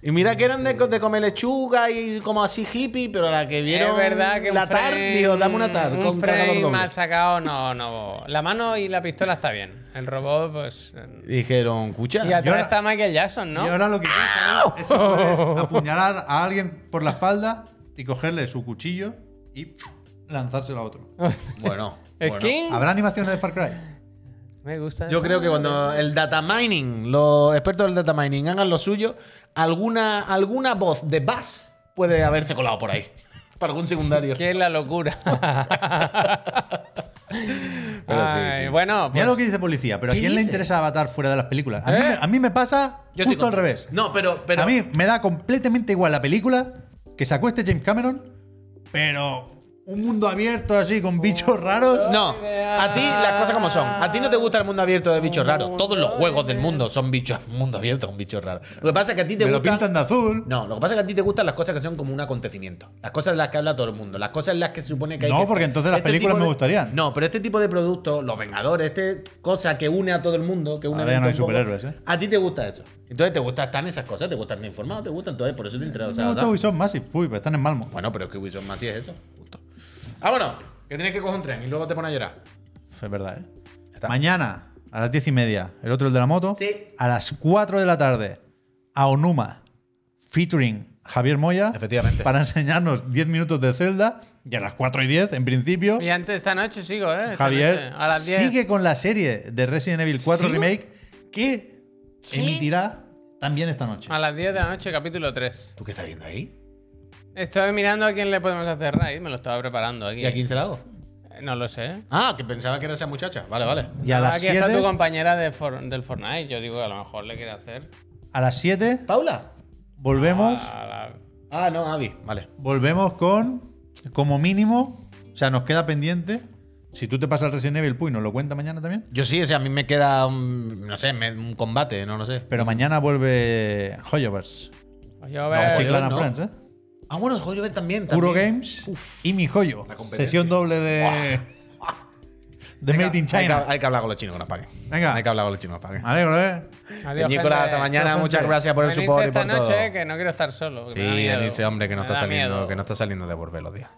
Speaker 4: Y mira que eran de, de comer lechuga y como así hippie, pero la que vieron.
Speaker 3: es verdad que un
Speaker 4: la
Speaker 3: frame-
Speaker 4: tarde, dijo, dame una tarde
Speaker 3: un
Speaker 4: con cargador
Speaker 3: frame
Speaker 4: doble.
Speaker 3: mal sacado no no la mano y la pistola está bien el robot pues eh,
Speaker 4: Dijeron, <laughs> escucha.
Speaker 3: y atrás
Speaker 1: ahora-
Speaker 3: está Michael Jackson no
Speaker 1: Y ahora lo que quiero saber es si puedes apuñalar a alguien por la espalda y cogerle su cuchillo y ¡pf! lanzárselo a otro.
Speaker 3: <laughs>
Speaker 4: Bueno, bueno.
Speaker 3: skin
Speaker 1: ¿Habrá animaciones de Far Cry?
Speaker 3: me gusta
Speaker 4: Yo creo que cuando el data mining, los expertos del data mining hagan lo suyo, alguna, alguna voz de Bass puede haberse colado por ahí. Para algún secundario.
Speaker 3: que es la locura
Speaker 4: <laughs> Pero sí,
Speaker 3: Ay,
Speaker 4: sí.
Speaker 3: bueno pues,
Speaker 1: Mira lo que dice policía, pero ¿a
Speaker 4: ¿Qué
Speaker 1: quién le
Speaker 4: dice?
Speaker 1: interesa Avatar fuera de las películas? A, mí,
Speaker 3: ¿Eh?
Speaker 1: me, a mí me pasa
Speaker 4: Yo estoy
Speaker 1: justo al
Speaker 4: contigo.
Speaker 1: revés.
Speaker 4: No, pero. pero
Speaker 1: a mí me da completamente igual la película que se acueste James Cameron, pero un mundo abierto así con bichos raros.
Speaker 4: Oh. No, a ti las cosas como son. A ti no te gusta el mundo abierto de bichos raros. Todos los juegos del mundo son bichos, <laughs> mundo abierto con bichos raros. Lo que pasa es que a ti te
Speaker 1: Me lo
Speaker 4: gustan-
Speaker 1: pintan de azul.
Speaker 4: No, lo que pasa es que a ti te gustan las cosas que son como un acontecimiento. Las cosas de las que habla todo el mundo. Las cosas en las que se supone que hay
Speaker 1: No,
Speaker 4: que-
Speaker 1: porque entonces las películas
Speaker 4: tipo de-
Speaker 1: me gustarían.
Speaker 4: No, pero este tipo de productos, Los Vengadores, este cosa que une a todo el mundo, que une
Speaker 1: Ahora
Speaker 4: a
Speaker 1: ya no hay
Speaker 4: un poco,
Speaker 1: superhéroes, ¿eh?
Speaker 4: A ti te gusta eso. Entonces te gusta estar en esas cosas, te gusta estar informado, te gusta, entonces por eso te interesa.
Speaker 1: No,
Speaker 4: ¿verdad?
Speaker 1: no, son Massive. Uy, pero están en Malmo.
Speaker 4: Bueno, pero es que Wilson Massey es eso. Justo. Vámonos, que tienes que coger un tren y luego te pones a llorar.
Speaker 1: Es verdad, ¿eh? Mañana, a las diez y media, el otro, el de la moto.
Speaker 4: Sí.
Speaker 1: A las 4 de la tarde, a Onuma, featuring Javier Moya.
Speaker 4: Efectivamente.
Speaker 1: Para enseñarnos 10 minutos de Zelda. Y a las 4 y 10, en principio,
Speaker 3: y antes esta noche sigo eh esta
Speaker 1: Javier
Speaker 3: noche, a las 10
Speaker 1: sigue con la serie de Resident Evil 4
Speaker 4: ¿Sigo?
Speaker 1: Remake que emitirá también esta noche.
Speaker 3: a las 10 de la noche capítulo 3
Speaker 4: ¿Tú qué estás viendo ahí?
Speaker 3: estoy mirando a quién le podemos hacer raid me lo estaba preparando aquí
Speaker 4: ¿Y a quién se la hago?
Speaker 3: Eh, no lo sé
Speaker 4: Ah, que pensaba que era esa muchacha. Vale, vale.
Speaker 1: Y a
Speaker 3: Ah,
Speaker 1: las
Speaker 3: aquí está tu
Speaker 1: 7,
Speaker 3: compañera de For- del Fortnite. Yo digo que a lo mejor le quiere hacer.
Speaker 1: a las 7
Speaker 4: ¿Paula?
Speaker 1: volvemos,
Speaker 3: a la-
Speaker 4: Ah, no, Avi. Vale.
Speaker 1: volvemos con, como mínimo, o sea, nos queda pendiente. Si tú te pasas el Resident Evil, pues nos lo cuenta mañana también.
Speaker 4: Yo sí, o sea, a mí me queda, un, no sé, me- un combate, no lo sé.
Speaker 1: Pero mañana vuelve Hoyovers.
Speaker 3: pues Yo
Speaker 1: Con
Speaker 3: veo-
Speaker 1: Chiclana
Speaker 4: no.
Speaker 1: Friends, ¿eh?
Speaker 4: Ah, bueno, el ver también.
Speaker 1: Puro
Speaker 4: también.
Speaker 1: Games y mi joyo.
Speaker 4: La competencia.
Speaker 1: Sesión doble de. de Made in
Speaker 4: Hay que,
Speaker 1: China.
Speaker 4: hay que hablar con los chinos que nos paguen.
Speaker 1: Venga.
Speaker 4: Hay que hablar con los chinos que nos
Speaker 1: Me
Speaker 4: paguen.
Speaker 1: alegro, ¿eh?
Speaker 3: Adiós,
Speaker 4: Nicolás,
Speaker 3: gente.
Speaker 4: hasta mañana.
Speaker 1: Adiós,
Speaker 4: Muchas
Speaker 1: gente.
Speaker 4: gracias por el
Speaker 3: Venirse
Speaker 4: support y
Speaker 3: esta
Speaker 4: por todo.
Speaker 3: noche, que no quiero estar solo. que
Speaker 4: Sí,
Speaker 3: me da miedo.
Speaker 4: venirse, hombre, que no
Speaker 3: Me
Speaker 4: está
Speaker 3: da
Speaker 4: saliendo,
Speaker 3: miedo.
Speaker 4: que no está saliendo de volver los días.